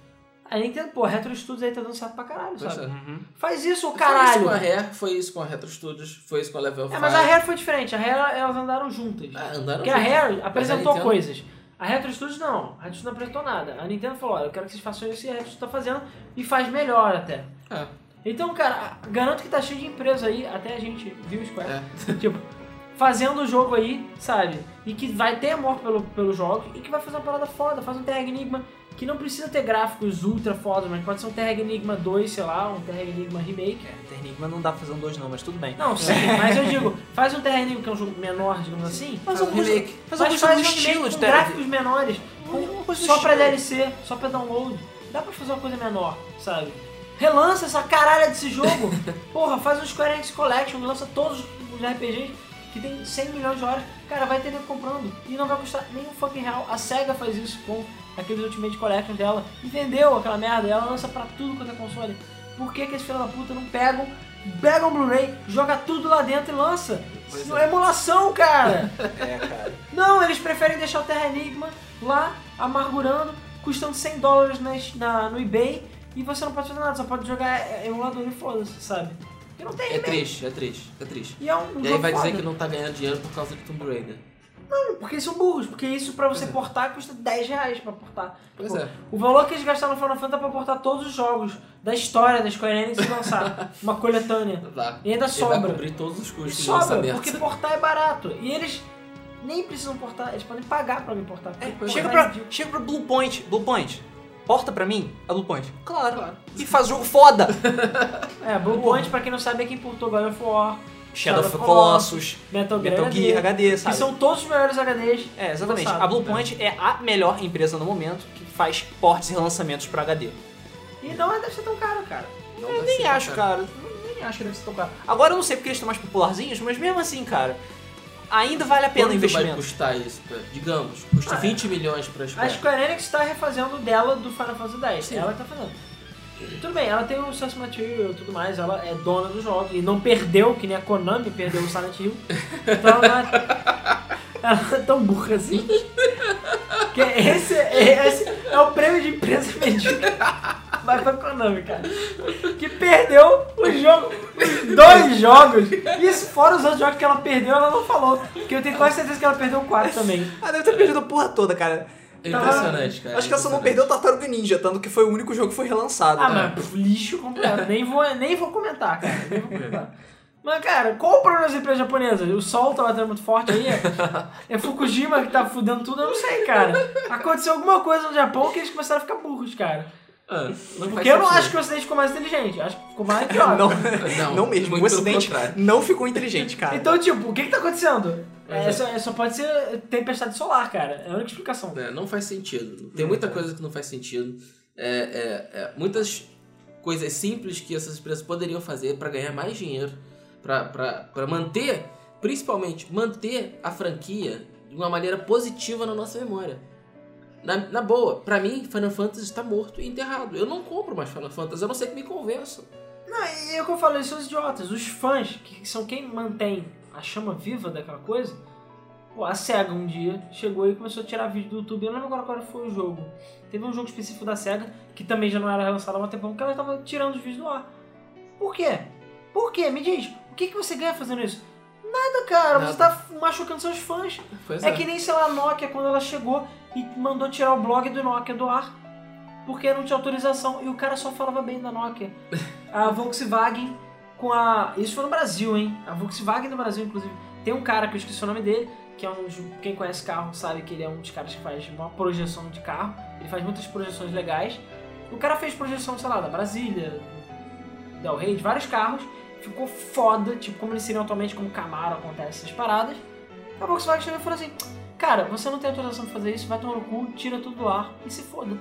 B: A Nintendo, pô, Retro Studios aí tá dando certo pra caralho,
C: Pois
B: sabe?
C: é.
A: Uhum.
B: Faz isso, ô
C: Foi isso
B: caralho!
C: com a Rare, foi isso com a Retro Studios, foi isso com a Level
B: É, mas a Rare foi diferente, a Rare elas andaram juntas.
C: Ah, andaram
B: Porque a
C: juntos.
B: Rare apresentou
C: Nintendo-
B: coisas. A Retro Studios não, a Retro Studios não apresentou nada. A Nintendo falou, olha, eu quero que vocês façam isso e a Retro Studios tá fazendo, e faz melhor até.
C: É,
B: Então, cara, garanto que tá cheio de empresa aí, até a gente viu o Square,
C: é.
B: tipo, fazendo o jogo aí, sabe? E que vai ter amor pelo, pelo jogo e que vai fazer uma parada foda, faz um Terra Enigma que não precisa ter gráficos ultra foda, mas pode ser um Terra Enigma 2, sei lá, um Terra Enigma Remake.
A: É, Terra Enigma não dá pra fazer um dois não, mas tudo bem.
B: Não, sim, mas eu digo, faz um Terra Enigma que é um jogo menor, digamos assim,
A: Faz
C: Faz
A: um
C: um
A: coisa-
C: remake.
A: faz uma
B: mas
A: coisa no
B: um remake
A: estilo de
B: com
A: Terra
B: gráficos menores, com-
A: Uma coisa do
B: só pra
A: estilo.
B: DLC, só pra download. Dá pra fazer uma coisa menor, sabe? Relança essa caralha desse jogo. Porra, faz um Square Enix Collection, lança todos os RPGs que tem 100 milhões de horas. Cara, vai ter nego comprando e não vai custar nenhum fucking real. A SEGA faz isso com aqueles Ultimate Collection dela e vendeu aquela merda. e Ela lança pra tudo quanto é console. Por que que esses filhos da puta não pegam, pegam o Blu-ray, joga tudo lá dentro e lança?
C: Pois
B: Isso é emulação, cara!
A: É, cara.
B: Não, eles preferem deixar o Terra Enigma lá, amargurando, custando 100 dólares nas- na- no eBay, e você não pode fazer nada, só pode jogar é, emulador e foda-se, sabe? Porque não tem
C: É
B: eBay.
C: triste, é triste, é triste.
B: E é um, um
C: E aí
B: jogo
C: vai dizer
B: foda.
C: que não tá ganhando dinheiro por causa do Tomb Raider.
B: Porque são burros, porque isso pra você
C: Pois é.
B: portar custa 10 reais pra portar.
C: Pois
B: Tipo,
C: é.
B: O valor que eles gastaram no Final Fantasy é pra portar todos os jogos da história da Square Enix e lançar uma coletânea.
C: Lá.
B: E ainda
C: Ele vai
B: sobra.
C: cobrir todos os
B: E
C: custos de
B: sobra,
C: lançamento.
B: porque portar é barato. E eles nem precisam portar, eles podem pagar pra me portar. porque
A: É,
B: portar
A: chega,
B: é
A: pra,
B: ridículo.
A: chega pra Blue Point. Blue Point. Porta pra mim a Blue Point. Claro.
C: Claro.
A: E faz jogo foda.
B: É, Blue Point, pra quem não sabe, é quem portou God of War,
A: Shadow of the
B: Shadow of
A: Colossus,
B: Metal Gear,
A: Metal Gear,
B: HD,
A: HD,
B: né? que
A: sabe?
B: são todos os melhores HDs.
A: É, exatamente.
B: lançados,
A: A Blue Point é a melhor empresa no momento que faz portes e relançamentos pra HD.
B: E não é- deve ser tão caro, cara.
C: Não
A: Eu
C: vai
A: nem
C: ser,
A: acho, cara. Eu Nem acho que deve ser tão caro. Agora eu não sei porque eles estão mais popularzinhos, mas mesmo assim, cara, ainda vale a pena o
C: Quanto vai
A: investimento.
C: custar isso? pra- digamos, custa
B: Ah, é.
C: 20 milhões pra
B: A
C: Square.
B: Square Enix tá refazendo dela do Final Fantasy X.
C: Sim.
B: Ela que tá fazendo. Tudo bem, ela tem o source material e tudo mais, ela é dona do jogo e não perdeu, que nem a Konami perdeu o Silent Hill. Então ela não é, ela não é tão burra assim. Que esse, esse é o prêmio de empresa medíocre. Vai pra Konami, cara. Que perdeu o jogo, os dois jogos. Isso fora os outros jogos que ela perdeu, ela não falou. Porque eu tenho quase certeza que ela perdeu quatro também.
A: Ah, deve ter perdido a porra toda, cara.
C: É impressionante, cara.
A: Acho que ela só não
C: impressionante.
A: perdeu o Tartaruga Ninja, tanto que foi o único jogo que foi relançado.
B: Ah,
A: né?
C: É.
B: mas pff, lixo completo. Nem vou, nem vou comentar, cara. Nem vou comentar. Mas, cara, qual o problema das empresas japonesas? O sol tá batendo muito forte aí? É- É Fukushima que tá fudendo tudo? Eu não sei, cara. Aconteceu alguma coisa no Japão que eles começaram a ficar burros, cara.
C: Ah, não
B: Porque eu não acho que o Ocidente ficou mais inteligente. Acho que ficou mais idiota.
A: Não, não,
C: Não,
A: mesmo.
C: muito
A: O
C: pelo
A: acidente
C: contrário.
A: não ficou inteligente, cara.
B: Então, tipo, o que que tá acontecendo? É,
C: Pois é.
B: só, é, só pode ser tempestade solar, cara. É a única explicação.
C: É, não faz sentido.
B: Uhum.
C: Tem muita coisa que não faz sentido. É, é, é, muitas coisas simples que essas empresas poderiam fazer para ganhar mais dinheiro, para manter, principalmente manter a franquia de uma maneira positiva na nossa memória. Na, na tá boa, pra mim, Final Fantasy está morto e enterrado. Eu não compro mais Final Fantasy, a não ser que me convençam.
B: Não, e é o que eu falei, eles são os idiotas. Os fãs, que são quem mantém a chama viva daquela coisa, pô, a SEGA um dia chegou e começou a tirar vídeo do YouTube. Eu não lembro agora qual foi o jogo. Teve um jogo específico da SEGA, que também já não era lançado há um tempão, que ela estava tirando os vídeos do ar. Por quê? Por quê? Me diz, o que, que você ganha fazendo isso? Nada, cara. Você
C: Nada.
B: tá machucando seus fãs.
C: Pois
B: É que nem, sei lá, a Nokia, quando ela chegou e mandou tirar o blog do Nokia do ar, porque não tinha autorização. E o cara só falava bem da Nokia. A Volkswagen com a. Isso foi no Brasil, hein? A Volkswagen do Brasil, inclusive. Tem um cara que eu esqueci o nome dele, que é um. dos- Quem conhece carro sabe que ele é um dos caras que faz uma projeção de carro. Ele faz muitas projeções legais. O cara fez projeção, sei lá, da Brasília, Del Rey, de vários carros. Ficou foda, tipo, como eles seriam atualmente, como Camaro acontece essas paradas. A Volkswagen chegou e falou assim: Cara, você não tem autorização pra fazer isso, vai tomar no cu, tira tudo do ar e se foda.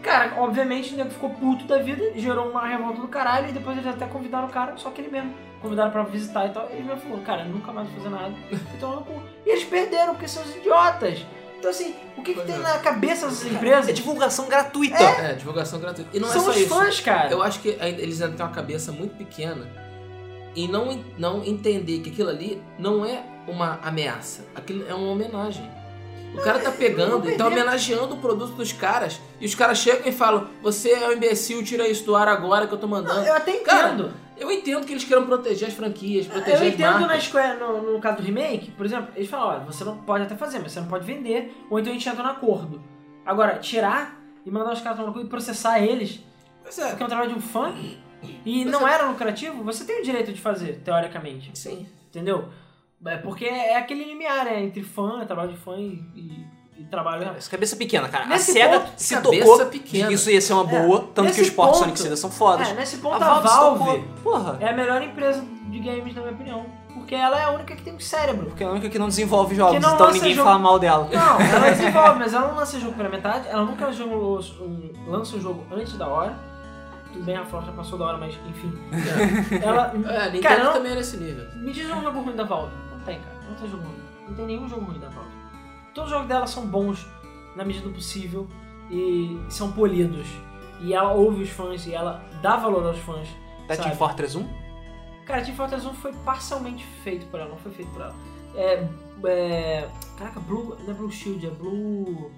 B: Cara, obviamente o nego ficou puto da vida, gerou uma revolta do caralho e depois eles até convidaram o cara, só que ele mesmo. Convidaram pra visitar e tal. Ele mesmo falou: Cara, eu nunca mais vou fazer nada, vai tomar no cu. E eles perderam porque são os idiotas. Então, assim, o que, que
C: Pois
B: tem
C: é.
B: na cabeça dessas
A: É
B: empresas?
A: divulgação gratuita.
C: É, divulgação gratuita. E não
B: são
C: é só
B: os
C: isso.
B: fãs, cara.
C: Eu acho que ainda- eles ainda têm uma cabeça muito pequena e não, en- não entender que aquilo ali não é uma ameaça. Aquilo é uma homenagem. O cara tá pegando e tá homenageando o produto dos caras e os caras chegam e falam: Você é um imbecil, tira isso do ar agora que eu tô mandando.
B: Eu até entendo.
C: Cara, Eu entendo que eles queiram proteger as franquias, proteger
B: Eu
C: as
B: entendo né?
C: marcas.
B: na Square, no, no caso do remake, por exemplo, eles falam, olha, você não pode até fazer, mas você não pode vender, ou então a gente entra no acordo. Agora, tirar e mandar os caras tomar no cu e processar eles,
C: Pois é,
B: porque é um trabalho de um fã, e não era lucrativo, você tem o direito de fazer, teoricamente.
C: sim.
B: Entendeu? É porque é aquele limiar, é entre fã, trabalho de fã e, e- e trabalho...
A: Essa cabeça pequena, cara.
B: Nesse
A: a SEGA
B: ponto, É.
A: se
C: cabeça
A: tocou
C: pequena.
A: de que isso ia ser uma boa, tanto
B: nesse
A: que os portos
B: ponto-
A: Sonic Sega são fodas.
B: É, nesse ponto
A: a Valve se
B: Valve
A: tocou. Porra.
B: é a melhor empresa de games, na minha opinião, porque ela é a única que tem um cérebro.
A: Porque é a única que não desenvolve jogos,
B: não
A: então
B: lança
A: ninguém
B: jogo. É.
A: fala mal dela.
B: Não, ela desenvolve, mas ela não lança jogo pela metade, ela nunca jogo- um- lança um jogo antes da hora. Tudo bem, a Flor já passou da hora, mas enfim. Ela.
C: É, a Nintendo
B: Cara, não-
C: também é nesse nível.
B: Me diz um jogo ruim da Valve. Não tem, cara. Não tem jogo ruim. Não tem nenhum jogo ruim da Valve. Todos os jogos dela são bons na medida do possível e são polidos. E ela ouve os fãs e ela dá valor aos fãs.
A: Da
B: sabe?
A: Team Fortress 1?
B: Cara, Team Fortress 1 foi parcialmente feito por ela, não foi feito por ela. É. é caraca, Blue. Não é Blue Shield, é Blue.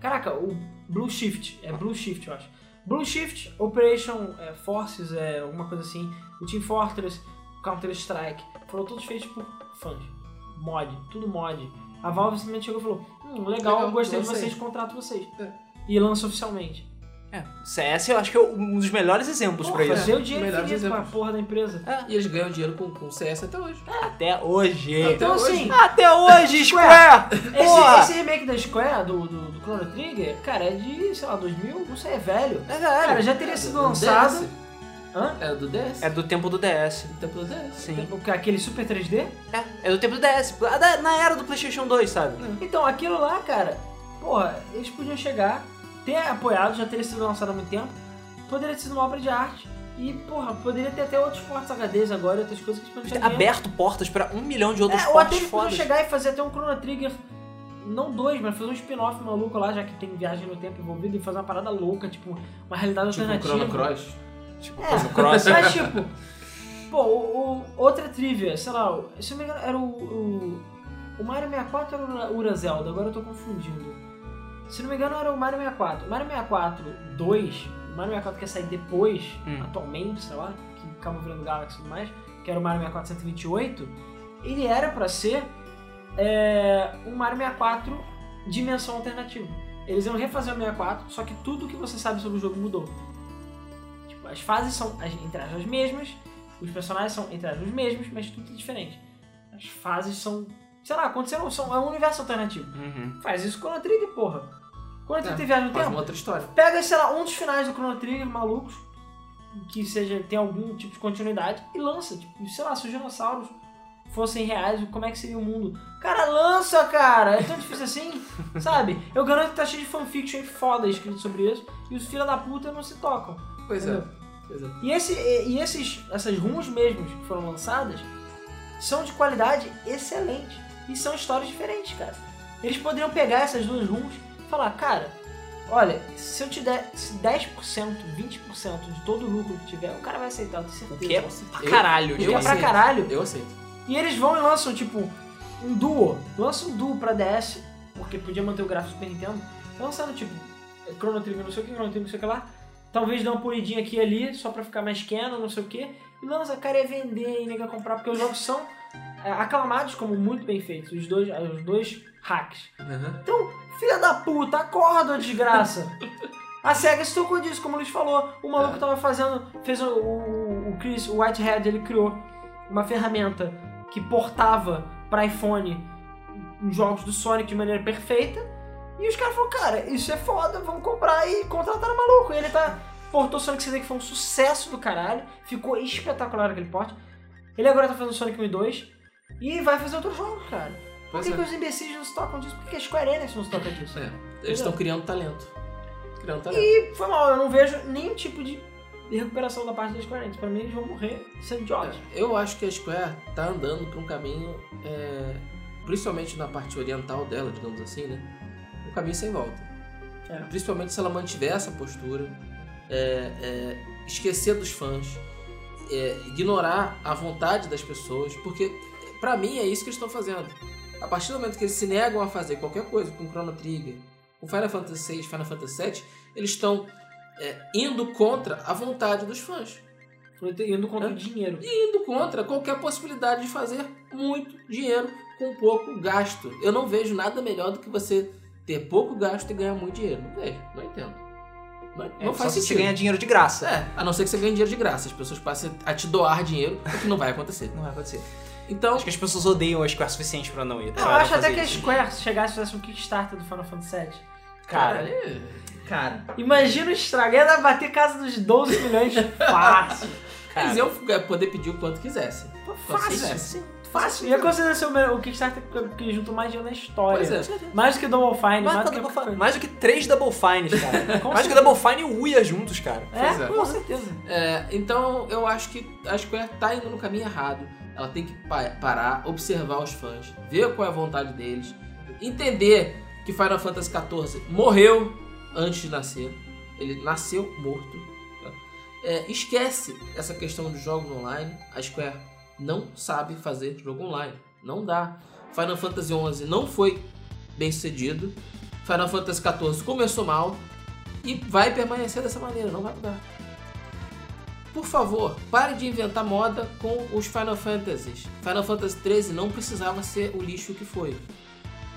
B: Caraca, o Blue Shift. É Blue Shift, eu acho. Blue Shift, Operation é, Forces, é alguma coisa assim. O Team Fortress, Counter-Strike. Foram todos feitos por fãs. Mod, tudo mod. A Valve simplesmente chegou e falou: Hum, legal,
C: Legal,
B: gostei de
C: lancei."
B: vocês, contrato vocês.
C: É.
B: E lança oficialmente.
A: É. CS eu acho que é um dos melhores exemplos pra
B: Porra,
A: isso.
B: deu dinheiro
C: Melhores
B: infinito pra
C: exemplos.
B: porra da empresa.
C: E eles ganham dinheiro com, com CS até hoje.
A: Até hoje.
B: Então,
C: hoje.
B: assim,
A: Até hoje, Square!
B: Esse,
A: Porra!
B: esse remake da Square, do, do, do Chrono Trigger, cara, é de, sei lá, 2000, não sei, é velho.
A: É
B: Cara,
A: velho.
B: já teria sido
C: Do
B: lançado.
C: DS.
B: Hã?
C: Era do DS?
A: É do tempo do DS.
C: do tempo do DS.
A: Sim.
B: O que- Aquele Super 3D?
A: É, é do tempo do DS. Ah, da- Na era do PlayStation 2, sabe?
B: Então, aquilo lá, cara, porra, eles podiam chegar, ter apoiado, já teria sido lançado há muito tempo, poderia ter sido uma obra de arte. E, porra, poderia ter até outros portos HDs agora, outras coisas que eles podiam ter
A: Aberto portas pra um milhão de outros
B: É, ou até
A: portas
B: eles podiam
A: fodas.
B: chegar e fazer até um Chrono Trigger, não dois, mas fazer um spin-off maluco lá, já que tem viagem no tempo envolvida, e fazer uma parada louca, tipo, uma realidade
C: Tipo um
B: alternativa.
C: Chrono Cross.
A: Tipo,
B: É.
A: faz o cross.
B: Mas tipo, pô, o, o- outra trivia, sei lá, o- se eu não me engano, era o. O, o Mario 64 era o Ura Zelda, agora eu tô confundindo. Se não me engano, era o Mario 64. O Mario 64 2, o Mario 64 que ia sair depois,
A: Hum.
B: atualmente, sei lá, que acabou virando Galaxy e tudo mais, que era o Mario 64 128, ele era pra ser é, um Mario 64 dimensão alternativa. Eles iam refazer o 64, só que tudo que você sabe sobre o jogo mudou. Tipo, as fases são as, entre aspas, as mesmas, os personagens são entre aspas, os mesmos, mas tudo é diferente. As fases são, sei lá, aconteceram, são, é um universo alternativo.
A: Uhum.
B: Faz isso com o Chrono Trigger, porra. Quando
C: É,
B: Trigger tem viagem no
C: Faz uma
B: tempo,
C: outra história.
B: pega, sei lá, um dos finais do Chrono Trigger malucos, que seja, tem algum tipo de continuidade, e lança. Tipo, sei lá, se os dinossauros fossem reais, como é que seria o mundo? Cara, lança, cara! É tão difícil assim, sabe? Eu garanto que tá cheio de fanfiction foda escrito sobre isso, e os filha da puta não se tocam.
C: Pois é.
B: Entendeu?
C: Pois é.
B: E, esse, e e esses, essas runs mesmos que foram lançadas são de qualidade excelente. E são histórias diferentes, cara. Eles poderiam pegar essas duas runs e falar, cara, Olha, se eu te der se 10%, 20% de todo o lucro que tiver, o cara vai aceitar, eu tenho
A: O
B: certeza.
A: que é pra
C: Eu-
A: caralho,
B: O que
A: eu,
B: é pra
C: aceito.
B: caralho.
C: Eu aceito.
B: E eles vão e lançam, tipo, um duo. Lançam um duo pra DS, porque podia manter o gráfico do Super Nintendo. Lançando, tipo, é, Chrono Trigger, não sei o que, Chrono Trigger, não sei o que lá. Talvez dê uma polidinha aqui e ali, só pra ficar mais canon, não sei o que. E lança, cara, é vender e nega comprar, porque os jogos são é, aclamados como muito bem feitos. Os dois, os dois hacks.
C: Aham.
B: Então, filha da puta, acorda, ô desgraça. A SEGA se tocou disso, como o Luiz falou. O maluco
C: É.
B: tava fazendo. Fez o, o, o Chris, o Whitehead, ele criou uma ferramenta que portava pra iPhone os jogos do Sonic de maneira perfeita. E os caras falaram, cara, isso é foda, vamos comprar e contratar o maluco. E ele tá. Portou Sonic CD que foi um sucesso do caralho. Ficou espetacular aquele porte. Ele agora tá fazendo Sonic 1 e 2. E vai fazer outros jogos, cara. Por
C: Pois
B: que,
C: é.
B: que os imbecis não se tocam disso? Por que que a Square Enix não se toca disso?
C: É, eles estão criando talento. Criando talento.
B: E foi mal, eu não vejo nenhum tipo de recuperação da parte da Square Enix. Pra mim, eles vão morrer sendo jogos.
C: Eu acho que a Square tá andando por um caminho, é, principalmente na parte oriental dela, digamos assim, né? Um caminho sem volta.
B: É.
C: Principalmente se ela mantiver essa postura, é, é, esquecer dos fãs, é, ignorar a vontade das pessoas, porque pra mim é isso que eles estão fazendo. A partir do momento que eles se negam a fazer qualquer coisa com Chrono Trigger, com Final Fantasy VI, Final Fantasy VII, eles estão é, indo contra a vontade dos fãs
B: Indo contra
C: É.
B: o dinheiro.
C: indo contra qualquer possibilidade de fazer muito dinheiro com pouco gasto. Eu não vejo nada melhor do que você ter pouco gasto e ganhar muito dinheiro. Não vejo, não entendo. Não,
A: É,
C: não
A: só
C: faz
A: se você
C: sentido.
A: ganhar dinheiro de graça.
C: É, a não ser que você ganhe dinheiro de graça. As pessoas passem a te doar dinheiro, o que não vai acontecer.
A: Não vai acontecer.
C: Então,
A: Acho que as pessoas odeiam a Square o suficiente pra não ir.
B: Eu
A: pra não
B: acho até
A: fazer
B: que a
A: isso.
B: Square se chegasse e fizesse um Kickstarter do Final Fantasy VII.
A: Cara,
C: é-
A: cara,
B: Imagina o estrago, ia bater casa dos 12 milhões fácil.
A: cara.
C: Mas eu ia é, poder pedir o quanto quisesse.
B: Pô,
C: Só se
A: é
B: Fácil,
C: fizesse.
A: assim.
B: fácil. Ia conseguir ser o, melhor- o Kickstarter que- que juntou mais dinheiro na história.
C: Pois é.
B: Mais do que Double Fine, mais,
A: Mais,
B: do
A: do
B: que...
A: Double Fine. Mais do que três Double Fines, cara.
B: Com
A: Mais do que Double Fine e o Uia juntos, cara.
C: Pois
B: É,
C: é.
B: com certeza.
C: É, então eu acho que a Square tá indo no caminho errado. Ela tem que pa- parar, observar os fãs, ver qual é a vontade deles, entender que Final Fantasy XIV morreu antes de nascer. Ele nasceu morto. tá? É, esquece essa questão de jogos online. A Square não sabe fazer jogo online. Não dá. Final Fantasy XI não foi bem sucedido. Final Fantasy XIV começou mal e vai permanecer dessa maneira, não vai mudar. Por favor, pare de inventar moda com os Final Fantasies. Final Fantasy XIII não precisava ser o lixo que foi.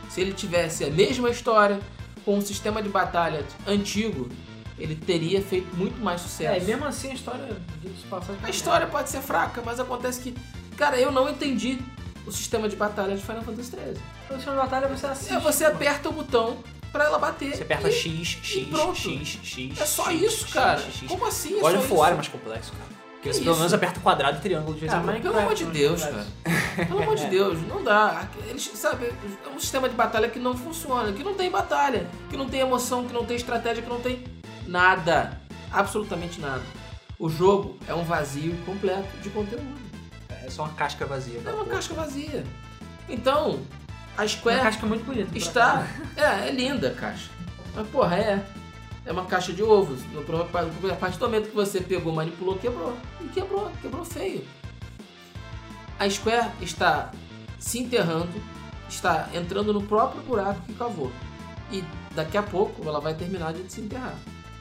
C: Se ele tivesse a mesma história, com um sistema de batalha antigo, ele teria feito muito mais sucesso.
B: É, e mesmo assim a história... diga-se de passagem,
C: A história pode ser fraca, mas acontece que, cara, eu não entendi o sistema de batalha de Final Fantasy XIII.
B: Produção de batalha você assiste.
C: É você aperta o botão pra ela bater.
A: Você aperta
C: e
A: X, X,
C: pronto.
A: X, X.
C: É só
A: X,
C: isso,
A: X,
C: cara.
A: X, X.
C: Como assim? É
A: God
C: só
A: of
C: isso?
A: War é mais complexo, cara. Porque você
C: Que
A: pelo
C: isso? É,
A: menos aperta quadrado e triângulo de vez em
B: Ah,
A: quando.
B: mas-
C: Pelo amor de Deus, cara.
B: Complexo.
C: Pelo amor de
A: É.
C: Deus, não dá. Eles, sabe, é um sistema de batalha que não funciona, que não tem batalha, que não tem emoção, que não tem estratégia, que não tem nada. Absolutamente nada. O jogo é um vazio completo de conteúdo.
A: É só uma casca vazia.
C: É
A: cara.
C: uma casca vazia. Então, a
B: Uma
C: Square
B: casca muito bonita. por
C: Está.
B: acaso.
C: É, é linda a caixa. Mas porra, é. É uma caixa de ovos. No próprio- A partir do momento que você pegou, manipulou, quebrou. E quebrou, quebrou feio. A Square está se enterrando, está entrando no próprio buraco que cavou. E daqui a pouco ela vai terminar de se enterrar.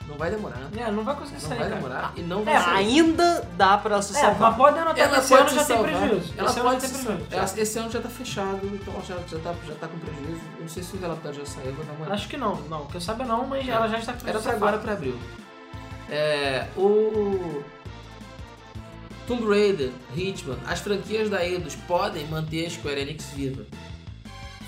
C: Não vai demorar.
B: É, não vai conseguir
C: Não
B: sair,
C: vai
B: cara.
C: demorar e não vai
A: É,
C: sair.
A: ainda dá pra se
B: É, mas
A: salvar.
B: pode anotar
C: Ela
B: que esse
C: pode
B: ano
C: se
B: já tem
C: salvar.
B: prejuízo.
C: Ela
B: esse ano
C: pode
B: já
C: se
B: tem
C: salvar.
B: prejuízo.
C: Ela- Esse ano já tá fechado, então já, já, tá, já tá com prejuízo. Eu não sei se o relatório já saiu, vou dar uma olhada.
B: Acho que não, não. Que eu saiba não, mas
C: É.
B: ela já está com
C: Era
B: prejuízo
C: pra agora pra abril. É, o Tomb Raider, Hitman, as franquias da Eidos podem manter a Square Enix viva.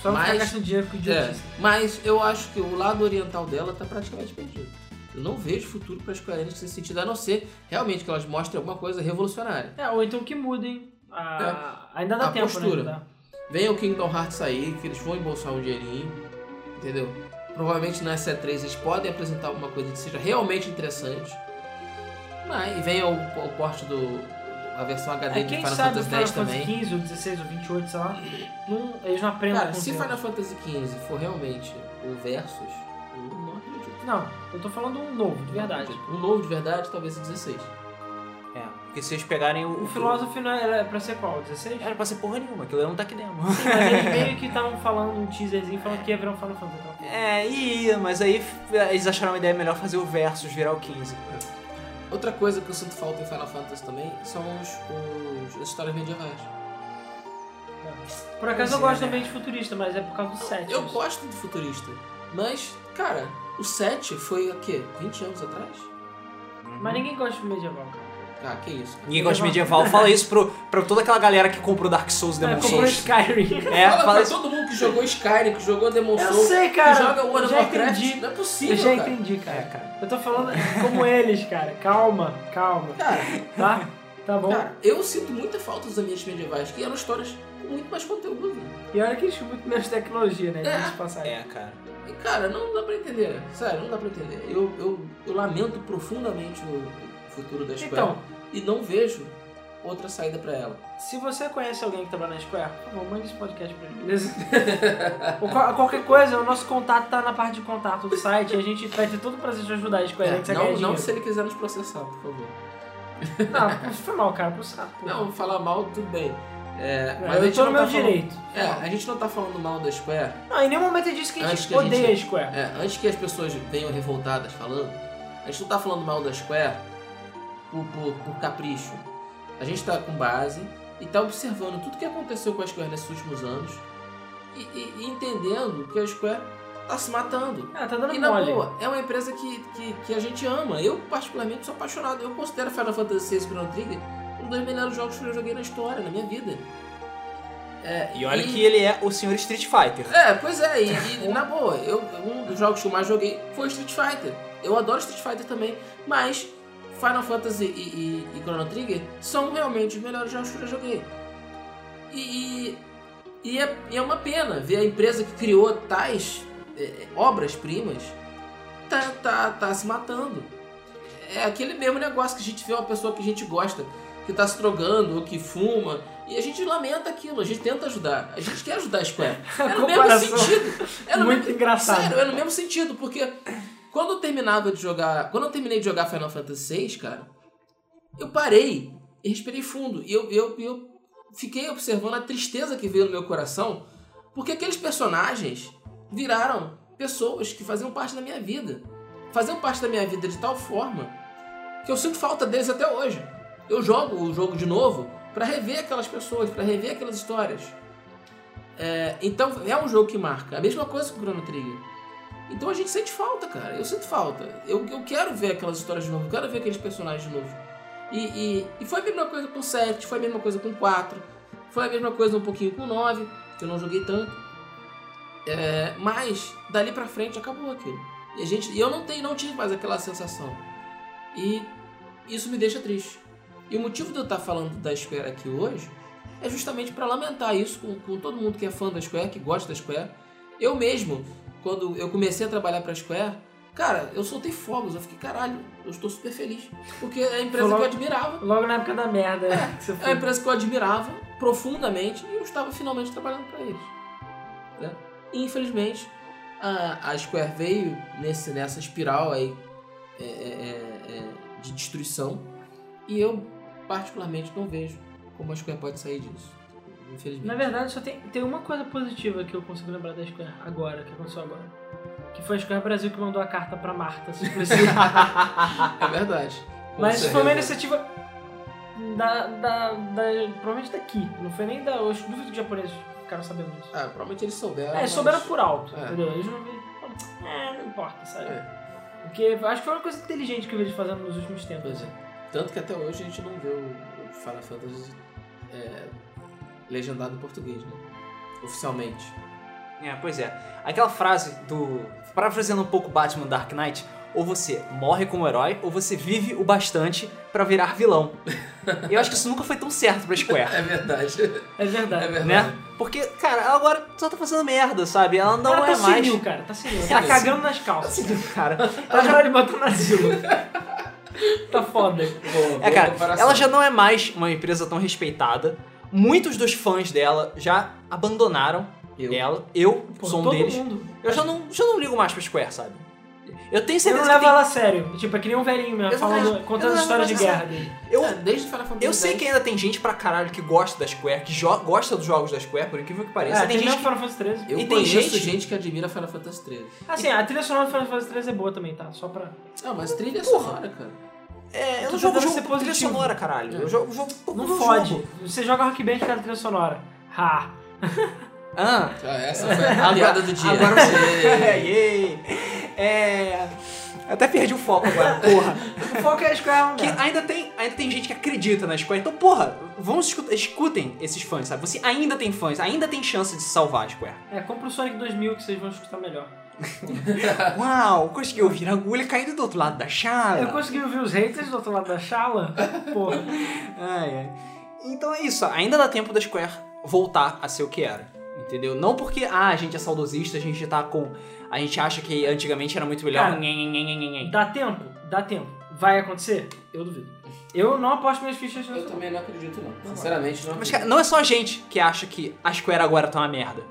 B: Só não ficar
C: Mas-
B: gastando dinheiro com
C: É,
B: idiotice.
C: mas eu acho que o lado oriental dela tá praticamente perdido. Eu não vejo futuro para Square Enix nesse sentido, a não ser realmente que elas mostrem alguma coisa revolucionária.
B: É. ou então que mudem. A... Ainda dá
C: É. A
B: tempo,
C: postura.
B: né? Dá.
C: Vem o Kingdom Hearts aí, que eles vão embolsar um dinheirinho, entendeu? Provavelmente na C3 eles podem apresentar alguma coisa que seja realmente interessante. Mas, e vem o, o porte do. a versão HD
B: É,
C: de
B: quem
C: Final
B: sabe o
C: Fantasy
B: Final
C: X
B: Fantasy
C: também.
B: XV, ou 16, ou 28, sei lá. Não, eles não aprendem
C: Cara,
B: com
C: se
B: o tempo.
C: Final Fantasy XV for realmente o Versus, eu não acredito.
B: Não, eu tô falando um novo, de verdade.
C: Um novo de verdade, talvez o 16.
A: É, porque se vocês pegarem o.
B: O filósofo não era pra ser qual? 16?
C: É.
A: Era pra ser porra nenhuma, aquilo era um Tech Demo.
B: Sim, mas eles meio que estavam falando um teaserzinho falando que ia virar um Final Fantasy. aquela porra.
A: É, ia, mas aí f- eles acharam uma ideia melhor fazer o Versus virar o 15.
C: Outra coisa que eu sinto falta em Final Fantasy também são os, os as histórias medievais.
B: Por acaso eu
A: Pois é,
B: gosto
A: né?
B: também de futurista, mas é por causa do 7.
C: Eu gosto de futurista, mas, cara, o 7 foi o quê? 20 anos atrás?
B: Mas ninguém gosta de medieval, cara.
C: Ah, que isso. cara.
A: Ninguém gosta de medieval. Fala isso pro, pra toda aquela galera que comprou Dark Souls e
B: É,
A: Demon
B: comprou
A: Souls.
B: Skyrim.
A: É,
C: fala
A: fala
C: pra
A: isso.
C: todo mundo que jogou Skyrim, que jogou Demon
B: Eu
C: Souls,
B: sei,
C: que
B: cara.
C: joga World
B: eu
C: of
B: já
C: Warcraft.
B: entendi.
C: Não é possível,
B: Eu já
C: cara.
B: entendi,
A: É,
B: cara.
A: cara.
B: Eu tô falando como eles, cara. Calma, calma.
C: Cara,
B: Tá? Tá bom?
C: cara, eu sinto muita falta dos ambientes medievais, que eram histórias com muito mais conteúdo.
B: E olha que eles tinham muito menos tecnologia, né?
C: É.
B: De passagem.
A: É, cara.
C: E, cara, não dá pra entender. Sério, não dá pra entender. Eu, eu, eu lamento profundamente o futuro da Square.
B: Então,
C: E não vejo outra saída pra ela.
B: se você conhece alguém que trabalha na Square, por favor, mande esse podcast pra ele, beleza? Ou qual- qualquer coisa, o nosso contato tá na parte de contato do site e a gente vai ter todo o prazer de ajudar a Square Enix a ganhar
C: É, não, não
B: é dinheiro.
C: se ele quiser nos processar, por favor.
B: Não, isso foi mal, cara, pro saco.
C: Não, falar mal, tudo bem. É,
B: É,
C: mas a
B: eu
C: gente
B: tô
C: não
B: no meu
C: tá falando-
B: direito.
C: É, a gente não tá falando mal da Square.
B: Não, em nenhum momento eu disse que a
C: Acho
B: gente
C: que a gente-
B: odeia a Square.
C: É, antes que as pessoas venham revoltadas falando, a gente não tá falando mal da Square por, por- por capricho. A gente tá com base e tá observando tudo que aconteceu com a Square nesses últimos anos e, e- e entendendo que a Square tá se matando.
B: Ah, tá dando
C: E na
B: mole.
C: boa, é uma empresa que, que, que a gente ama. Eu, particularmente, sou apaixonado. Eu considero Final Fantasy VI Chrono Trigger um dos melhores jogos que eu joguei na história, na minha vida. É,
A: E olha que ele é o senhor Street Fighter.
C: é, pois é, e, e na boa, eu, um dos jogos que eu mais joguei foi Street Fighter. Eu adoro Street Fighter também, mas Final Fantasy e, e- e Chrono Trigger são realmente os melhores jogos que eu já joguei. E, e- e é, e é uma pena ver a empresa que criou tais eh, obras-primas tá, tá, tá se matando. É aquele mesmo negócio que a gente vê uma pessoa que a gente gosta, que tá se drogando ou que fuma, e a gente lamenta aquilo, a gente tenta ajudar. A gente quer ajudar a Square. É no mesmo
B: Comparação
C: sentido. É no
B: Muito
C: mesmo-
B: engraçado.
C: Sério, é no mesmo sentido, porque quando eu terminava de jogar. Quando eu terminei de jogar Final Fantasy VI, cara, eu parei e respirei fundo. E eu, eu, eu fiquei observando a tristeza que veio no meu coração, porque aqueles personagens viraram pessoas que faziam parte da minha vida. Faziam parte da minha vida de tal forma que eu sinto falta deles até hoje. Eu jogo o jogo de novo pra rever aquelas pessoas, pra rever aquelas histórias. É, então é um jogo que marca. A mesma coisa com o Chrono Trigger. Então a gente sente falta, cara. Eu sinto falta. Eu, eu quero ver aquelas histórias de novo, eu quero ver aqueles personagens de novo. E, e- e foi a mesma coisa com o 7, foi a mesma coisa com o 4, foi a mesma coisa um pouquinho com o 9, que eu não joguei tanto. É, mas dali pra frente acabou aquilo. E a gente, e eu não, tenho, não tive mais aquela sensação. E isso me deixa triste. E o motivo de eu estar falando da Square aqui hoje é justamente pra lamentar isso com, com todo mundo que é fã da Square, que gosta da Square. Eu mesmo, quando eu comecei a trabalhar pra Square, cara, eu soltei fogos, eu fiquei, caralho, eu estou super feliz. Porque é a empresa
B: Foi
C: que eu
B: logo-
C: admirava.
B: Logo na época da merda né, que você
C: É uma
B: foi.
C: empresa que eu admirava profundamente e eu estava finalmente trabalhando para eles. né? E, infelizmente, a, a Square veio nesse, nessa espiral aí é, é, é, é, de destruição e eu, particularmente, não vejo como a Square pode sair disso. Infelizmente.
B: Na é verdade, só tem, tem uma coisa positiva que eu consigo lembrar da Square agora, que aconteceu agora. Que foi a Square Brasil que mandou a carta pra Marta se suicidar.
C: É verdade.
B: Mas
C: Você
B: isso foi uma
C: resolve.
B: iniciativa da, da, da- Provavelmente daqui. Não foi nem da. Eu duvido que os japoneses ficaram sabendo disso.
C: Ah, provavelmente eles souberam.
B: É,
C: mas-
B: souberam por alto,
C: É.
B: entendeu? Eles não. É, não importa, sabe? Porque eu acho que foi uma coisa inteligente que eu vi eles fazendo nos últimos tempos.
C: Pois é. Tanto que até hoje a gente não vê o o Final Fantasy é, legendado em português, né? Oficialmente.
A: É, pois é. Aquela frase do. Parafraseando um pouco Batman Dark Knight, ou você morre como herói, ou você vive o bastante pra virar vilão. Eu acho que isso nunca foi tão certo pra Square,
C: É verdade.
B: É
C: É
B: verdade.
C: verdade.
A: né? Porque, cara, ela agora só tá fazendo merda, sabe? Ela não
B: Ela
A: é
B: tá
A: mais.
B: senil, cara, tá senil.
A: Tá
B: Tá cagando nas calças.
A: Cara,
B: Tá caralho botando asilo. tá foda.
C: Boa,
A: É,
C: boa
A: cara,
C: comparação.
A: ela já não é mais uma empresa tão respeitada. Muitos dos fãs dela já abandonaram
C: Eu.
A: ela. Eu
B: Pô,
A: sou um
B: todo
A: deles.
B: mundo.
A: Eu já não, já não ligo mais pra Square, sabe? Eu tenho
B: Você não
A: certeza
B: leva
A: que tem-
B: ela a sério. Tipo, é que nem um velhinho mesmo,
A: Exatamente.
B: falando, contando
A: Eu
B: as
A: não
B: histórias de
A: levo ela a
B: guerra dele.
A: eu,
C: É, desde Final Fantasy
A: eu sei
C: X.
A: que ainda tem gente pra caralho que gosta da Square, que jo- gosta dos jogos da Square, por incrível que pareça.
B: É,
A: tem
B: tem
A: gente
B: mesmo
A: que
B: Final Fantasy XIII.
C: Eu
A: E tem
C: conheço
A: gente-
C: gente... que admira Final Fantasy 13.
B: Assim, a trilha sonora do Final Fantasy XIII é boa também, tá? Só pra.
C: Ah, mas trilha
A: Porra.
C: sonora, cara.
A: É, eu
B: Tu
A: não jogo
B: tentando
A: jogo
B: ser
A: por trilha
B: positivo.
A: sonora, caralho.
C: É.
A: Eu jogo jogo por
B: Não
A: jogo.
B: fode. Você joga Rock Band cada trilha sonora. Ha!
A: Ah,
C: Ah, essa foi a piada do dia.
A: agora
C: Ei.
A: é, yay. É. Eu até perdi o foco agora, porra.
B: O foco é a Square
A: Que ainda tem, ainda tem gente que acredita na Square. Então, porra, vamos escutar, escutem esses fãs, sabe? Você ainda tem fãs, ainda tem chance de salvar a Square.
B: É, compra o Sonic 2000 que vocês vão escutar melhor.
A: Uau, consegui ouvir a agulha caindo do outro lado da chave.
B: É. Eu consegui ouvir os haters do outro lado da sala. Porra.
A: Ai, ai. Então é isso, ainda dá tempo da Square voltar a ser o que era. Entendeu? Não porque, ah, a gente é saudosista, a gente tá com. A gente acha que antigamente era muito melhor.
B: Cara,
A: Nhen, nhen, nhen, nhen, nhen, nhen.
B: Dá tempo? Dá tempo. Vai acontecer? Eu duvido. Eu não aposto minhas fichas
C: Eu
B: nisso.
C: também não acredito, não. Sinceramente, não
A: Mas,
C: acredito.
A: cara, não é só a gente que acha que a Square agora tá uma merda.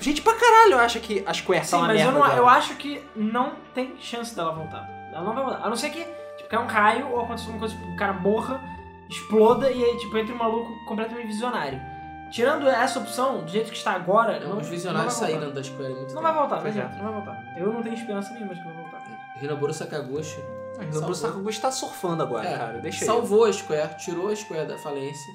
A: Gente pra caralho acha que a Square
B: Sim,
A: tá uma
B: mas
A: merda.
B: eu, não,
A: agora.
B: eu acho que não tem chance dela voltar. Ela não vai voltar. A não ser que tipo, caia um raio ou aconteça alguma coisa, tipo, o cara morra, exploda e aí tipo, entre um maluco completamente visionário. Tirando essa opção, do jeito que está agora, não,
C: É, Os visionários
B: não vai voltar.
C: saíram é. da Square né? há muito
B: Não vai voltar, não
A: Pois
B: adianta, não vai voltar. Eu não tenho esperança nenhuma de que vai voltar.
C: tempo. Hinoburo Sakaguchi
A: Ah, O Bruno Sakaguchi tá surfando agora,
C: É,
A: cara. Deixa ele.
C: salvou a Square, tirou a Square da falência.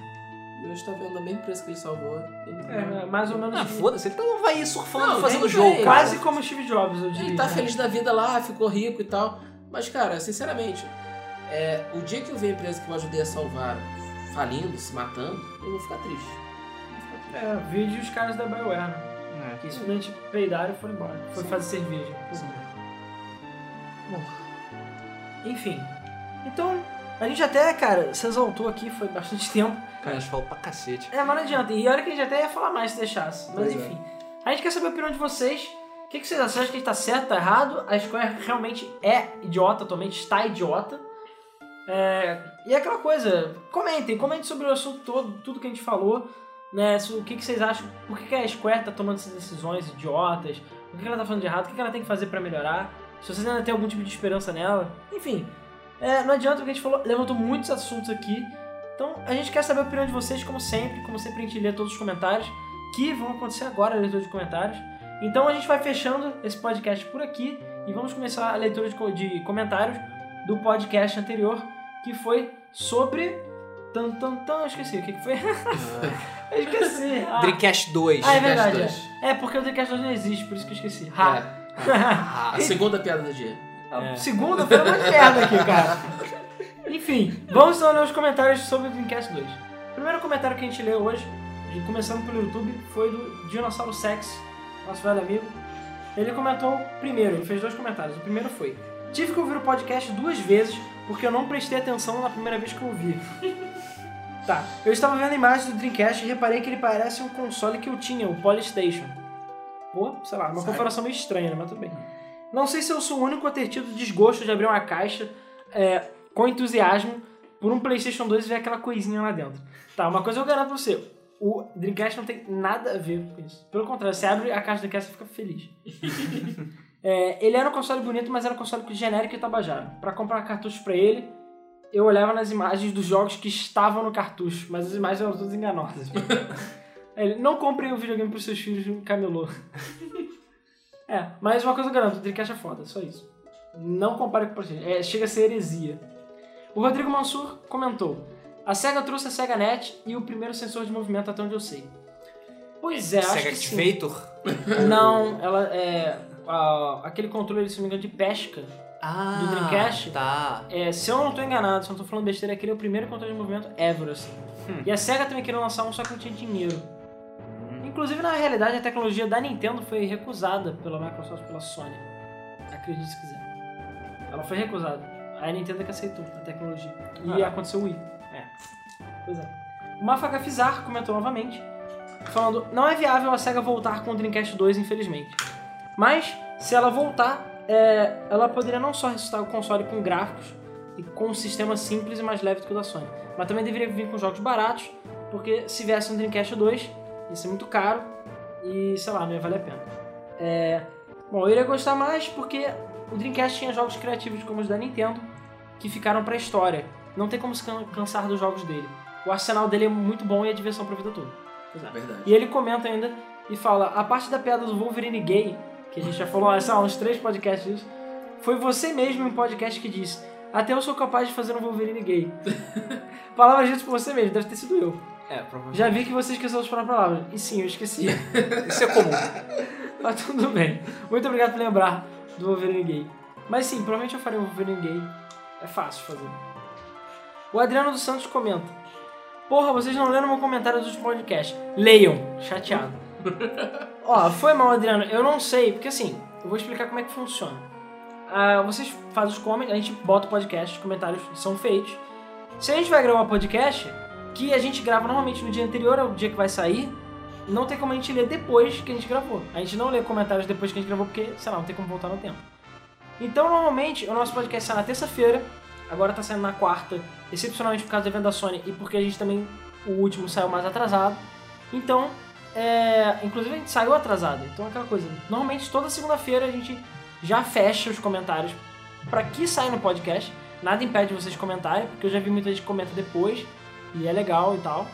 C: E hoje tá vendo a mesma empresa que ele salvou. Ele-
B: É, mais ou menos.
A: Ah, foda-se, ele tá não vai aí surfando,
C: Não,
A: fazendo
C: tem-
A: jogo.
C: tem-
A: cara.
B: quase como o Steve Jobs, eu diria.
C: Ele tá feliz da vida lá, ficou rico e tal. Mas, cara, sinceramente, é, o dia que eu ver a empresa que eu ajudei a salvar falindo, se matando, eu vou ficar triste. Eu vou ficar triste.
B: É, vídeo os caras da Bioware, né?
A: É.
B: Que simplesmente peidaram e foram embora. Foi
C: Sim.
B: fazer cerveja. Enfim. Então, a gente até, cara, se exaltou aqui, foi bastante tempo.
A: Cara, a gente falou pra cacete.
B: É, mas não adianta. E olha que a gente até ia falar mais se deixasse. Mas
C: Pois é.
B: enfim. A gente quer saber a opinião de vocês. O que, que vocês acham? Vocês acham que a gente tá certo, tá errado? A Square realmente é idiota atualmente, está idiota. É, e é aquela coisa, comentem, comentem sobre o assunto todo, tudo que a gente falou, né? se- O que, que vocês acham, por que, que a Square tá tomando essas decisões idiotas, o que, que ela tá falando de errado, o que, que ela tem que fazer pra melhorar, se vocês ainda têm algum tipo de esperança nela, enfim. é, não adianta o que a gente falou, levantou muitos assuntos aqui. Então a gente quer saber a opinião de vocês, como sempre, como sempre a gente lê todos os comentários, que vão acontecer agora a leitura de comentários. Então a gente vai fechando esse podcast por aqui e vamos começar a leitura de, co- de comentários do podcast anterior, que foi sobre. Tan, tan, tan, eu esqueci o que, que foi. eu esqueci. Ah,
A: Dreamcast 2.
B: Ah, é
C: Dreamcast
B: verdade,
C: dois.
B: é porque o Dreamcast 2 não existe, por isso que eu esqueci. Ha.
C: É,
A: Ah,
C: a segunda piada do dia.
A: É.
B: Segunda foi uma merda aqui, cara. Enfim, vamos então ler os comentários sobre o Dreamcast 2. O primeiro comentário que a gente leu hoje, e começando pelo YouTube, foi do Dinossauro Sex, nosso velho amigo. Ele comentou primeiro, ele fez dois comentários. O primeiro foi: Tive que ouvir o podcast duas vezes porque eu não prestei atenção na primeira vez que eu ouvi. tá, eu estava vendo imagens do Dreamcast e reparei que ele parece um console que eu tinha, o Polystation. Pô, sei lá, uma
C: Sabe?
B: comparação meio estranha, né? mas tudo bem. Não sei se eu sou o único a ter tido desgosto de abrir uma caixa é, com entusiasmo por um PlayStation 2 e ver aquela coisinha lá dentro. Tá, uma coisa eu garanto pra você: o Dreamcast não tem nada a ver com isso. Pelo contrário, você abre a caixa do Dreamcast e fica feliz. É, ele era um console bonito, mas era um console genérico e tabajara. Pra comprar cartucho pra ele, eu olhava nas imagens dos jogos que estavam no cartucho, mas as imagens eram todas enganosas. ele, não comprem um videogame pros seus filhos no camelô. é, mas uma coisa eu garanto, o Dreamcast é foda, só isso. Não compare com o PlayStation. É, chega a ser heresia. O Rodrigo Mansur comentou, a SEGA trouxe a SEGA NET e o primeiro sensor de movimento até onde eu sei. Pois é, acho
A: Sega
B: que sim.
A: Activator?
B: Não, ela é. a- aquele controle, se não me engano, de pesca.
A: Ah,
B: Do Dreamcast?
A: Tá.
B: É, se eu não tô enganado, se eu não tô falando besteira, aquele é o primeiro controle de movimento ever, assim.
A: Hum.
B: E a SEGA também queria lançar um, só que não tinha dinheiro. Inclusive, na realidade, a tecnologia da Nintendo foi recusada pela Microsoft e pela Sony. Acredite se quiser. Ela foi recusada. Aí A Nintendo é que aceitou a tecnologia. E
A: Ah.
B: aconteceu o Wii. É. Pois é. O Mafaka Fizar comentou novamente, falando: Não é viável a SEGA voltar com o Dreamcast 2, infelizmente. Mas, se ela voltar, é, ela poderia não só ressuscitar o console com gráficos e com um sistema simples e mais leve do que o da Sony, mas também deveria vir com jogos baratos, porque se viesse um Dreamcast 2, ia ser muito caro e, sei lá, não ia valer a pena. É, bom, eu iria gostar mais porque o Dreamcast tinha jogos criativos como os da Nintendo que ficaram pra história. Não tem como se can- cansar dos jogos dele. O arsenal dele é muito bom e a diversão pra vida toda.
C: É verdade.
B: E ele comenta ainda e fala: a parte da piada do Wolverine gay, que a gente já falou ah, sei lá, uns três podcasts disso, foi você mesmo em um podcast que disse: Até eu sou capaz de fazer um Wolverine gay. Palavras ditas por você mesmo, deve ter sido eu.
C: É, provavelmente.
B: Já vi que você esqueceu as próprias palavras. E sim, eu esqueci.
A: Isso é comum.
B: Mas tudo bem. Muito obrigado por lembrar do Wolverine gay. Mas sim, provavelmente eu farei um Wolverine gay. É fácil fazer. O Adriano dos Santos comenta. Porra, vocês não leram meu comentário dos últimos podcasts. Leiam. Chateado. Ó, foi mal, Adriano. Eu não sei, porque assim, eu vou explicar como é que funciona. Ah, vocês fazem os comentários, a gente bota o podcast, os comentários são feitos. Se a gente vai gravar um podcast, que a gente grava normalmente no dia anterior ao dia que vai sair, não tem como a gente ler depois que a gente gravou. A gente não lê comentários depois que a gente gravou, porque, sei lá, não tem como voltar no tempo. Então, normalmente, o nosso podcast sai na terça-feira, agora tá saindo na quarta, excepcionalmente por causa do evento da Sony e porque a gente também, o último saiu mais atrasado. Então, é, inclusive a gente saiu atrasado, então é aquela coisa. Normalmente, toda segunda-feira a gente já fecha os comentários pra que saia no podcast. Nada impede vocês comentarem, porque eu já vi muita gente que comenta depois, e é legal e tal.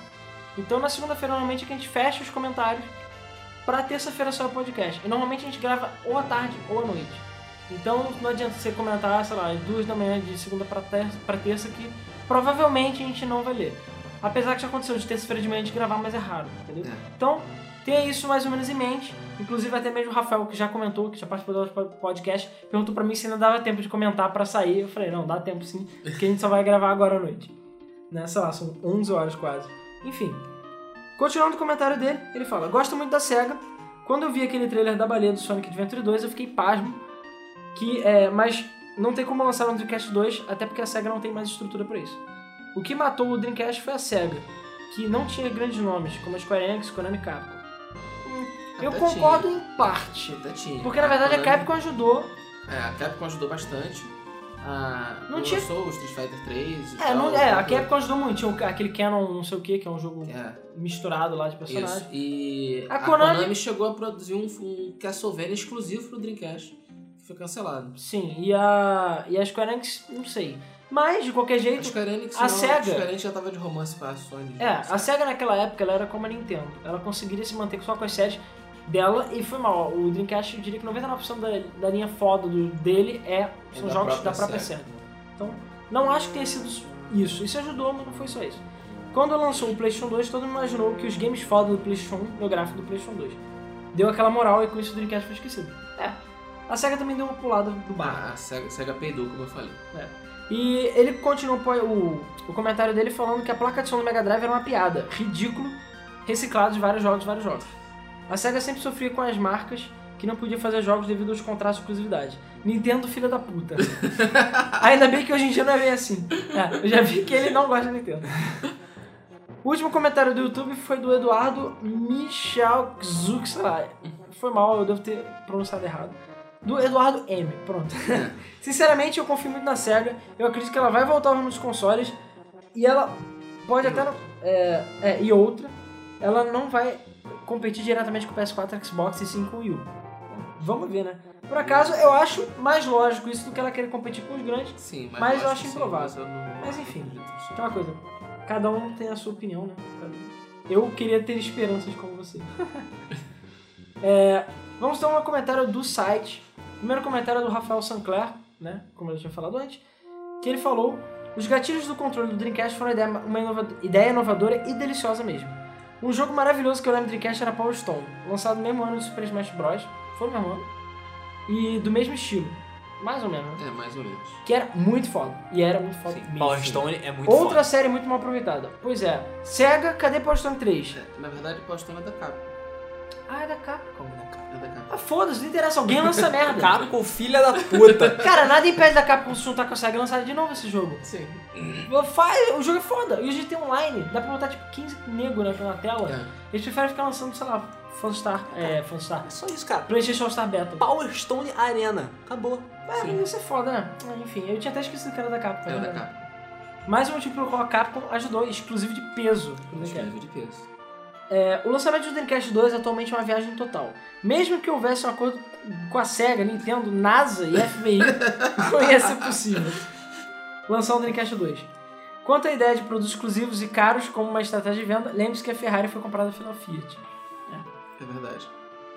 B: Então na segunda-feira normalmente é que a gente fecha os comentários pra terça-feira sair o podcast. E normalmente a gente grava ou à tarde ou à noite. Então não adianta você comentar, sei lá, às duas da manhã de segunda pra terça, pra terça que provavelmente a gente não vai ler. Apesar que já aconteceu de terça-feira de manhã a gente gravar, mas é raro, entendeu?
C: É.
B: Então tenha isso mais ou menos em mente. Inclusive até mesmo o Rafael, que já comentou, que já participou do outro po- podcast, perguntou pra mim se ainda dava tempo de comentar pra sair. Eu falei, não, dá tempo sim, porque a gente só vai gravar agora à noite. Né, sei lá, são 11 horas quase. Enfim, Continuando o comentário dele, ele fala: Gosto muito da SEGA. Quando eu vi aquele trailer da baleia do Sonic Adventure 2, eu fiquei pasmo. Que, é, mas não tem como lançar no Dreamcast 2, até porque a SEGA não tem mais estrutura pra isso. O que matou o Dreamcast foi a SEGA, que não tinha grandes nomes, como a Square Enix, Konami e Capcom. Hum, Eu
C: Até
B: concordo em parte.
C: Até tinha.
B: Porque na verdade a
C: Ah, tá, Konami-
B: Capcom ajudou.
C: É, a Capcom ajudou bastante. A...
B: Não
C: Não
B: tinha-
C: Lançou o Street Fighter 3 e
B: É,
C: tal.
B: não- é, a
C: tanto-
B: Capcom ajudou muito. Tinha o- aquele Canon não sei o que, que é um jogo
C: É,
B: misturado lá de personagens.
C: isso. E
B: A
C: a,
B: Konami-
C: Konami... chegou a produzir um, um Castlevania exclusivo pro Dreamcast. Que foi cancelado.
B: Sim, e a, e a Square Enix, não sei. Mas, de qualquer
C: A
B: jeito,
C: Square Enix,
B: a
C: não,
B: Sega-
C: A Square Enix já tava de romance com a Sony.
B: é, a SEGA naquela época ela era como a Nintendo. Ela conseguiria se manter só com as séries dela e foi mal. O Dreamcast, eu diria que 99% da, da linha foda do, dele é,
C: É
B: são jogos da própria SEGA.
C: Sega.
B: Então, não acho que tenha sido isso. Isso ajudou, mas não foi só isso. Quando lançou o PlayStation 2, todo mundo imaginou que os games foda do PlayStation 1 no gráfico do PlayStation 2. Deu aquela moral e com isso o Dreamcast foi esquecido. É. A SEGA também deu uma pulada do barco.
C: Ah, a Sega, Sega peidou, como eu falei.
B: E ele continua pô, o, o comentário dele falando que a placa de som do Mega Drive era uma piada, ridículo, reciclado de vários jogos, vários jogos. A SEGA sempre sofria com as marcas que não podia fazer jogos devido aos contratos de exclusividade. Nintendo, filha da puta. Ainda bem que hoje em dia não é bem assim. É, eu já vi que ele não gosta da Nintendo. O último comentário do YouTube foi do Eduardo Michalczuk, sei lá. Foi mal, eu devo ter pronunciado errado. Do Eduardo M, pronto. Sinceramente, eu confio muito na SEGA. Eu acredito que ela vai voltar aos muitos consoles. E ela pode até. não- é, é, e outra. Ela não vai competir diretamente com o PS4, Xbox e sim com o Wii. U. Vamos ver, né? Por acaso, eu acho mais lógico isso do que ela querer competir com os grandes.
C: Sim, mas,
B: Mas eu acho
C: que sim,
B: improvável.
C: mas eu não-
B: Mas enfim.
C: não acredito nisso.
B: Então, é uma coisa. Cada um tem a sua opinião, né? Eu queria ter esperanças como você. É, vamos dar um comentário do site. Primeiro comentário é do Rafael Sancler, né? Como eu já tinha falado antes. Que ele falou: Os gatilhos do controle do Dreamcast foram uma ideia, uma inova- ideia inovadora e deliciosa mesmo. Um jogo maravilhoso que eu lembro do Dreamcast era Power Stone, lançado no mesmo ano do Super Smash Bros. Foi no mesmo ano. E do mesmo estilo. Mais ou menos, né?
C: É, mais ou menos.
B: Que era muito foda. E era muito foda.
C: Sim,
B: mesmo.
A: Power Stone é muito
B: Outra
A: foda.
B: série muito mal aproveitada. Pois é. Sega, cadê Power Stone 3?
C: É, na verdade, o Postão é da Capcom.
B: Ah, é da Capcom.
C: É da Capcom.
B: Ah, foda-se, não interessa. Alguém lança merda.
A: Capcom, filha da puta.
B: Cara, nada impede da Capcom se juntar com a Sega e lançar de novo esse jogo.
C: Sim.
B: Faz, o jogo é foda. E hoje tem online. Dá pra botar tipo 15 nego naquela tela.
C: É.
B: Eles preferem ficar lançando, sei lá, Funstar. É, Funstar.
A: É só isso, cara.
B: PlayStation All-Star Battle.
A: Power Stone Arena. Acabou.
B: Ah, mas isso é foda, né? Ah, Enfim, eu tinha até esquecido que era da Capcom.
C: É
B: né?
C: da Capcom.
B: Mais um motivo pelo qual a Capcom ajudou, exclusivo de peso.
C: Exclusivo de peso.
B: É, o lançamento do Dreamcast 2 atualmente é uma viagem total. Mesmo que houvesse um acordo com a SEGA, Nintendo, NASA e FBI, não ia ser possível lançar o Dreamcast 2. Quanto à ideia de produtos exclusivos e caros como uma estratégia de venda, lembre-se que a Ferrari foi comprada pela Fiat.
C: É verdade.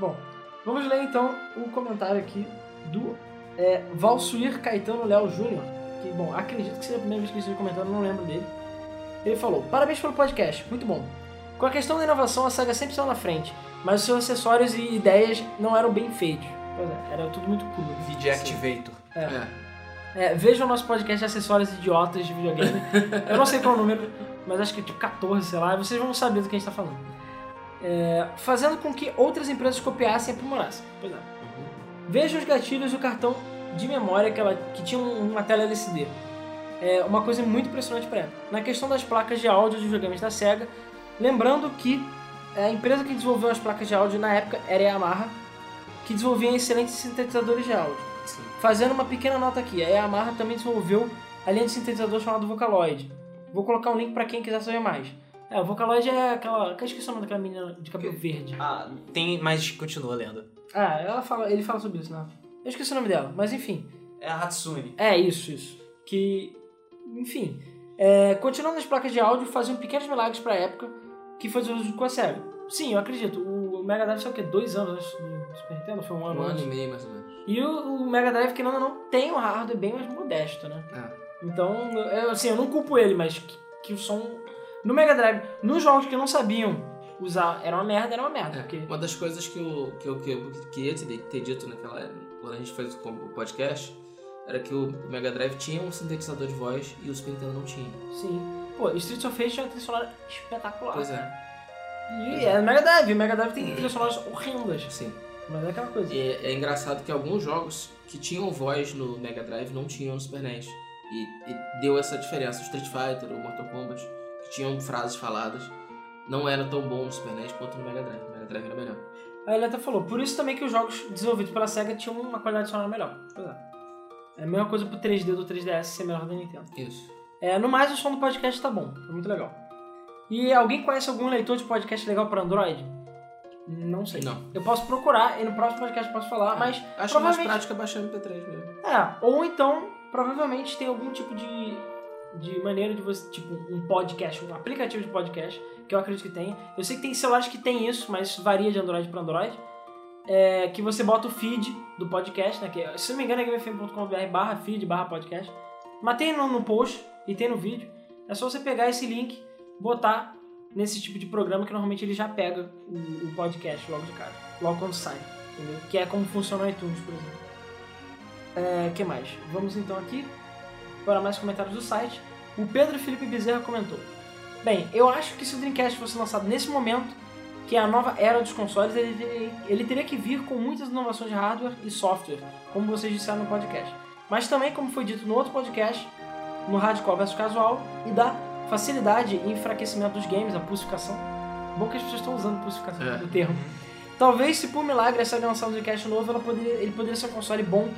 B: Bom, vamos ler então o comentário aqui do é, Valsuir Caetano Léo Júnior. Que, bom, acredito que seja a primeira vez que ele comentando, não lembro dele. Ele falou: Parabéns pelo podcast, muito bom. Com a questão da inovação, a saga sempre saiu na frente, mas os seus acessórios e ideias não eram bem feitos. Pois é, era tudo muito cool.
A: Vide Activator.
B: É.
C: É.
B: É, vejam o nosso podcast de acessórios idiotas de videogame. Eu não sei qual é o número, mas acho que é tipo 14, sei lá, e vocês vão saber do que a gente tá falando. É, fazendo com que outras empresas copiassem e aprimorassem. Pois é. Vejam os gatilhos do cartão de memória que, ela, que tinha um- uma tela LCD. É uma coisa muito impressionante para ela. Na questão das placas de áudio dos videogames da SEGA, lembrando que a empresa que desenvolveu as placas de áudio na época era a Yamaha, que desenvolvia excelentes sintetizadores de áudio.
C: Sim.
B: Fazendo uma pequena nota aqui, a Yamaha também desenvolveu a linha de sintetizador chamada Vocaloid. Vou colocar um link pra quem quiser saber mais. É, o Vocaloid é aquela. Que eu esqueci o nome daquela menina de cabelo verde.
A: Ah, tem, mas continua lendo.
B: Ah, ela fala, ele fala sobre isso, né? Eu esqueci o nome dela, mas enfim.
A: É a Hatsune.
B: É isso, isso. Que. Enfim. É, continuando as placas de áudio, faziam pequenos milagres pra época que foi desenvolvido com a série. Sim, eu acredito. O Mega Drive saiu o quê? Dois anos antes do Super Nintendo? Foi um ano
C: Um ano
B: antes?
C: e meio, mais ou menos.
B: E o, o Mega Drive, que não, não tem um hardware bem mais modesto, né?
C: É.
B: Então, eu- assim, eu não culpo ele, mas que, que o som. No Mega Drive, nos jogos que não sabiam usar, era uma merda, era uma merda.
C: É,
B: Porque...
C: Uma das coisas que eu, que eu, que eu queria te- ter dito naquela quando a gente fez o com- o podcast era que o Mega Drive tinha um sintetizador de voz e o Super Nintendo não tinha.
B: Sim. Pô, Streets of Rage é uma trilha sonora espetacular.
C: Pois é.
B: cara. E é no Mega Drive. O Mega Drive tem trilhas sonoras horrendas.
C: Sim.
B: Mas é aquela coisa.
C: E é engraçado que alguns jogos que tinham voz no Mega Drive não tinham no Super NES. E, e deu essa diferença. O Street Fighter, o Mortal Kombat, que tinham frases faladas, não era tão bom no Super NES quanto no Mega Drive. O Mega Drive era melhor.
B: A Eleta falou, por isso também que os jogos desenvolvidos pela SEGA tinham uma qualidade sonora melhor. Pois é. É a mesma coisa pro 3D do 3DS ser melhor do Nintendo.
C: Isso.
B: É, no mais, o som do podcast tá bom. Foi muito legal. E alguém conhece algum leitor de podcast legal pra Android? Não sei.
C: Não.
B: Eu posso procurar e no próximo podcast eu posso falar, mas.
C: Acho
B: provavelmente-
C: mais prática é baixar MP3 mesmo.
B: É, ou então, provavelmente tem algum tipo de, de maneira de você. Tipo, um podcast, um aplicativo de podcast, que eu acredito que tem. Eu sei que tem celulares que tem isso, mas isso varia de Android pra Android. É, que você bota o feed do podcast, né? Que, se não me engano é gamefm.com.br barra feed barra podcast. Mas tem no, no post e tem no vídeo. É só você pegar esse link, botar nesse tipo de programa que normalmente ele já pega o, o podcast logo de cara, logo quando sai. Entendeu? Que é como funciona o iTunes, por exemplo. É, que mais? Vamos então aqui para mais comentários do site. O Pedro Felipe Bezerra comentou: Bem, eu acho que se o Dreamcast fosse lançado nesse momento, que é a nova era dos consoles, ele, teria- ele teria que vir com muitas inovações de hardware e software, como vocês disseram no podcast. Mas também, como foi dito no outro podcast, no Hardcore versus Casual, e da facilidade e enfraquecimento dos games, a pulsificação. Bom que as pessoas estão usando pulsificação
C: É.
B: o termo. Talvez, se por milagre essa lançar um Dreamcast novo, ela poderia, ele poderia ser um console bom,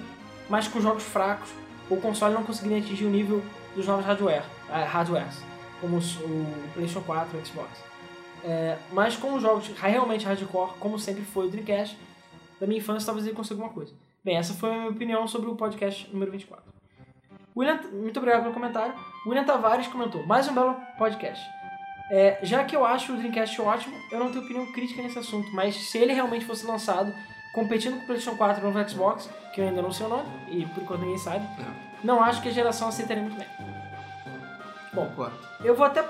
B: mas com jogos fracos, o console não conseguiria atingir o nível dos novos hardware, ah, hardwares, como os- o PlayStation 4 e o Xbox. É, mas com os jogos realmente hardcore, como sempre foi o Dreamcast, da minha infância talvez ele consiga alguma coisa. Bem, essa foi a minha opinião sobre o podcast número 24. William, muito obrigado pelo comentário. William Tavares comentou: mais um belo podcast. É, já que eu acho o Dreamcast ótimo, eu não tenho opinião crítica nesse assunto, mas se ele realmente fosse lançado, competindo com o PlayStation 4 e o novo Xbox, que eu ainda não sei o nome, e por enquanto ninguém sabe,
A: É.
B: não acho que a geração aceitaria muito bem. Bom,
C: Concordo.
B: eu vou até.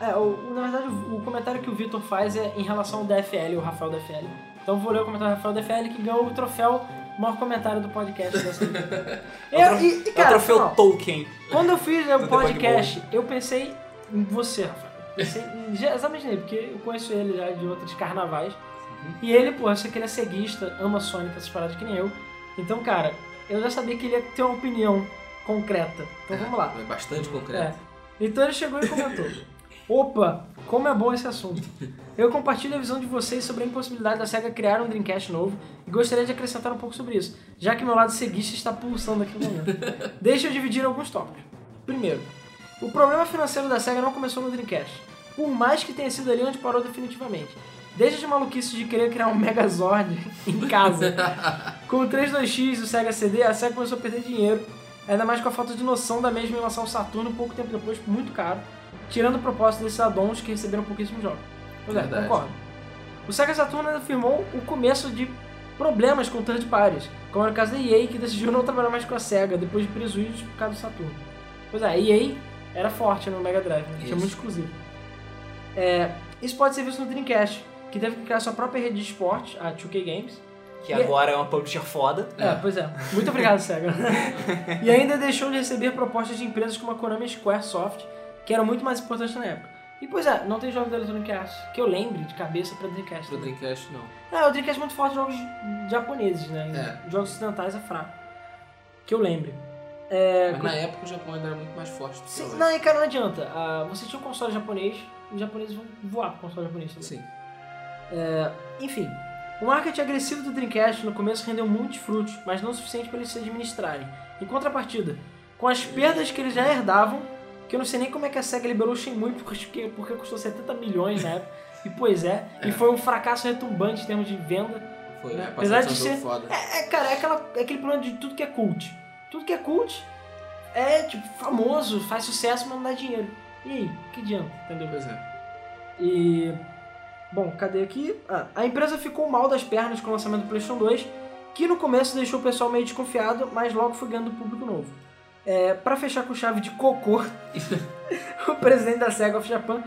B: É, o- o- na verdade, o, o comentário que o Vitor faz é em relação ao DFL, o Rafael DFL. Então eu vou ler o comentário do Rafael DFL que ganhou o troféu maior comentário do podcast dessa eu,
A: É o tro-
B: e, e,
A: É o
B: cara,
A: troféu
B: não,
A: Tolkien.
B: quando eu fiz né,
A: Do The
B: o podcast, eu pensei em você, Rafael. Pensei em- já- exatamente nele, porque eu conheço ele já de outros carnavais. E ele, pô, eu sei que ele é ceguista, ama Sonic, essas paradas que nem eu. Então, cara, eu já sabia que ele ia ter uma opinião concreta. Então
C: É,
B: vamos lá.
C: É bastante concreto.
B: É. Então ele chegou e comentou: Opa, como é bom esse assunto. Eu compartilho a visão de vocês sobre a impossibilidade da SEGA criar um Dreamcast novo e gostaria de acrescentar um pouco sobre isso, já que meu lado seguista está pulsando aqui no momento. Deixa eu dividir alguns tópicos. Primeiro, o problema financeiro da SEGA não começou no Dreamcast. por mais que tenha sido ali onde parou definitivamente. Desde de maluquice de querer criar um Megazord em casa. Com o 3.2X e o Sega CD, a Sega começou a perder dinheiro, ainda mais com a falta de noção da mesma em lançar o Saturno pouco tempo depois, muito caro, tirando o propósito desses addons que receberam pouquíssimos jogos. Pois é,
C: Verdade.
B: concordo. O Sega Saturno afirmou o começo de problemas com third parties, como era o caso da EA, que decidiu não trabalhar mais com a SEGA depois de prejuízos por causa do Saturno. Pois é, a EA era forte no Mega Drive, né? tinha
C: Isso.
B: muito exclusivo. É, isso pode ser visto no Dreamcast, que teve que criar sua própria rede de esporte, a 2K Games,
A: Que agora é uma publisher foda.
B: é, pois é. Muito obrigado, SEGA. e ainda deixou de receber propostas de empresas como a Konami e Squaresoft, que eram muito mais importantes na época. E pois é, não tem jogo da Electronic Arts que eu lembre de cabeça pra Dreamcast.
C: Pro Dreamcast, não.
B: Ah, o Dreamcast é muito forte em jogos japoneses, né?
C: É.
B: Jogos ocidentais é fraco. Que eu lembre.
C: Mas na época o Japão ainda era muito mais forte do que
B: Sim,
C: hoje.
B: não, e cara, não adianta. Ah, você tinha um console japonês, os japoneses vão voar com o console japonês também.
C: Sim.
B: Enfim, o marketing agressivo do Dreamcast no começo rendeu muitos frutos, mas não o suficiente para eles se administrarem. Em contrapartida, com as perdas que eles já herdavam, que eu não sei nem como é que a SEGA liberou o Shenmue, porque, porque custou 70 milhões na época, e pois é, e foi um fracasso retumbante em termos de venda.
C: Foi,
B: Né?
C: a
B: Apesar de
C: passação
B: ser-
C: foi foda.
B: É, cara, é, aquela, é aquele problema de tudo que é cult. Tudo que é cult é, tipo, famoso, faz sucesso, mas não dá dinheiro. E aí, que adianta, entendeu?
C: Pois é.
B: E. Bom, cadê aqui? Ah, a empresa ficou mal das pernas com o lançamento do PlayStation 2, que no começo deixou o pessoal meio desconfiado, mas logo foi ganhando público novo. É, para fechar com chave de cocô, o presidente da SEGA of Japan,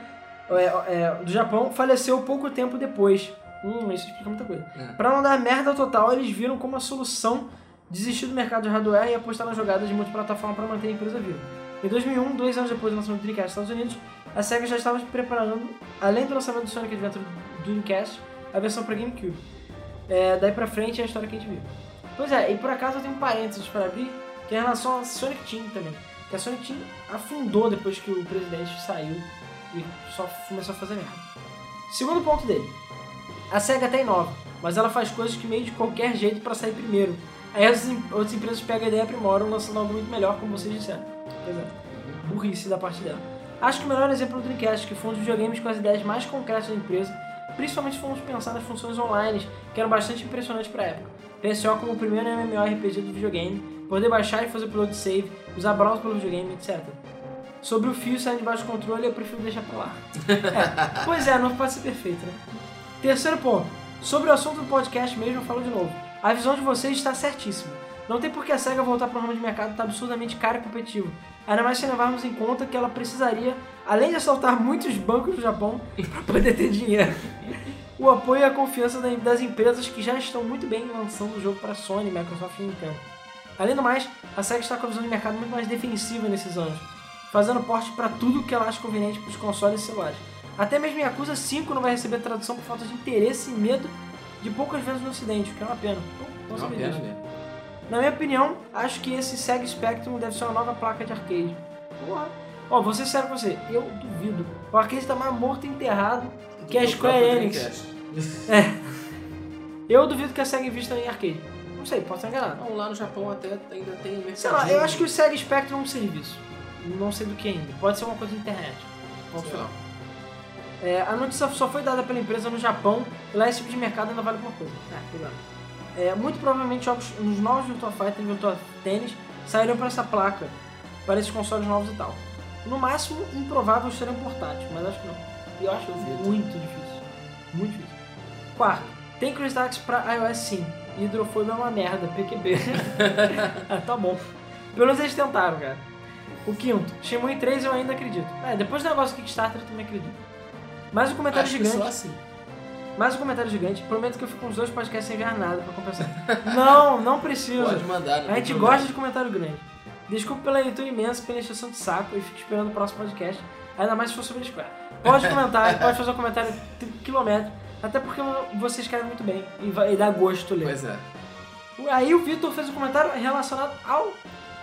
B: é, é, do Japão faleceu pouco tempo depois. Hum, isso explica muita coisa.
C: É.
B: Pra não dar merda total, eles viram como a solução desistir do mercado de hardware e apostar nas jogadas de multiplataforma para manter a empresa viva. Em 2001, dois anos depois do lançamento do Dreamcast nos Estados Unidos, a SEGA já estava preparando, além do lançamento do Sonic Adventure do Dreamcast, a versão para GameCube. É, daí pra frente é a história que a gente viu. Pois é, e por acaso eu tenho um parênteses para abrir, que é em relação à Sonic Team também. Que a Sonic Team afundou depois que o presidente saiu e só começou a fazer merda. Segundo ponto dele. A SEGA até inova, mas ela faz coisas que meio de qualquer jeito pra sair primeiro. Aí as em- outras empresas pegam a ideia e aprimoram, lançando algo muito melhor, como vocês disseram. Pois é, burrice da parte dela. Acho que o melhor exemplo é o Dreamcast, que foi um dos videogames com as ideias mais concretas da empresa, principalmente se formos pensar nas funções online, que eram bastante impressionantes pra época. PSO como o primeiro MMORPG do videogame, poder baixar e fazer upload save, usar browser pelo videogame, etc. Sobre o fio saindo debaixo do controle, eu prefiro deixar pra lá. É, pois é, não pode ser perfeito, né? Terceiro ponto. Sobre o assunto do podcast mesmo, eu falo de novo. A visão de vocês está certíssima. Não tem por que a SEGA voltar para o ramo de mercado está absurdamente caro e competitivo. Ainda mais se levarmos em conta que ela precisaria, além de assaltar muitos bancos do Japão, para poder ter dinheiro. O apoio e a confiança da- das empresas que já estão muito bem lançando o jogo para Sony, Microsoft e Nintendo. Além do mais, a SEGA está com a visão de mercado muito mais defensiva nesses anos, fazendo porte para tudo que ela acha conveniente para os consoles e celulares. Até mesmo Yakuza 5 não vai receber tradução por falta de interesse e medo de poucas vezes no ocidente, o que é uma pena. Não
C: Não,
B: sabia
C: pena
B: disso.
C: mesmo.
B: Na minha opinião, acho que esse Sega Spectrum deve ser uma nova placa de arcade. Porra. Ó, vou ser sério com você, eu duvido. O arcade tá mais morto e enterrado que a
C: Do
B: Square
C: próprio
B: Enix.
C: Dreamcast.
B: Eu duvido que a SEGA invista em arcade. Não sei, posso estar enganado.
C: Não, Então, lá no Japão até ainda tem mercado.
B: Sei lá, eu acho que o Sega Spectrum é um serviço. Não sei do que ainda. Pode ser uma coisa da internet. Vamos
C: Sei
B: ver.
C: lá.
B: É, a notícia só foi dada pela empresa no Japão, e lá esse tipo de mercado ainda vale alguma coisa. É, sei lá. É, muito provavelmente jogos nos novos Virtua Fighter e Virtua Tennis saíram para essa placa, para esses consoles novos e tal. No máximo, improvável serem portátil, mas acho que não. E eu acho
C: Duvido.
B: muito difícil. Muito difícil. Quarto, tem Chris Dax pra iOS sim. Hidrofobia é uma merda, PQB. ah, tá bom. Pelo menos eles tentaram, cara. O quinto, Shenmue 3 eu ainda acredito. É, depois do negócio do Kickstarter eu também acredito. Mas o comentário
C: Acho que
B: tá gigante.
C: só assim.
B: Mais um comentário gigante. Prometo que eu fico com os dois podcasts sem enviar nada pra compensar. não, não preciso.
C: Pode mandar. não
B: A
C: tem
B: gente
C: problema.
B: gosta de comentário grande. Desculpa pela leitura imensa, pela encheção de saco e fico esperando o próximo podcast, ainda mais se for sobre a Square. Pode comentar, pode fazer um comentário tri- quilométrico, até porque vocês querem muito bem e, vai, e dá gosto ler.
C: Pois é.
B: Aí o Vitor fez um comentário relacionado ao,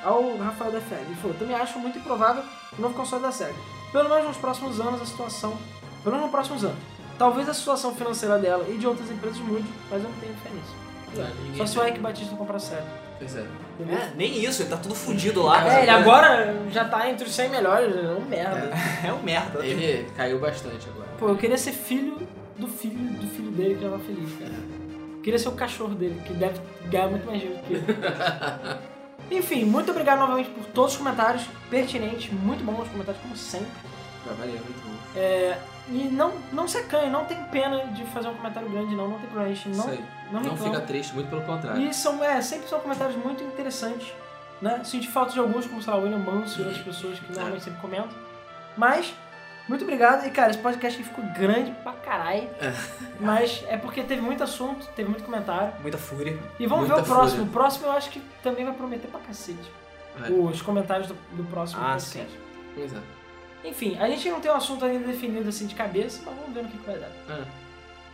B: ao Rafael da Feb. Ele falou, também acho muito improvável o novo console da SEGA. Pelo menos nos próximos anos a situação... Pelo menos nos próximos anos. Talvez a situação financeira dela e de outras empresas mude, mas eu não tenho fé nisso.
C: Não, é, ninguém-
B: Só se o Eric Batista comprar sério.
C: Pois é.
A: É, nem isso, ele tá tudo fudido lá.
B: É, ele
A: cara.
B: agora já tá entre os 100 melhores, é um merda.
A: É um merda.
C: Ele caiu bastante agora.
B: Pô, eu queria ser filho do filho do filho dele que tava feliz, cara. Eu queria ser o cachorro dele, que deve ganhar muito mais dinheiro que ele. Enfim, muito obrigado novamente por todos os comentários pertinentes, muito bons os comentários, como sempre.
C: Tá valendo, muito bom.
B: E não, não se acanhe, não tem pena de fazer um comentário grande, não, não tem problema, a gente não,
C: Isso aí.
B: não
C: Não
B: reclama.
C: fica triste, muito pelo contrário.
B: E são, é, sempre são comentários muito interessantes, né? Senti falta de alguns, como sei lá, o William Manso e outras pessoas que normalmente sempre comentam. Mas, muito obrigado. E, cara, esse podcast aqui ficou grande pra caralho. Mas é porque teve muito assunto, teve muito comentário.
A: Muita fúria.
B: E vamos ver
C: Muita
B: o próximo.
C: fúria.
B: O próximo eu acho que também vai prometer pra cacete.
C: Vai.
B: Os comentários do, do próximo
A: Ah,
B: podcast.
C: Pois é.
B: Enfim, a gente não tem um assunto ainda definido assim de cabeça, mas vamos ver no que, que vai dar.
C: Ah,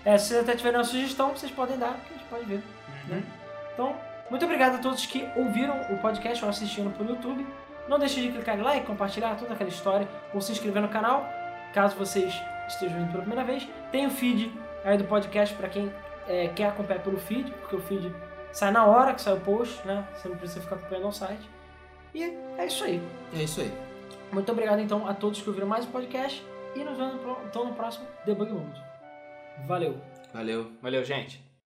B: É, se vocês até tiverem uma sugestão, vocês podem dar, que a gente pode ver. né? Então, muito obrigado a todos que ouviram o podcast ou assistiram pelo YouTube. Não deixe de clicar em like, compartilhar toda aquela história, ou se inscrever no canal, caso vocês estejam vindo pela primeira vez. Tem o feed aí do podcast para quem é, quer acompanhar pelo feed, porque o feed sai na hora que sai o post, né? Você não precisa ficar acompanhando no site. E é isso aí.
C: é isso aí.
B: Muito obrigado então a todos que ouviram mais o podcast e nos vemos então no próximo Debug World. Valeu!
C: Valeu.
A: Valeu, gente.